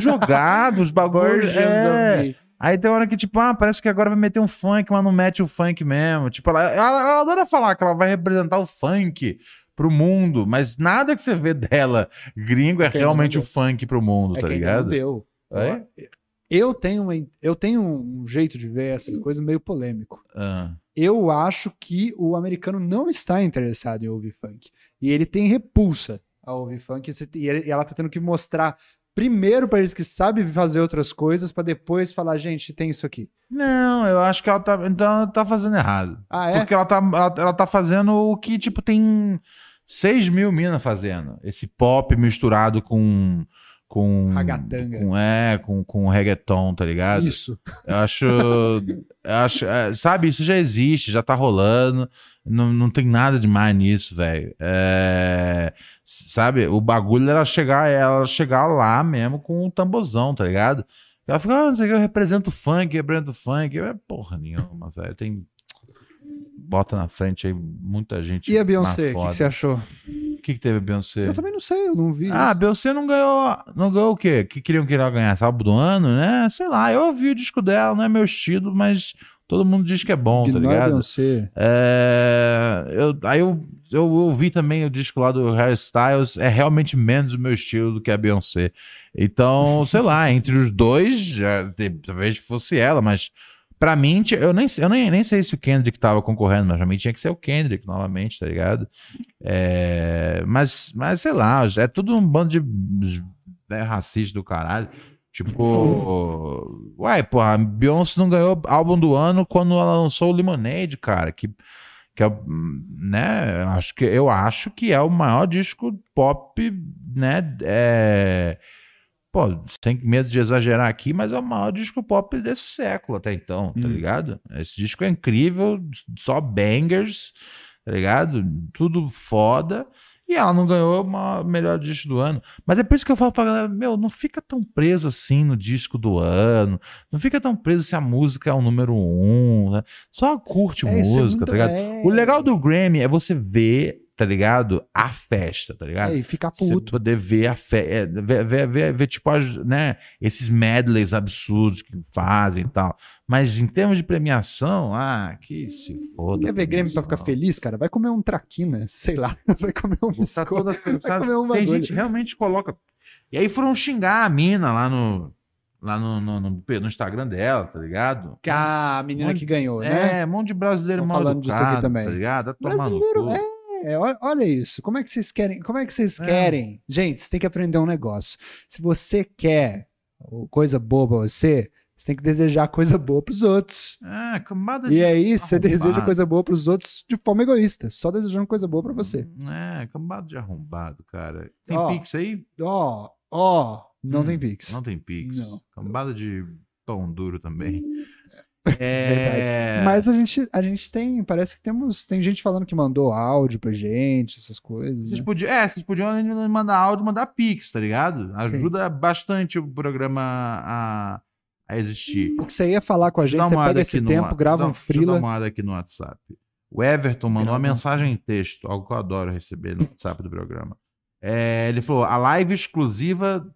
Speaker 3: jogado, os bagulhos.
Speaker 1: Versions
Speaker 3: É.
Speaker 1: of me.
Speaker 3: Aí tem hora que, tipo, ah, parece que agora vai meter um funk, mas não mete o funk mesmo. Tipo, ela, ela, ela adora falar que ela vai representar o funk pro mundo, mas nada que você vê dela gringo é
Speaker 1: Entendo,
Speaker 3: realmente
Speaker 1: não
Speaker 3: o funk pro mundo,
Speaker 1: É
Speaker 3: tá
Speaker 1: que ainda Não
Speaker 3: ligado?
Speaker 1: deu. né?
Speaker 3: É?
Speaker 1: Eu tenho, uma, eu tenho um jeito de ver essas coisas meio polêmico.
Speaker 3: Ah,
Speaker 1: Eu acho que o americano não está interessado em ouvir funk. E ele tem repulsa a ouvir funk. e se- E ele- e ela tá tendo que mostrar primeiro para eles que sabem fazer outras coisas, para depois falar, gente, tem isso aqui.
Speaker 3: Não, eu acho que ela tá. Então ela tá fazendo errado.
Speaker 1: Ah, é?
Speaker 3: Porque ela tá, ela, ela tá fazendo o que, tipo, tem. 6 mil minas fazendo. Esse pop misturado com. Com,
Speaker 1: Ragatanga.
Speaker 3: com é, com, com reggaeton, tá ligado?
Speaker 1: Isso.
Speaker 3: Eu acho. eu acho é, sabe, isso já existe, já tá rolando. Não, não tem nada demais nisso, velho. É, sabe, o bagulho era chegar, ela chegar lá mesmo com o tambozão, tá ligado? Ela fica, ah, não sei o que, eu represento o funk, eu represento o funk. Eu, é porra nenhuma, velho. Tem. Bota na frente aí muita gente.
Speaker 1: E a
Speaker 3: Tipo, na
Speaker 1: Beyoncé, o que,
Speaker 3: foda.
Speaker 1: que você achou?
Speaker 3: O que, que teve a Beyoncé?
Speaker 1: Eu também não sei, eu não vi.
Speaker 3: Ah, a Beyoncé não ganhou. Não ganhou o quê? Que queriam que ela ganhasse álbum do ano, né? Sei lá, eu ouvi o disco dela, não é meu estilo, mas todo mundo diz que é bom, tá
Speaker 1: Ignora a
Speaker 3: ligado?
Speaker 1: Beyoncé.
Speaker 3: É, eu, aí eu, eu ouvi também o disco lá do Harry Styles, é realmente menos o meu estilo do que a Beyoncé. Então, sei lá, entre os dois, já, te- talvez fosse ela, mas pra mim, ti- eu, nem, eu nem, nem sei se o Kendrick tava concorrendo, mas pra mim tinha que ser o Kendrick novamente, tá ligado? É, mas, mas sei lá, é tudo um bando de é, racista do caralho. Tipo, uai, porra, a Beyoncé não ganhou álbum do ano quando ela lançou o Lemonade, cara, que que é, hum, né, acho que eu acho que é o maior disco pop, né, é, pô, sem medo de exagerar aqui, mas é o maior disco pop desse século até então, tá
Speaker 1: Hum.
Speaker 3: ligado? Esse disco é incrível, só bangers, tá ligado? Tudo foda. E ela não ganhou o maior- melhor disco do ano. Mas é por isso que eu falo pra galera, meu, não fica tão preso assim no disco do ano. Não fica tão preso se a música é o número um, né? Só curte
Speaker 1: É, isso é
Speaker 3: música,
Speaker 1: muito-
Speaker 3: tá ligado?
Speaker 1: é.
Speaker 3: O legal do Grammy é você ver, tá ligado? A festa, tá ligado?
Speaker 1: É, e ficar
Speaker 3: Você
Speaker 1: puto.
Speaker 3: poder ver a festa, ver, ver, ver, ver, tipo, as, né, esses medleys absurdos que fazem e tal. Mas em termos de premiação, ah, que se foda.
Speaker 1: Quer ver Grêmio pra ficar feliz, cara? Vai comer um traquina, sei lá. Vai comer um
Speaker 3: Tá
Speaker 1: biscoito.
Speaker 3: toda
Speaker 1: Vai
Speaker 3: pensada.
Speaker 1: comer um
Speaker 3: Tem
Speaker 1: bagulho.
Speaker 3: gente que realmente coloca. E aí foram xingar a mina lá no, lá no, no, no, no Instagram dela, tá ligado?
Speaker 1: Que a menina
Speaker 3: Muito-
Speaker 1: que ganhou, né?
Speaker 3: É, um monte de brasileiro
Speaker 1: Tão
Speaker 3: mal
Speaker 1: falando disso aqui
Speaker 3: educado,
Speaker 1: também.
Speaker 3: tá ligado? Tá tomando
Speaker 1: Brasileiro,
Speaker 3: cu.
Speaker 1: é. É, ó- olha isso. Como é que vocês querem? Como é que vocês
Speaker 3: É.
Speaker 1: querem? Gente, você tem que aprender um negócio. Se você quer coisa boa pra você, você tem que desejar coisa boa pros outros.
Speaker 3: Ah, camada de.
Speaker 1: é. E aí você
Speaker 3: arrombado.
Speaker 1: deseja coisa boa pros outros de forma egoísta, só desejando coisa boa pra você.
Speaker 3: É, camada de arrombado, cara. Tem
Speaker 1: Ó.
Speaker 3: pix aí?
Speaker 1: Ó, ó, não
Speaker 3: Hum,
Speaker 1: tem pix.
Speaker 3: Não tem pix.
Speaker 1: Não.
Speaker 3: Cambada de pão duro também. É.
Speaker 1: Mas a gente, a gente tem, parece que temos, tem gente falando que mandou áudio pra gente, essas coisas.
Speaker 3: Vocês
Speaker 1: né?
Speaker 3: podiam, é, vocês podiam além de mandar áudio, mandar pix, tá ligado? Ajuda bastante o programa a, a existir.
Speaker 1: O que você ia falar com a
Speaker 3: Deixa eu
Speaker 1: gente, você pega esse
Speaker 3: no
Speaker 1: tempo,
Speaker 3: wa-
Speaker 1: grava
Speaker 3: dá-
Speaker 1: um
Speaker 3: deixa eu dar
Speaker 1: frila.
Speaker 3: uma olhada aqui no WhatsApp. O Everton mandou uma
Speaker 1: Grava.
Speaker 3: mensagem em texto, algo que eu adoro receber no WhatsApp do programa. É, ele falou: a live exclusiva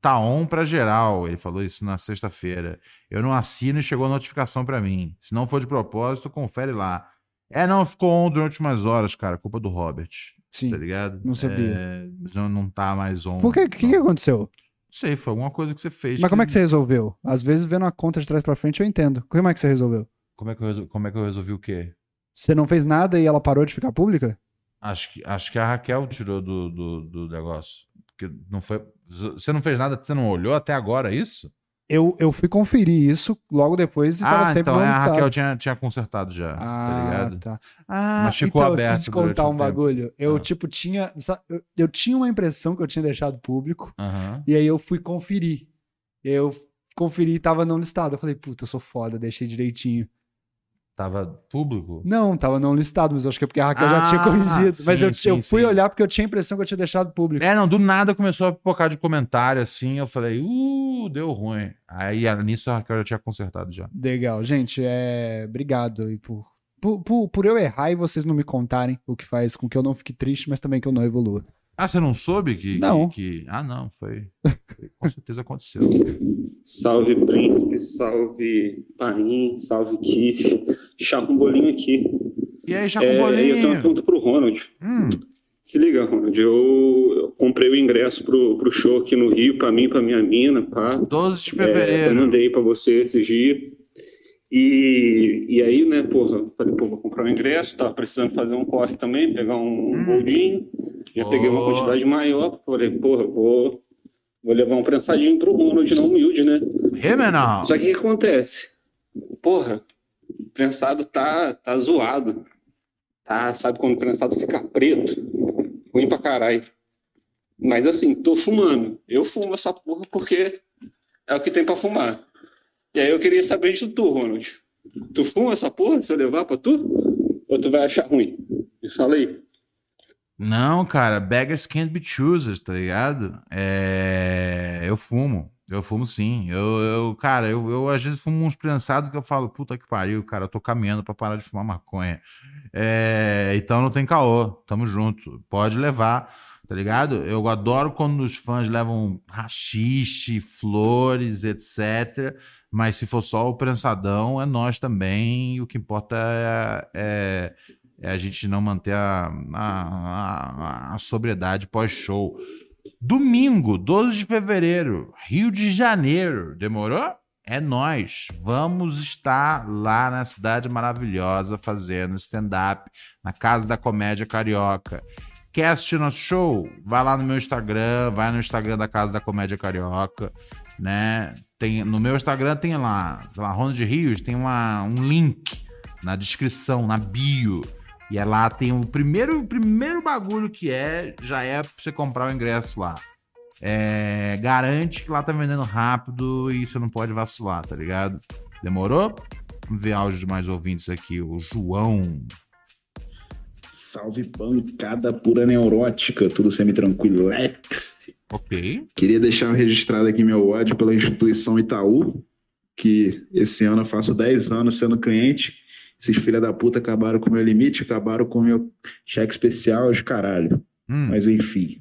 Speaker 3: tá on pra geral. Ele falou isso na sexta-feira. Eu não assino e chegou a notificação pra mim. Se não for de propósito, confere lá. É, não, ficou on durante umas horas, cara. Culpa do Robert,
Speaker 1: Sim.
Speaker 3: tá ligado?
Speaker 1: não sabia.
Speaker 3: É, mas não, não tá mais on.
Speaker 1: Por que? O que, que
Speaker 3: Não
Speaker 1: aconteceu?
Speaker 3: sei, foi alguma coisa que você fez.
Speaker 1: Mas como é que você resolveu? Às vezes, vendo a conta de trás pra frente, eu entendo. Como é que você resolveu?
Speaker 3: Como é que eu resol- como é que eu resolvi o quê?
Speaker 1: Você não fez nada e ela parou de ficar pública?
Speaker 3: Acho que, acho que a Raquel tirou do, do, do negócio. Porque não foi. Você não fez nada, você não olhou até agora é isso?
Speaker 1: Eu, eu fui conferir isso logo depois e tava
Speaker 3: ah,
Speaker 1: sempre
Speaker 3: então é, a
Speaker 1: conectado.
Speaker 3: Raquel tinha, tinha consertado já, tá ligado?
Speaker 1: tá. Ah,
Speaker 3: Mas ficou
Speaker 1: então,
Speaker 3: aberto
Speaker 1: eu preciso contar
Speaker 3: durante um
Speaker 1: um
Speaker 3: tempo.
Speaker 1: bagulho. Eu,
Speaker 3: Ah.
Speaker 1: tipo, tinha... sa- Eu, eu tinha uma impressão que eu tinha deixado público
Speaker 3: Aham.
Speaker 1: e aí eu fui conferir. Eu conferi e tava não listado. Eu falei, puta, eu sou foda, deixei direitinho.
Speaker 3: Tava público?
Speaker 1: Não, tava não listado, mas eu acho que é porque a Raquel já tinha
Speaker 3: Ah,
Speaker 1: corrigido. mas
Speaker 3: sim,
Speaker 1: eu,
Speaker 3: sim,
Speaker 1: eu fui
Speaker 3: sim.
Speaker 1: olhar porque eu tinha a impressão que eu tinha deixado público.
Speaker 3: É, não, do nada começou a pipocar de comentário assim. Eu falei, uh, deu ruim. Aí a- nisso a Raquel já tinha consertado já.
Speaker 1: Legal, gente, é... obrigado aí por... Por, por, por eu errar e vocês não me contarem, o que faz com que eu não fique triste, mas também que eu não evolua.
Speaker 3: Ah, você não soube que. que-
Speaker 1: Não.
Speaker 3: que- Ah, não, foi. foi- Com certeza aconteceu.
Speaker 7: Salve príncipe, salve Paim, salve Kiff. Chapa um bolinho aqui.
Speaker 3: E aí,
Speaker 7: É, eu tenho uma
Speaker 3: Chacobolinho?
Speaker 7: pergunta pro Ronald.
Speaker 3: Hum,
Speaker 7: Se liga, Ronald, eu, eu comprei o ingresso pro, pro show aqui no Rio, pra mim, pra minha mina, pá.
Speaker 3: 12 de
Speaker 7: É, eu
Speaker 3: fevereiro.
Speaker 7: mandei pra você esses dias. E, e aí, né, porra, eu falei, pô, vou comprar o ingresso, tava precisando fazer um corre também, pegar um, um
Speaker 3: Hum.
Speaker 7: goldinho. Já peguei uma
Speaker 3: Boa.
Speaker 7: quantidade maior, falei, porra, vou, vou levar um prensadinho pro Ronald, não humilde, né?
Speaker 3: Remenal.
Speaker 7: Só que o que acontece? Porra, o prensado tá, tá zoado. Tá, sabe quando o prensado fica preto? ruim pra caralho. Mas assim, tô fumando. Eu fumo essa porra porque é o que tem pra fumar. E aí eu queria saber de tu, Ronald. Tu fuma essa porra se eu levar pra tu? Ou tu vai achar ruim? Me fala aí.
Speaker 3: Não, cara, beggars can't be choosers, tá ligado? É... Eu fumo. Eu fumo sim. Eu, eu cara, eu, eu às vezes fumo uns prensados que eu falo, puta que pariu, cara, eu tô caminhando pra parar de fumar maconha. É... Então não tem caô, tamo junto. Pode levar, tá ligado? Eu adoro quando os fãs levam rachixe, flores, etc. Mas se for só o prensadão, é nós também. E o que importa é- é é a gente não manter a, a, a- a sobriedade pós-show. Domingo, 12 de fevereiro, Rio de Janeiro. Demorou? É nós. Vamos estar lá na cidade maravilhosa fazendo stand-up na Casa da Comédia Carioca. Quer assistir nosso show? Vai lá no meu Instagram, vai no Instagram da Casa da Comédia Carioca, né? Tem, no meu Instagram tem lá, sei lá, Ronald Rios, tem uma, um link na descrição, na bio. E é lá tem o primeiro, o primeiro bagulho que é, já é pra você comprar o ingresso lá. É, garante que lá tá vendendo rápido e você não pode vacilar, tá ligado? Demorou? Vamos ver áudio de mais ouvintes aqui. O João.
Speaker 4: Salve pancada pura neurótica, tudo semi-tranquilo.
Speaker 3: Ok.
Speaker 4: Queria deixar registrado aqui meu ódio pela instituição Itaú, que esse ano eu faço 10 anos sendo cliente. Esses filha da puta acabaram com o meu limite, acabaram com o meu cheque especial, os caralho.
Speaker 3: Hum,
Speaker 4: Mas enfim.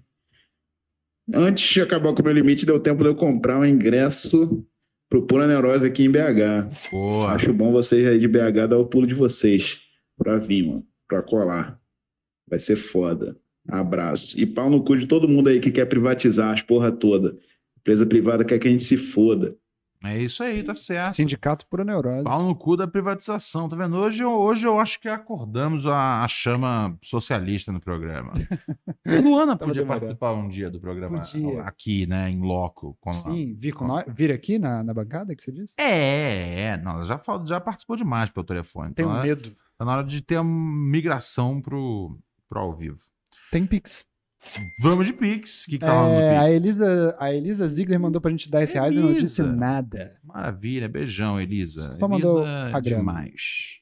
Speaker 4: Antes de acabar com o meu limite, deu tempo de eu comprar um ingresso pro Pura Neurose aqui em BH.
Speaker 3: boa.
Speaker 4: Acho bom vocês aí de BH dar o pulo de vocês pra vir, mano, pra colar. Vai ser foda. Abraço. E pau no cu de todo mundo aí que quer privatizar as porra toda. Empresa privada quer que a gente se foda.
Speaker 3: É isso aí, tá certo.
Speaker 1: Sindicato pura neurose.
Speaker 3: Pau no cu da privatização, tá vendo? Hoje, hoje eu acho que acordamos a, a chama socialista no programa. Luana
Speaker 1: Tava
Speaker 3: podia
Speaker 1: demorando.
Speaker 3: participar um dia do programa
Speaker 1: Podia.
Speaker 3: aqui, né? Em loco. com a-
Speaker 1: Sim, vir, com nós- vir aqui na, na bancada que você disse?
Speaker 3: É, é, não, ela já, fal- já participou demais pelo telefone. Então,
Speaker 1: Tenho
Speaker 3: é-
Speaker 1: medo.
Speaker 3: tá na hora de ter uma migração pro, pro ao vivo.
Speaker 1: Tem Pix.
Speaker 3: Vamos de Pix. O que, que tá rolando no
Speaker 1: É,
Speaker 3: Pix?
Speaker 1: a, Elisa, a Elisa Ziegler mandou pra gente 10 reais e não disse
Speaker 3: Elisa.
Speaker 1: nada.
Speaker 3: Maravilha, beijão, Elisa.
Speaker 1: Só mandou
Speaker 3: Elisa,
Speaker 1: a grana.
Speaker 3: demais.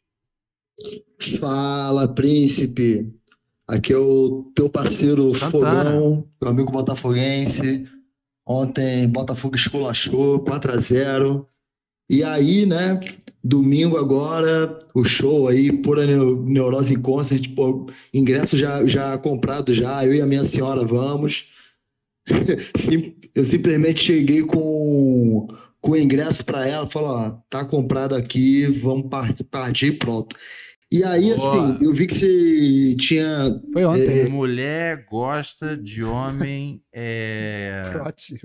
Speaker 8: Fala, príncipe. Aqui é o teu parceiro
Speaker 3: Santana.
Speaker 8: Fogão, meu amigo botafoguense. Ontem Botafogo esculachou 4 a 0. E aí, né, domingo agora, o show aí, pura Neu- neurose em concert, pô, ingresso já, já comprado já, eu e a minha senhora vamos. Sim- Eu simplesmente cheguei com com o ingresso para ela, falou, ó, tá comprado aqui, vamos par- partir, pronto. E aí,
Speaker 3: Boa.
Speaker 8: assim, eu vi que você tinha
Speaker 1: Foi ontem.
Speaker 3: Mulher gosta de homem. é,
Speaker 1: né? Ótimo.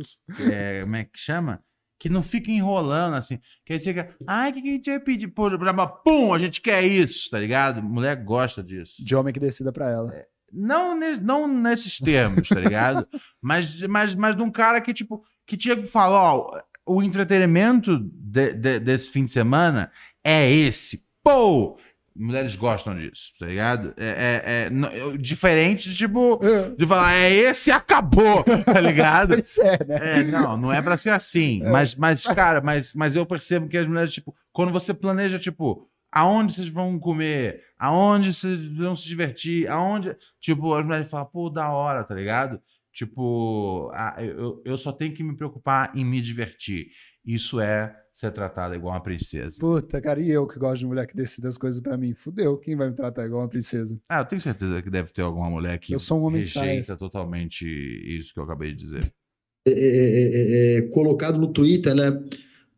Speaker 3: é, como é que chama? Que não fica enrolando assim. Que aí fica, ai, o que, que a gente vai pedir? Pô, blá, pum, a gente quer isso, tá ligado? Mulher gosta disso.
Speaker 1: De homem que decida pra ela.
Speaker 3: Não, ne- não nesses termos, tá ligado? mas, mas, mas de um cara que, tipo, que tinha que falar, ó, o entretenimento de- de- desse fim de semana é esse. Pô! Mulheres gostam disso, tá ligado? É, é- é n- eu- diferente, tipo, de falar, é esse e acabou, tá ligado?
Speaker 1: Pois é, né?
Speaker 3: É, não, não é pra ser assim. Mas, mas cara, mas, mas eu percebo que as mulheres, tipo, quando você planeja, tipo, aonde vocês vão comer, aonde vocês vão se divertir, aonde. Tipo, as mulheres falam, pô, da hora, tá ligado? Tipo, ah, eu, eu- eu só tenho que me preocupar em me divertir. Isso é ser tratada igual uma princesa.
Speaker 1: Puta, cara, e eu que gosto de mulher que decide as coisas pra mim? Fudeu, quem vai me tratar igual uma princesa?
Speaker 3: Ah, eu tenho certeza que deve ter alguma mulher que
Speaker 1: Eu sou um homem de
Speaker 3: rejeita
Speaker 1: saias.
Speaker 3: totalmente isso que eu acabei de dizer.
Speaker 8: é, é, é, é, colocado no Twitter, né?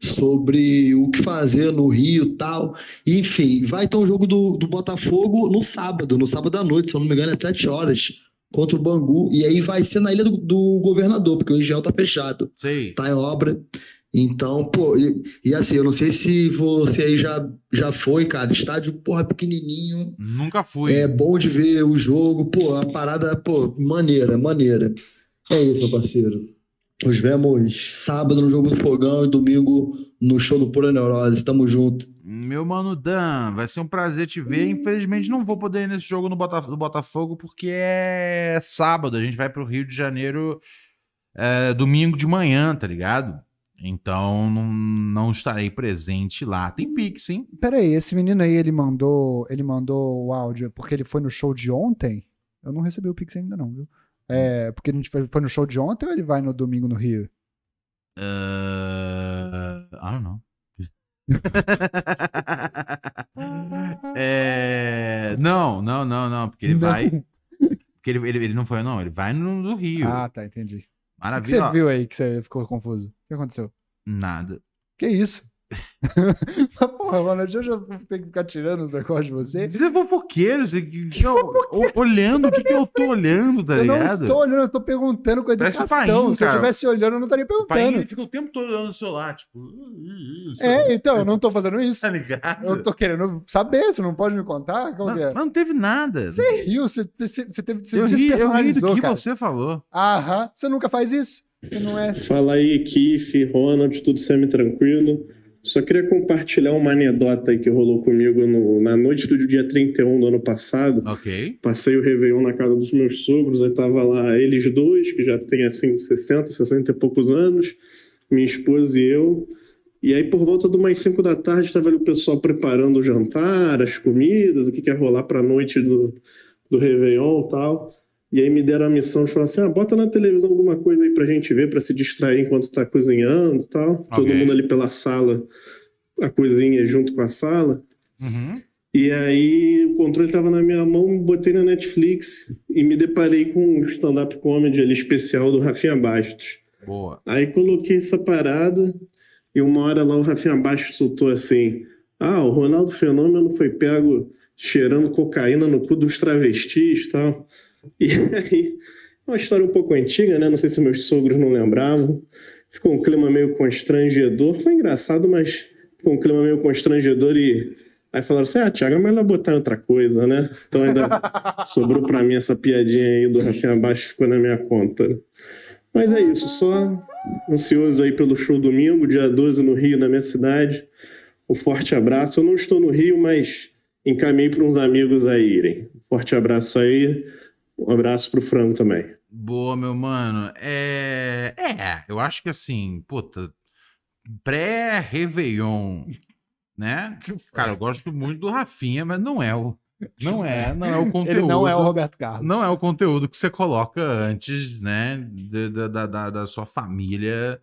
Speaker 8: Sobre o que fazer no Rio e tal. Enfim, vai ter um jogo do, do Botafogo no sábado, no sábado à noite, se eu não me engano, é 7 horas, contra o Bangu. E aí vai ser na ilha do, do governador, porque o Engenhão tá fechado
Speaker 3: Sei.
Speaker 8: tá em obra. Então, pô, e, e assim, eu não sei se você aí já, já foi, cara. Estádio, porra, pequenininho.
Speaker 3: Nunca fui.
Speaker 8: É bom de ver o jogo. Pô, a parada, pô, maneira, maneira. É isso, meu parceiro. Nos vemos sábado no jogo do Fogão e domingo no show do Pura Neurose. Tamo junto.
Speaker 3: Meu mano Dan, vai ser um prazer te ver. Infelizmente não vou poder ir nesse jogo no Bota- do Botafogo porque é sábado. A gente vai pro Rio de Janeiro é, domingo de manhã, tá ligado? Então não, não estarei presente lá. Tem Pix, hein?
Speaker 1: Peraí, esse menino aí, ele mandou, ele mandou o áudio porque ele foi no show de ontem? Eu não recebi o Pix ainda não, viu? É, porque a gente foi, foi no show de ontem ou ele vai no domingo no Rio?
Speaker 3: Uh, É, I don't know. É, não, não, não, não, porque ele
Speaker 1: Não.
Speaker 3: vai. Porque ele, ele, ele não foi, não, ele vai no, no Rio.
Speaker 1: Ah, tá, entendi. O que
Speaker 3: Maravilha.
Speaker 1: você
Speaker 3: ó.
Speaker 1: viu aí que você ficou confuso? O que aconteceu?
Speaker 3: Nada.
Speaker 1: Que isso? Mas, porra, mano, deixa eu ter que ficar tirando os negócios de você.
Speaker 3: Você é fofoqueiro, você que- que eu- o- olhando o que, que eu tô olhando, tá
Speaker 1: eu
Speaker 3: ligado?
Speaker 1: não tô olhando, eu tô perguntando com
Speaker 3: Parece
Speaker 1: educação.
Speaker 3: o Paim,
Speaker 1: Se eu
Speaker 3: cara. Um
Speaker 1: estivesse olhando, eu não estaria
Speaker 3: O pai
Speaker 1: perguntando.
Speaker 3: ele fica o tempo todo olhando o celular, tipo. "Ih, ih, isso",
Speaker 1: É, então, eu não tô fazendo isso.
Speaker 3: Tá ligado?
Speaker 1: Eu tô querendo saber, você não pode me contar? Como
Speaker 3: mas,
Speaker 1: que é?
Speaker 3: mas não teve nada.
Speaker 1: Você riu, você, você, você teve você
Speaker 3: eu, ri, eu ri do
Speaker 1: despersonalizou,
Speaker 3: que
Speaker 1: cara.
Speaker 3: você falou.
Speaker 1: Aham, você nunca faz isso? Você não é.
Speaker 9: Fala aí, Kiff, Ronald, tudo semi-tranquilo. Só queria compartilhar uma anedota aí que rolou comigo no- na noite do dia 31 do ano passado.
Speaker 3: Ok.
Speaker 9: Passei o Réveillon na casa dos meus sogros, aí tava lá eles dois, que já tem assim 60, 60 e poucos anos, minha esposa e eu. E aí por volta de umas 5 da tarde tava ali o pessoal preparando o jantar, as comidas, o que, que ia rolar pra noite do, do Réveillon e tal. E aí me deram a missão de falar assim, ah, bota na televisão alguma coisa aí pra gente ver, pra se distrair enquanto tá cozinhando e tal. Todo
Speaker 3: Ok.
Speaker 9: mundo ali pela sala, a cozinha junto com a sala.
Speaker 3: Uhum.
Speaker 9: E aí o controle estava na minha mão, botei na Netflix e me deparei com um stand-up comedy ali especial do Rafinha Bastos.
Speaker 3: Boa.
Speaker 9: Aí coloquei essa parada e uma hora lá o Rafinha Bastos soltou assim: Ah, o Ronaldo Fenômeno foi pego cheirando cocaína no cu dos travestis e tal. E aí, é uma história um pouco antiga, né? Não sei se meus sogros não lembravam. Ficou um clima meio constrangedor. Foi engraçado, mas ficou um clima meio constrangedor e. Aí falaram assim: ah, Thiago, é melhor botar em outra coisa, né? Então ainda sobrou pra mim essa piadinha aí do Rafinha Baixo, ficou na minha conta. Mas é isso, só ansioso aí pelo show domingo, dia 12 no Rio, na minha cidade. Um forte abraço. Eu não estou no Rio, mas encaminhei para uns amigos a irem. Forte abraço aí. Um abraço pro Frango também.
Speaker 3: Boa, meu mano. É, é eu acho que assim, puta, pré-Réveillon, né? Cara, eu gosto muito do Rafinha, mas não é o. Não é, não é o conteúdo.
Speaker 1: Ele não é o Roberto Carlos.
Speaker 3: não é o conteúdo que você coloca antes, né, de- da, da, da, da sua família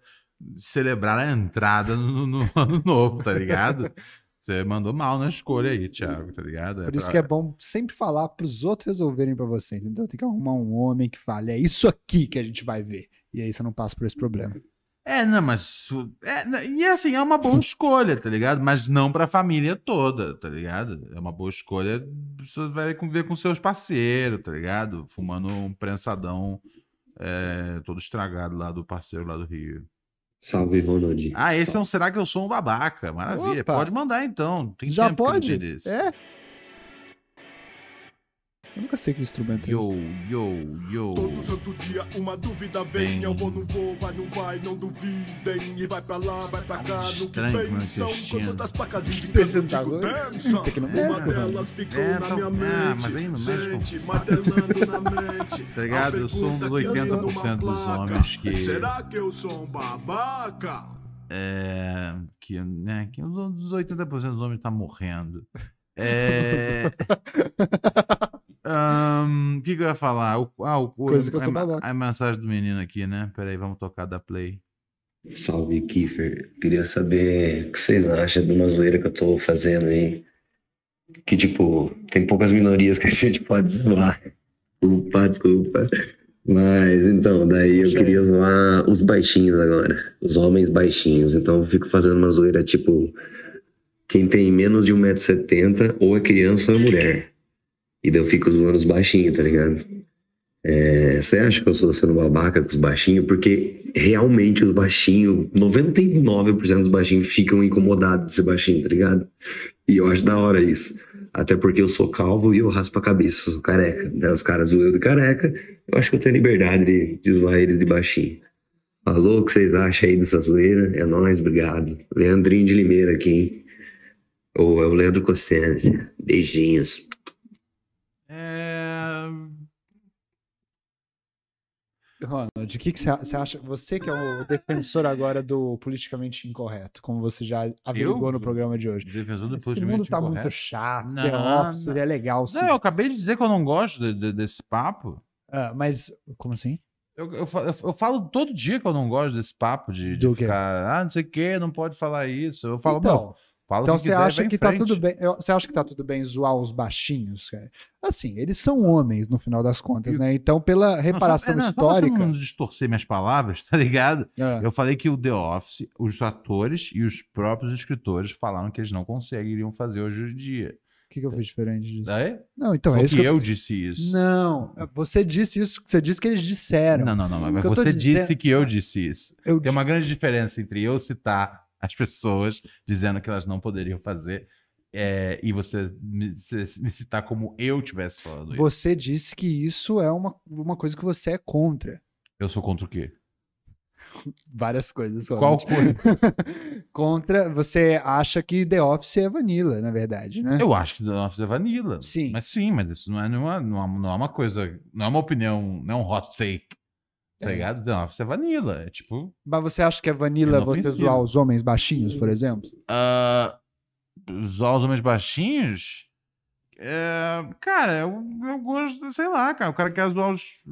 Speaker 3: celebrar a entrada no, no ano novo, tá ligado? Você mandou mal na escolha aí, Thiago, tá ligado?
Speaker 1: Por isso que é bom sempre falar pros outros resolverem pra você, entendeu? Tem que arrumar um homem que fale, é isso aqui que a gente vai ver. E aí você não passa por esse problema.
Speaker 3: É, não, mas. é, não, e assim, é uma boa escolha, tá ligado? Mas não pra família toda, tá ligado? É uma boa escolha. Você vai conviver com seus parceiros, tá ligado? Fumando um prensadão é, todo estragado lá do parceiro lá do Rio.
Speaker 10: Salve, Ronaldinho.
Speaker 3: Ah, esse é um Será que eu sou um babaca? Maravilha.
Speaker 1: Opa.
Speaker 3: Pode mandar então. Tem
Speaker 1: Já
Speaker 3: tempo que eu não
Speaker 1: pode?
Speaker 3: tenho desse.
Speaker 1: É? Eu nunca sei que instrumento é
Speaker 3: Yo,
Speaker 1: esse.
Speaker 3: yo, yo.
Speaker 11: Todo santo dia uma dúvida vem.
Speaker 3: Vem.
Speaker 11: Eu vou, não vou, vai, não vai, não duvidem. E vai pra lá, vai pra cá, no que
Speaker 3: Estranho, é mano,
Speaker 11: vem. São
Speaker 3: intestino.
Speaker 11: quantas placas
Speaker 1: Você
Speaker 11: indicando
Speaker 1: não tá
Speaker 11: digo
Speaker 1: agora?
Speaker 11: dança.
Speaker 1: Tem que não-
Speaker 11: Uma
Speaker 1: É,
Speaker 11: delas ficou
Speaker 3: É,
Speaker 11: na
Speaker 3: tá-
Speaker 11: minha
Speaker 3: ah,
Speaker 11: mente.
Speaker 3: mas aí no México-
Speaker 11: Sente, martelando na mente.
Speaker 3: Tá ligado?
Speaker 11: A
Speaker 3: Eu sou um dos
Speaker 11: pergunta que ali
Speaker 3: 80% dos
Speaker 11: numa
Speaker 3: homens que-
Speaker 11: Será que eu sou um babaca?
Speaker 3: É, que, né, que uns- uns 80% dos homens tá morrendo. É. Ahn, O que, que eu ia falar? O, ah, o, o-
Speaker 1: Coisa que eu sou
Speaker 3: a,
Speaker 1: babaca.
Speaker 3: a mensagem do menino aqui, né? Peraí, vamos tocar da play.
Speaker 10: Salve, Kiefer. Queria saber o que vocês acham de uma zoeira que eu tô fazendo aí. Que, tipo, tem poucas minorias que a gente pode zoar. Desculpa, desculpa. Mas, então, daí eu queria zoar os baixinhos agora. Os homens baixinhos. Então eu fico fazendo uma zoeira, tipo, quem tem menos de 1,70m ou é criança ou é mulher. E daí eu fico zoando os baixinhos, tá ligado? É, Você acha que eu estou sendo babaca com os baixinhos? Porque realmente os baixinhos, 99% dos baixinhos ficam incomodados de ser baixinho, tá ligado? E eu acho da hora isso. Até porque eu sou calvo e eu raspo a cabeça, sou careca. Né? Os caras zoam eu de careca, eu acho que eu tenho liberdade de, de zoar eles de baixinho. Alô, o que vocês acham aí dessa zoeira? É nóis, obrigado. Leandrinho de Limeira aqui, hein? Ou é o Leandro Cossense. Beijinhos.
Speaker 3: É...
Speaker 1: Ronald, o que você acha? Você que é o defensor agora do politicamente incorreto, como você já averigou
Speaker 3: Eu?
Speaker 1: no programa de hoje.
Speaker 3: Defensor do
Speaker 1: Esse mundo
Speaker 3: politicamente
Speaker 1: tá
Speaker 3: um incorreto.
Speaker 1: muito chato,
Speaker 3: Não,
Speaker 1: The Office,
Speaker 3: não.
Speaker 1: é legal sim.
Speaker 3: Não, eu acabei de dizer que eu não gosto de- de- desse papo.
Speaker 1: Ah, mas, como assim?
Speaker 3: Eu, eu, fa- eu falo todo dia que eu não gosto desse papo de, de
Speaker 1: Do quê?
Speaker 3: ficar, ah, não sei o quê, não pode falar isso. Eu falo,
Speaker 1: então,
Speaker 3: não, fala o
Speaker 1: Então
Speaker 3: que
Speaker 1: você
Speaker 3: quiser,
Speaker 1: acha
Speaker 3: vai em
Speaker 1: que tá
Speaker 3: frente.
Speaker 1: tudo bem? eu- Você acha que tá tudo bem zoar os baixinhos, cara? Assim, eles são homens no final das contas,
Speaker 3: E-
Speaker 1: né? Então, pela
Speaker 3: Não, só-
Speaker 1: reparação
Speaker 3: é, não, só pra você
Speaker 1: histórica,
Speaker 3: não distorcer minhas palavras, tá ligado?
Speaker 1: ah,
Speaker 3: Eu falei que o The Office, os atores e os próprios escritores falaram que eles não conseguiriam fazer hoje em dia.
Speaker 1: o que, que eu fiz diferente disso?
Speaker 3: Daí,
Speaker 1: Não, então é
Speaker 3: foi
Speaker 1: isso
Speaker 3: que
Speaker 1: que eu...
Speaker 3: eu disse isso.
Speaker 1: Não, você disse isso, você disse que eles disseram.
Speaker 3: Não, não, não, mas
Speaker 1: que eu tô
Speaker 3: você disse
Speaker 1: dizendo- é
Speaker 3: que eu disse isso.
Speaker 1: Eu
Speaker 3: Tem uma grande diferença entre eu citar as pessoas dizendo que elas não poderiam fazer é, e você me, se- me citar como eu tivesse falando isso.
Speaker 1: Você disse que isso é uma, uma coisa que você é contra.
Speaker 3: Eu sou contra o quê?
Speaker 1: Várias coisas.
Speaker 3: Qual
Speaker 1: Ronald.
Speaker 3: coisa?
Speaker 1: Contra, você acha que The Office é vanilla, na verdade, né?
Speaker 3: Eu acho que The Office é vanilla.
Speaker 1: Sim.
Speaker 3: Mas sim, mas isso não é, nenhuma, não é, não é uma coisa, não é uma opinião, não é um hot take. Tá
Speaker 1: É.
Speaker 3: ligado? The Office é vanilla. É tipo.
Speaker 1: Mas você acha que é vanilla
Speaker 3: Eu não
Speaker 1: você
Speaker 3: preciso.
Speaker 1: zoar os homens baixinhos, por exemplo?
Speaker 3: ah, zoar os homens baixinhos. É, cara, eu, eu gosto, sei lá, cara. O cara quer zoar os,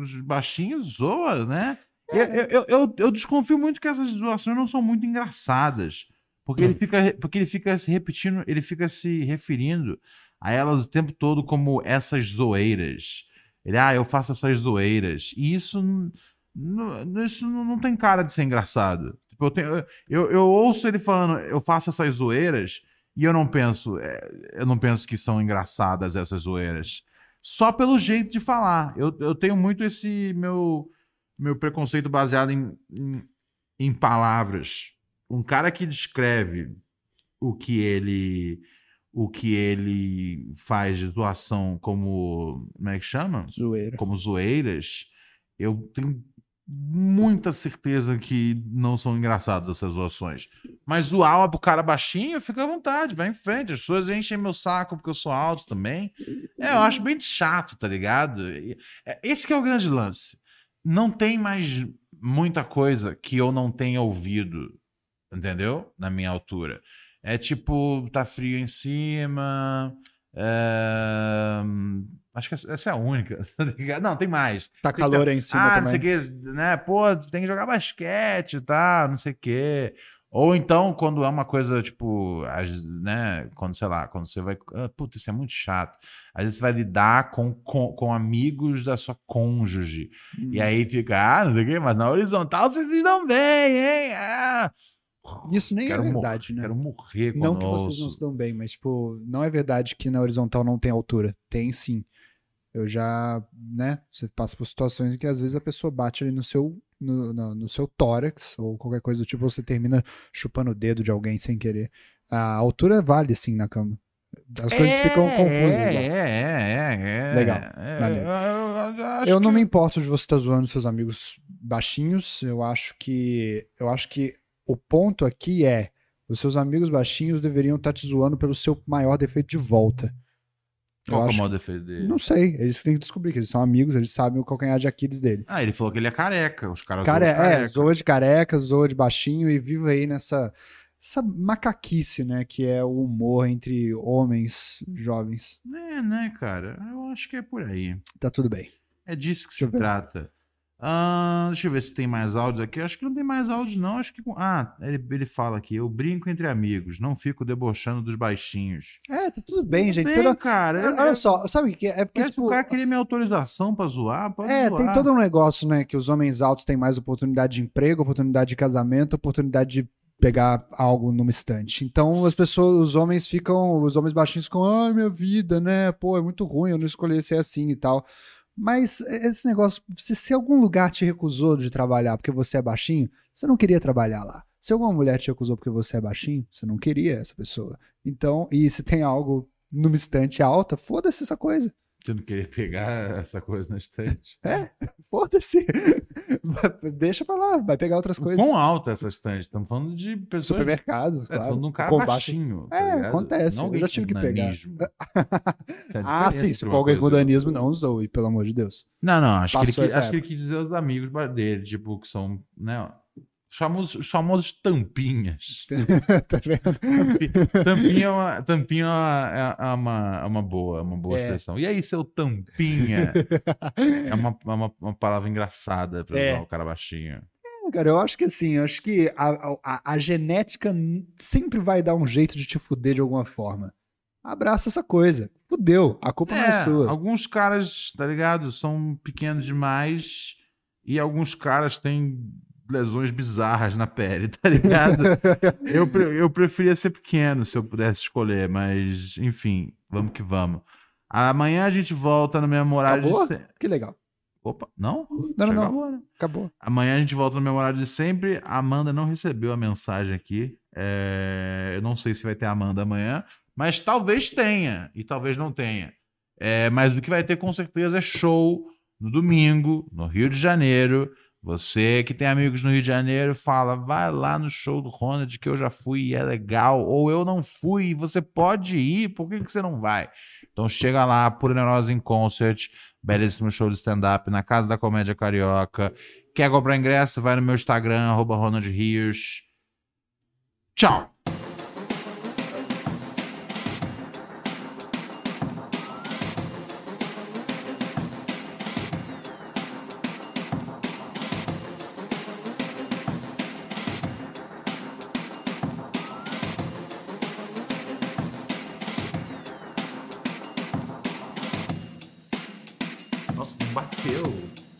Speaker 3: os baixinhos, zoa, né? Eu, eu, eu- eu- eu desconfio muito que essas zoações não são muito engraçadas. Porque ele fica, porque ele fica se repetindo, ele fica se referindo a elas o tempo todo como essas zoeiras. Ele, ah, eu faço essas zoeiras. E isso, n- n- isso não não tem cara de ser engraçado. Tipo, eu, tenho, eu, eu ouço ele falando, eu faço essas zoeiras e eu não penso, é, eu não penso que são engraçadas essas zoeiras. Só pelo jeito de falar. Eu, eu tenho muito esse meu, meu preconceito baseado em, em, em palavras. Um cara que descreve o que ele o que ele faz de zoação como como é que chama?
Speaker 1: Zoeira.
Speaker 3: como zoeiras, eu tenho muita certeza que não são engraçadas essas zoações. Mas zoar uma pro cara baixinho, fica à vontade, vai em frente. As pessoas enchem meu saco porque eu sou alto também. É, eu acho bem chato, tá ligado? E- é, Esse que é o grande lance. Não tem mais muita coisa que eu não tenha ouvido, entendeu? Na minha altura. É tipo, tá frio em cima. é, Acho que essa- essa é a única, tá ligado? Não, tem mais
Speaker 1: Tá calor aí em cima
Speaker 3: ah,
Speaker 1: também.
Speaker 3: não sei o que, né? Pô, tem que jogar basquete, tá? Não sei o quê. Ou então, quando é uma coisa, tipo, as- né? Quando, sei lá, quando você vai. ah, Puta, isso é muito chato. Às vezes você vai lidar com, com, com amigos da sua cônjuge.
Speaker 1: Hum.
Speaker 3: E aí fica, ah, não sei o quê, mas na horizontal vocês se dão bem, hein? Ah,
Speaker 1: Isso nem é
Speaker 3: Quero morrer,
Speaker 1: verdade, né?
Speaker 3: quero um morrer quando
Speaker 1: Não que
Speaker 3: eu
Speaker 1: vocês não
Speaker 3: ouço.
Speaker 1: se dão bem, mas, tipo, não é verdade que na horizontal não tem altura. Tem sim. Eu já, né? Você passa por situações em que às vezes a pessoa bate ali no seu, no, no, no seu tórax ou qualquer coisa do tipo, você termina chupando o dedo de alguém sem querer. A altura vale sim na cama. As coisas ficam
Speaker 3: É,
Speaker 1: confusas. né?
Speaker 3: É,
Speaker 1: lá.
Speaker 3: é, é, é.
Speaker 1: Legal,
Speaker 3: É,
Speaker 1: maneiro.
Speaker 3: eu- eu- eu acho
Speaker 1: Eu não
Speaker 3: que-
Speaker 1: me importo de você estar zoando seus amigos baixinhos. Eu acho que eu acho que o ponto aqui é os seus amigos baixinhos deveriam estar te zoando pelo seu maior defeito de volta. Eu
Speaker 3: Qual que é o
Speaker 1: acho-
Speaker 3: modo defender?
Speaker 1: Não sei, eles têm que descobrir que eles são amigos, eles sabem o calcanhar de Aquiles dele.
Speaker 3: Ah, ele falou que ele é careca. Os caras
Speaker 1: Cara,
Speaker 3: zoam os
Speaker 1: é,
Speaker 3: carecas.
Speaker 1: zoa de careca, zoa de baixinho e viva aí nessa essa macaquice, né, que é o humor entre homens jovens.
Speaker 3: É, né, cara? Eu acho que é por aí.
Speaker 1: Tá tudo bem.
Speaker 3: É disso que
Speaker 1: Deixa eu
Speaker 3: se
Speaker 1: ver.
Speaker 3: trata. Ah, deixa eu ver se tem mais áudios aqui. Acho que não tem mais áudios, não. Acho que. Ah, ele, ele fala aqui. Eu brinco entre amigos, não fico debochando dos baixinhos.
Speaker 1: É, tá tudo bem, gente.
Speaker 3: Bem,
Speaker 1: você não-
Speaker 3: cara. eu-
Speaker 1: Olha
Speaker 3: eu-
Speaker 1: só, sabe o que é? É porque
Speaker 3: parece que
Speaker 1: tipo,
Speaker 3: o cara queria minha autorização pra zoar. Pode
Speaker 1: É,
Speaker 3: zoar.
Speaker 1: tem todo um negócio, né? Que os homens altos têm mais oportunidade de emprego, oportunidade de casamento, oportunidade de pegar algo numa estante. Então as pessoas, os homens ficam, os homens baixinhos ficam, ai, minha vida, né? Pô, é muito ruim, eu não escolhi ser assim e tal. Mas esse negócio, se, se algum lugar te recusou de trabalhar porque você é baixinho, você não queria trabalhar lá. Se alguma mulher te recusou porque você é baixinho, você não queria essa pessoa. Então, e se tem algo numa estante alta, foda-se essa coisa.
Speaker 3: Você não querer pegar essa coisa na estante.
Speaker 1: É, Foda-se. Vai- Deixa pra lá, vai pegar outras coisas.
Speaker 3: Quão alta é essa estante? Estamos falando de pessoas. É,
Speaker 1: Supermercados,
Speaker 3: Estamos
Speaker 1: claro.
Speaker 3: falando de um cara
Speaker 1: Combate.
Speaker 3: baixinho. tá
Speaker 1: É,
Speaker 3: ligado?
Speaker 1: acontece,
Speaker 3: Não
Speaker 1: eu
Speaker 3: alguém
Speaker 1: já tive que
Speaker 3: com
Speaker 1: pegar.
Speaker 3: nanismo. é Tem a
Speaker 1: Ah,
Speaker 3: diferença
Speaker 1: sim, se
Speaker 3: entre uma
Speaker 1: for alguém
Speaker 3: tipo coisa
Speaker 1: com
Speaker 3: e outra.
Speaker 1: danismo, não usou, e pelo amor de Deus.
Speaker 3: Não, não, acho que, ele,
Speaker 1: Passou
Speaker 3: quis-
Speaker 1: essa
Speaker 3: acho que ele quis dizer os amigos dele, tipo, que são, né, os famosos, os famosos tampinhas.
Speaker 1: tá vendo?
Speaker 3: Tampinha é uma, tampinha é uma, é uma, é uma boa, é uma boa
Speaker 1: É.
Speaker 3: expressão. E aí, seu tampinha? é uma, é uma, uma palavra engraçada pra
Speaker 1: É.
Speaker 3: usar o cara baixinho.
Speaker 1: Cara, eu acho que assim, eu acho que a, a, a genética n- sempre vai dar um jeito de te fuder de alguma forma. Abraça essa coisa. Fudeu, a culpa não é
Speaker 3: É,
Speaker 1: sua.
Speaker 3: alguns caras, tá ligado, são pequenos demais e alguns caras têm lesões bizarras na pele, tá ligado? eu, pre- eu preferia ser pequeno se eu pudesse escolher, mas enfim, vamos que vamos. Amanhã a gente volta no mesmo horário
Speaker 1: Acabou?
Speaker 3: de sempre.
Speaker 1: Que legal.
Speaker 3: Opa, não?
Speaker 1: Não,
Speaker 3: Já
Speaker 1: não, não.
Speaker 3: acabou, né?
Speaker 1: Acabou.
Speaker 3: Amanhã a gente volta no mesmo horário de sempre. A Amanda não recebeu a mensagem aqui. É, Eu não sei se vai ter a Amanda amanhã, mas talvez tenha e talvez não tenha. É, mas o que vai ter com certeza é show no domingo, no Rio de Janeiro. Você que tem amigos no Rio de Janeiro, fala, vai lá no show do Ronald que eu já fui e é legal, ou eu não fui e você pode ir, por que, que você não vai? Então chega lá, Pura Neurose em Concert, belíssimo show de stand-up na Casa da Comédia Carioca. Quer comprar ingresso? Vai no meu Instagram, arroba Ronald Rios. Tchau! Nossa, não bateu.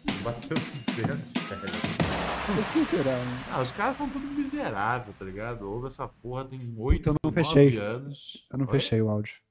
Speaker 3: Não bateu 200, velho.
Speaker 1: O que será? né?
Speaker 3: Ah, os caras são tudo miserável, tá ligado? Houve essa porra tem 8,
Speaker 1: Então eu não
Speaker 3: 9
Speaker 1: fechei.
Speaker 3: anos.
Speaker 1: Eu não
Speaker 3: Oi?
Speaker 1: fechei o áudio.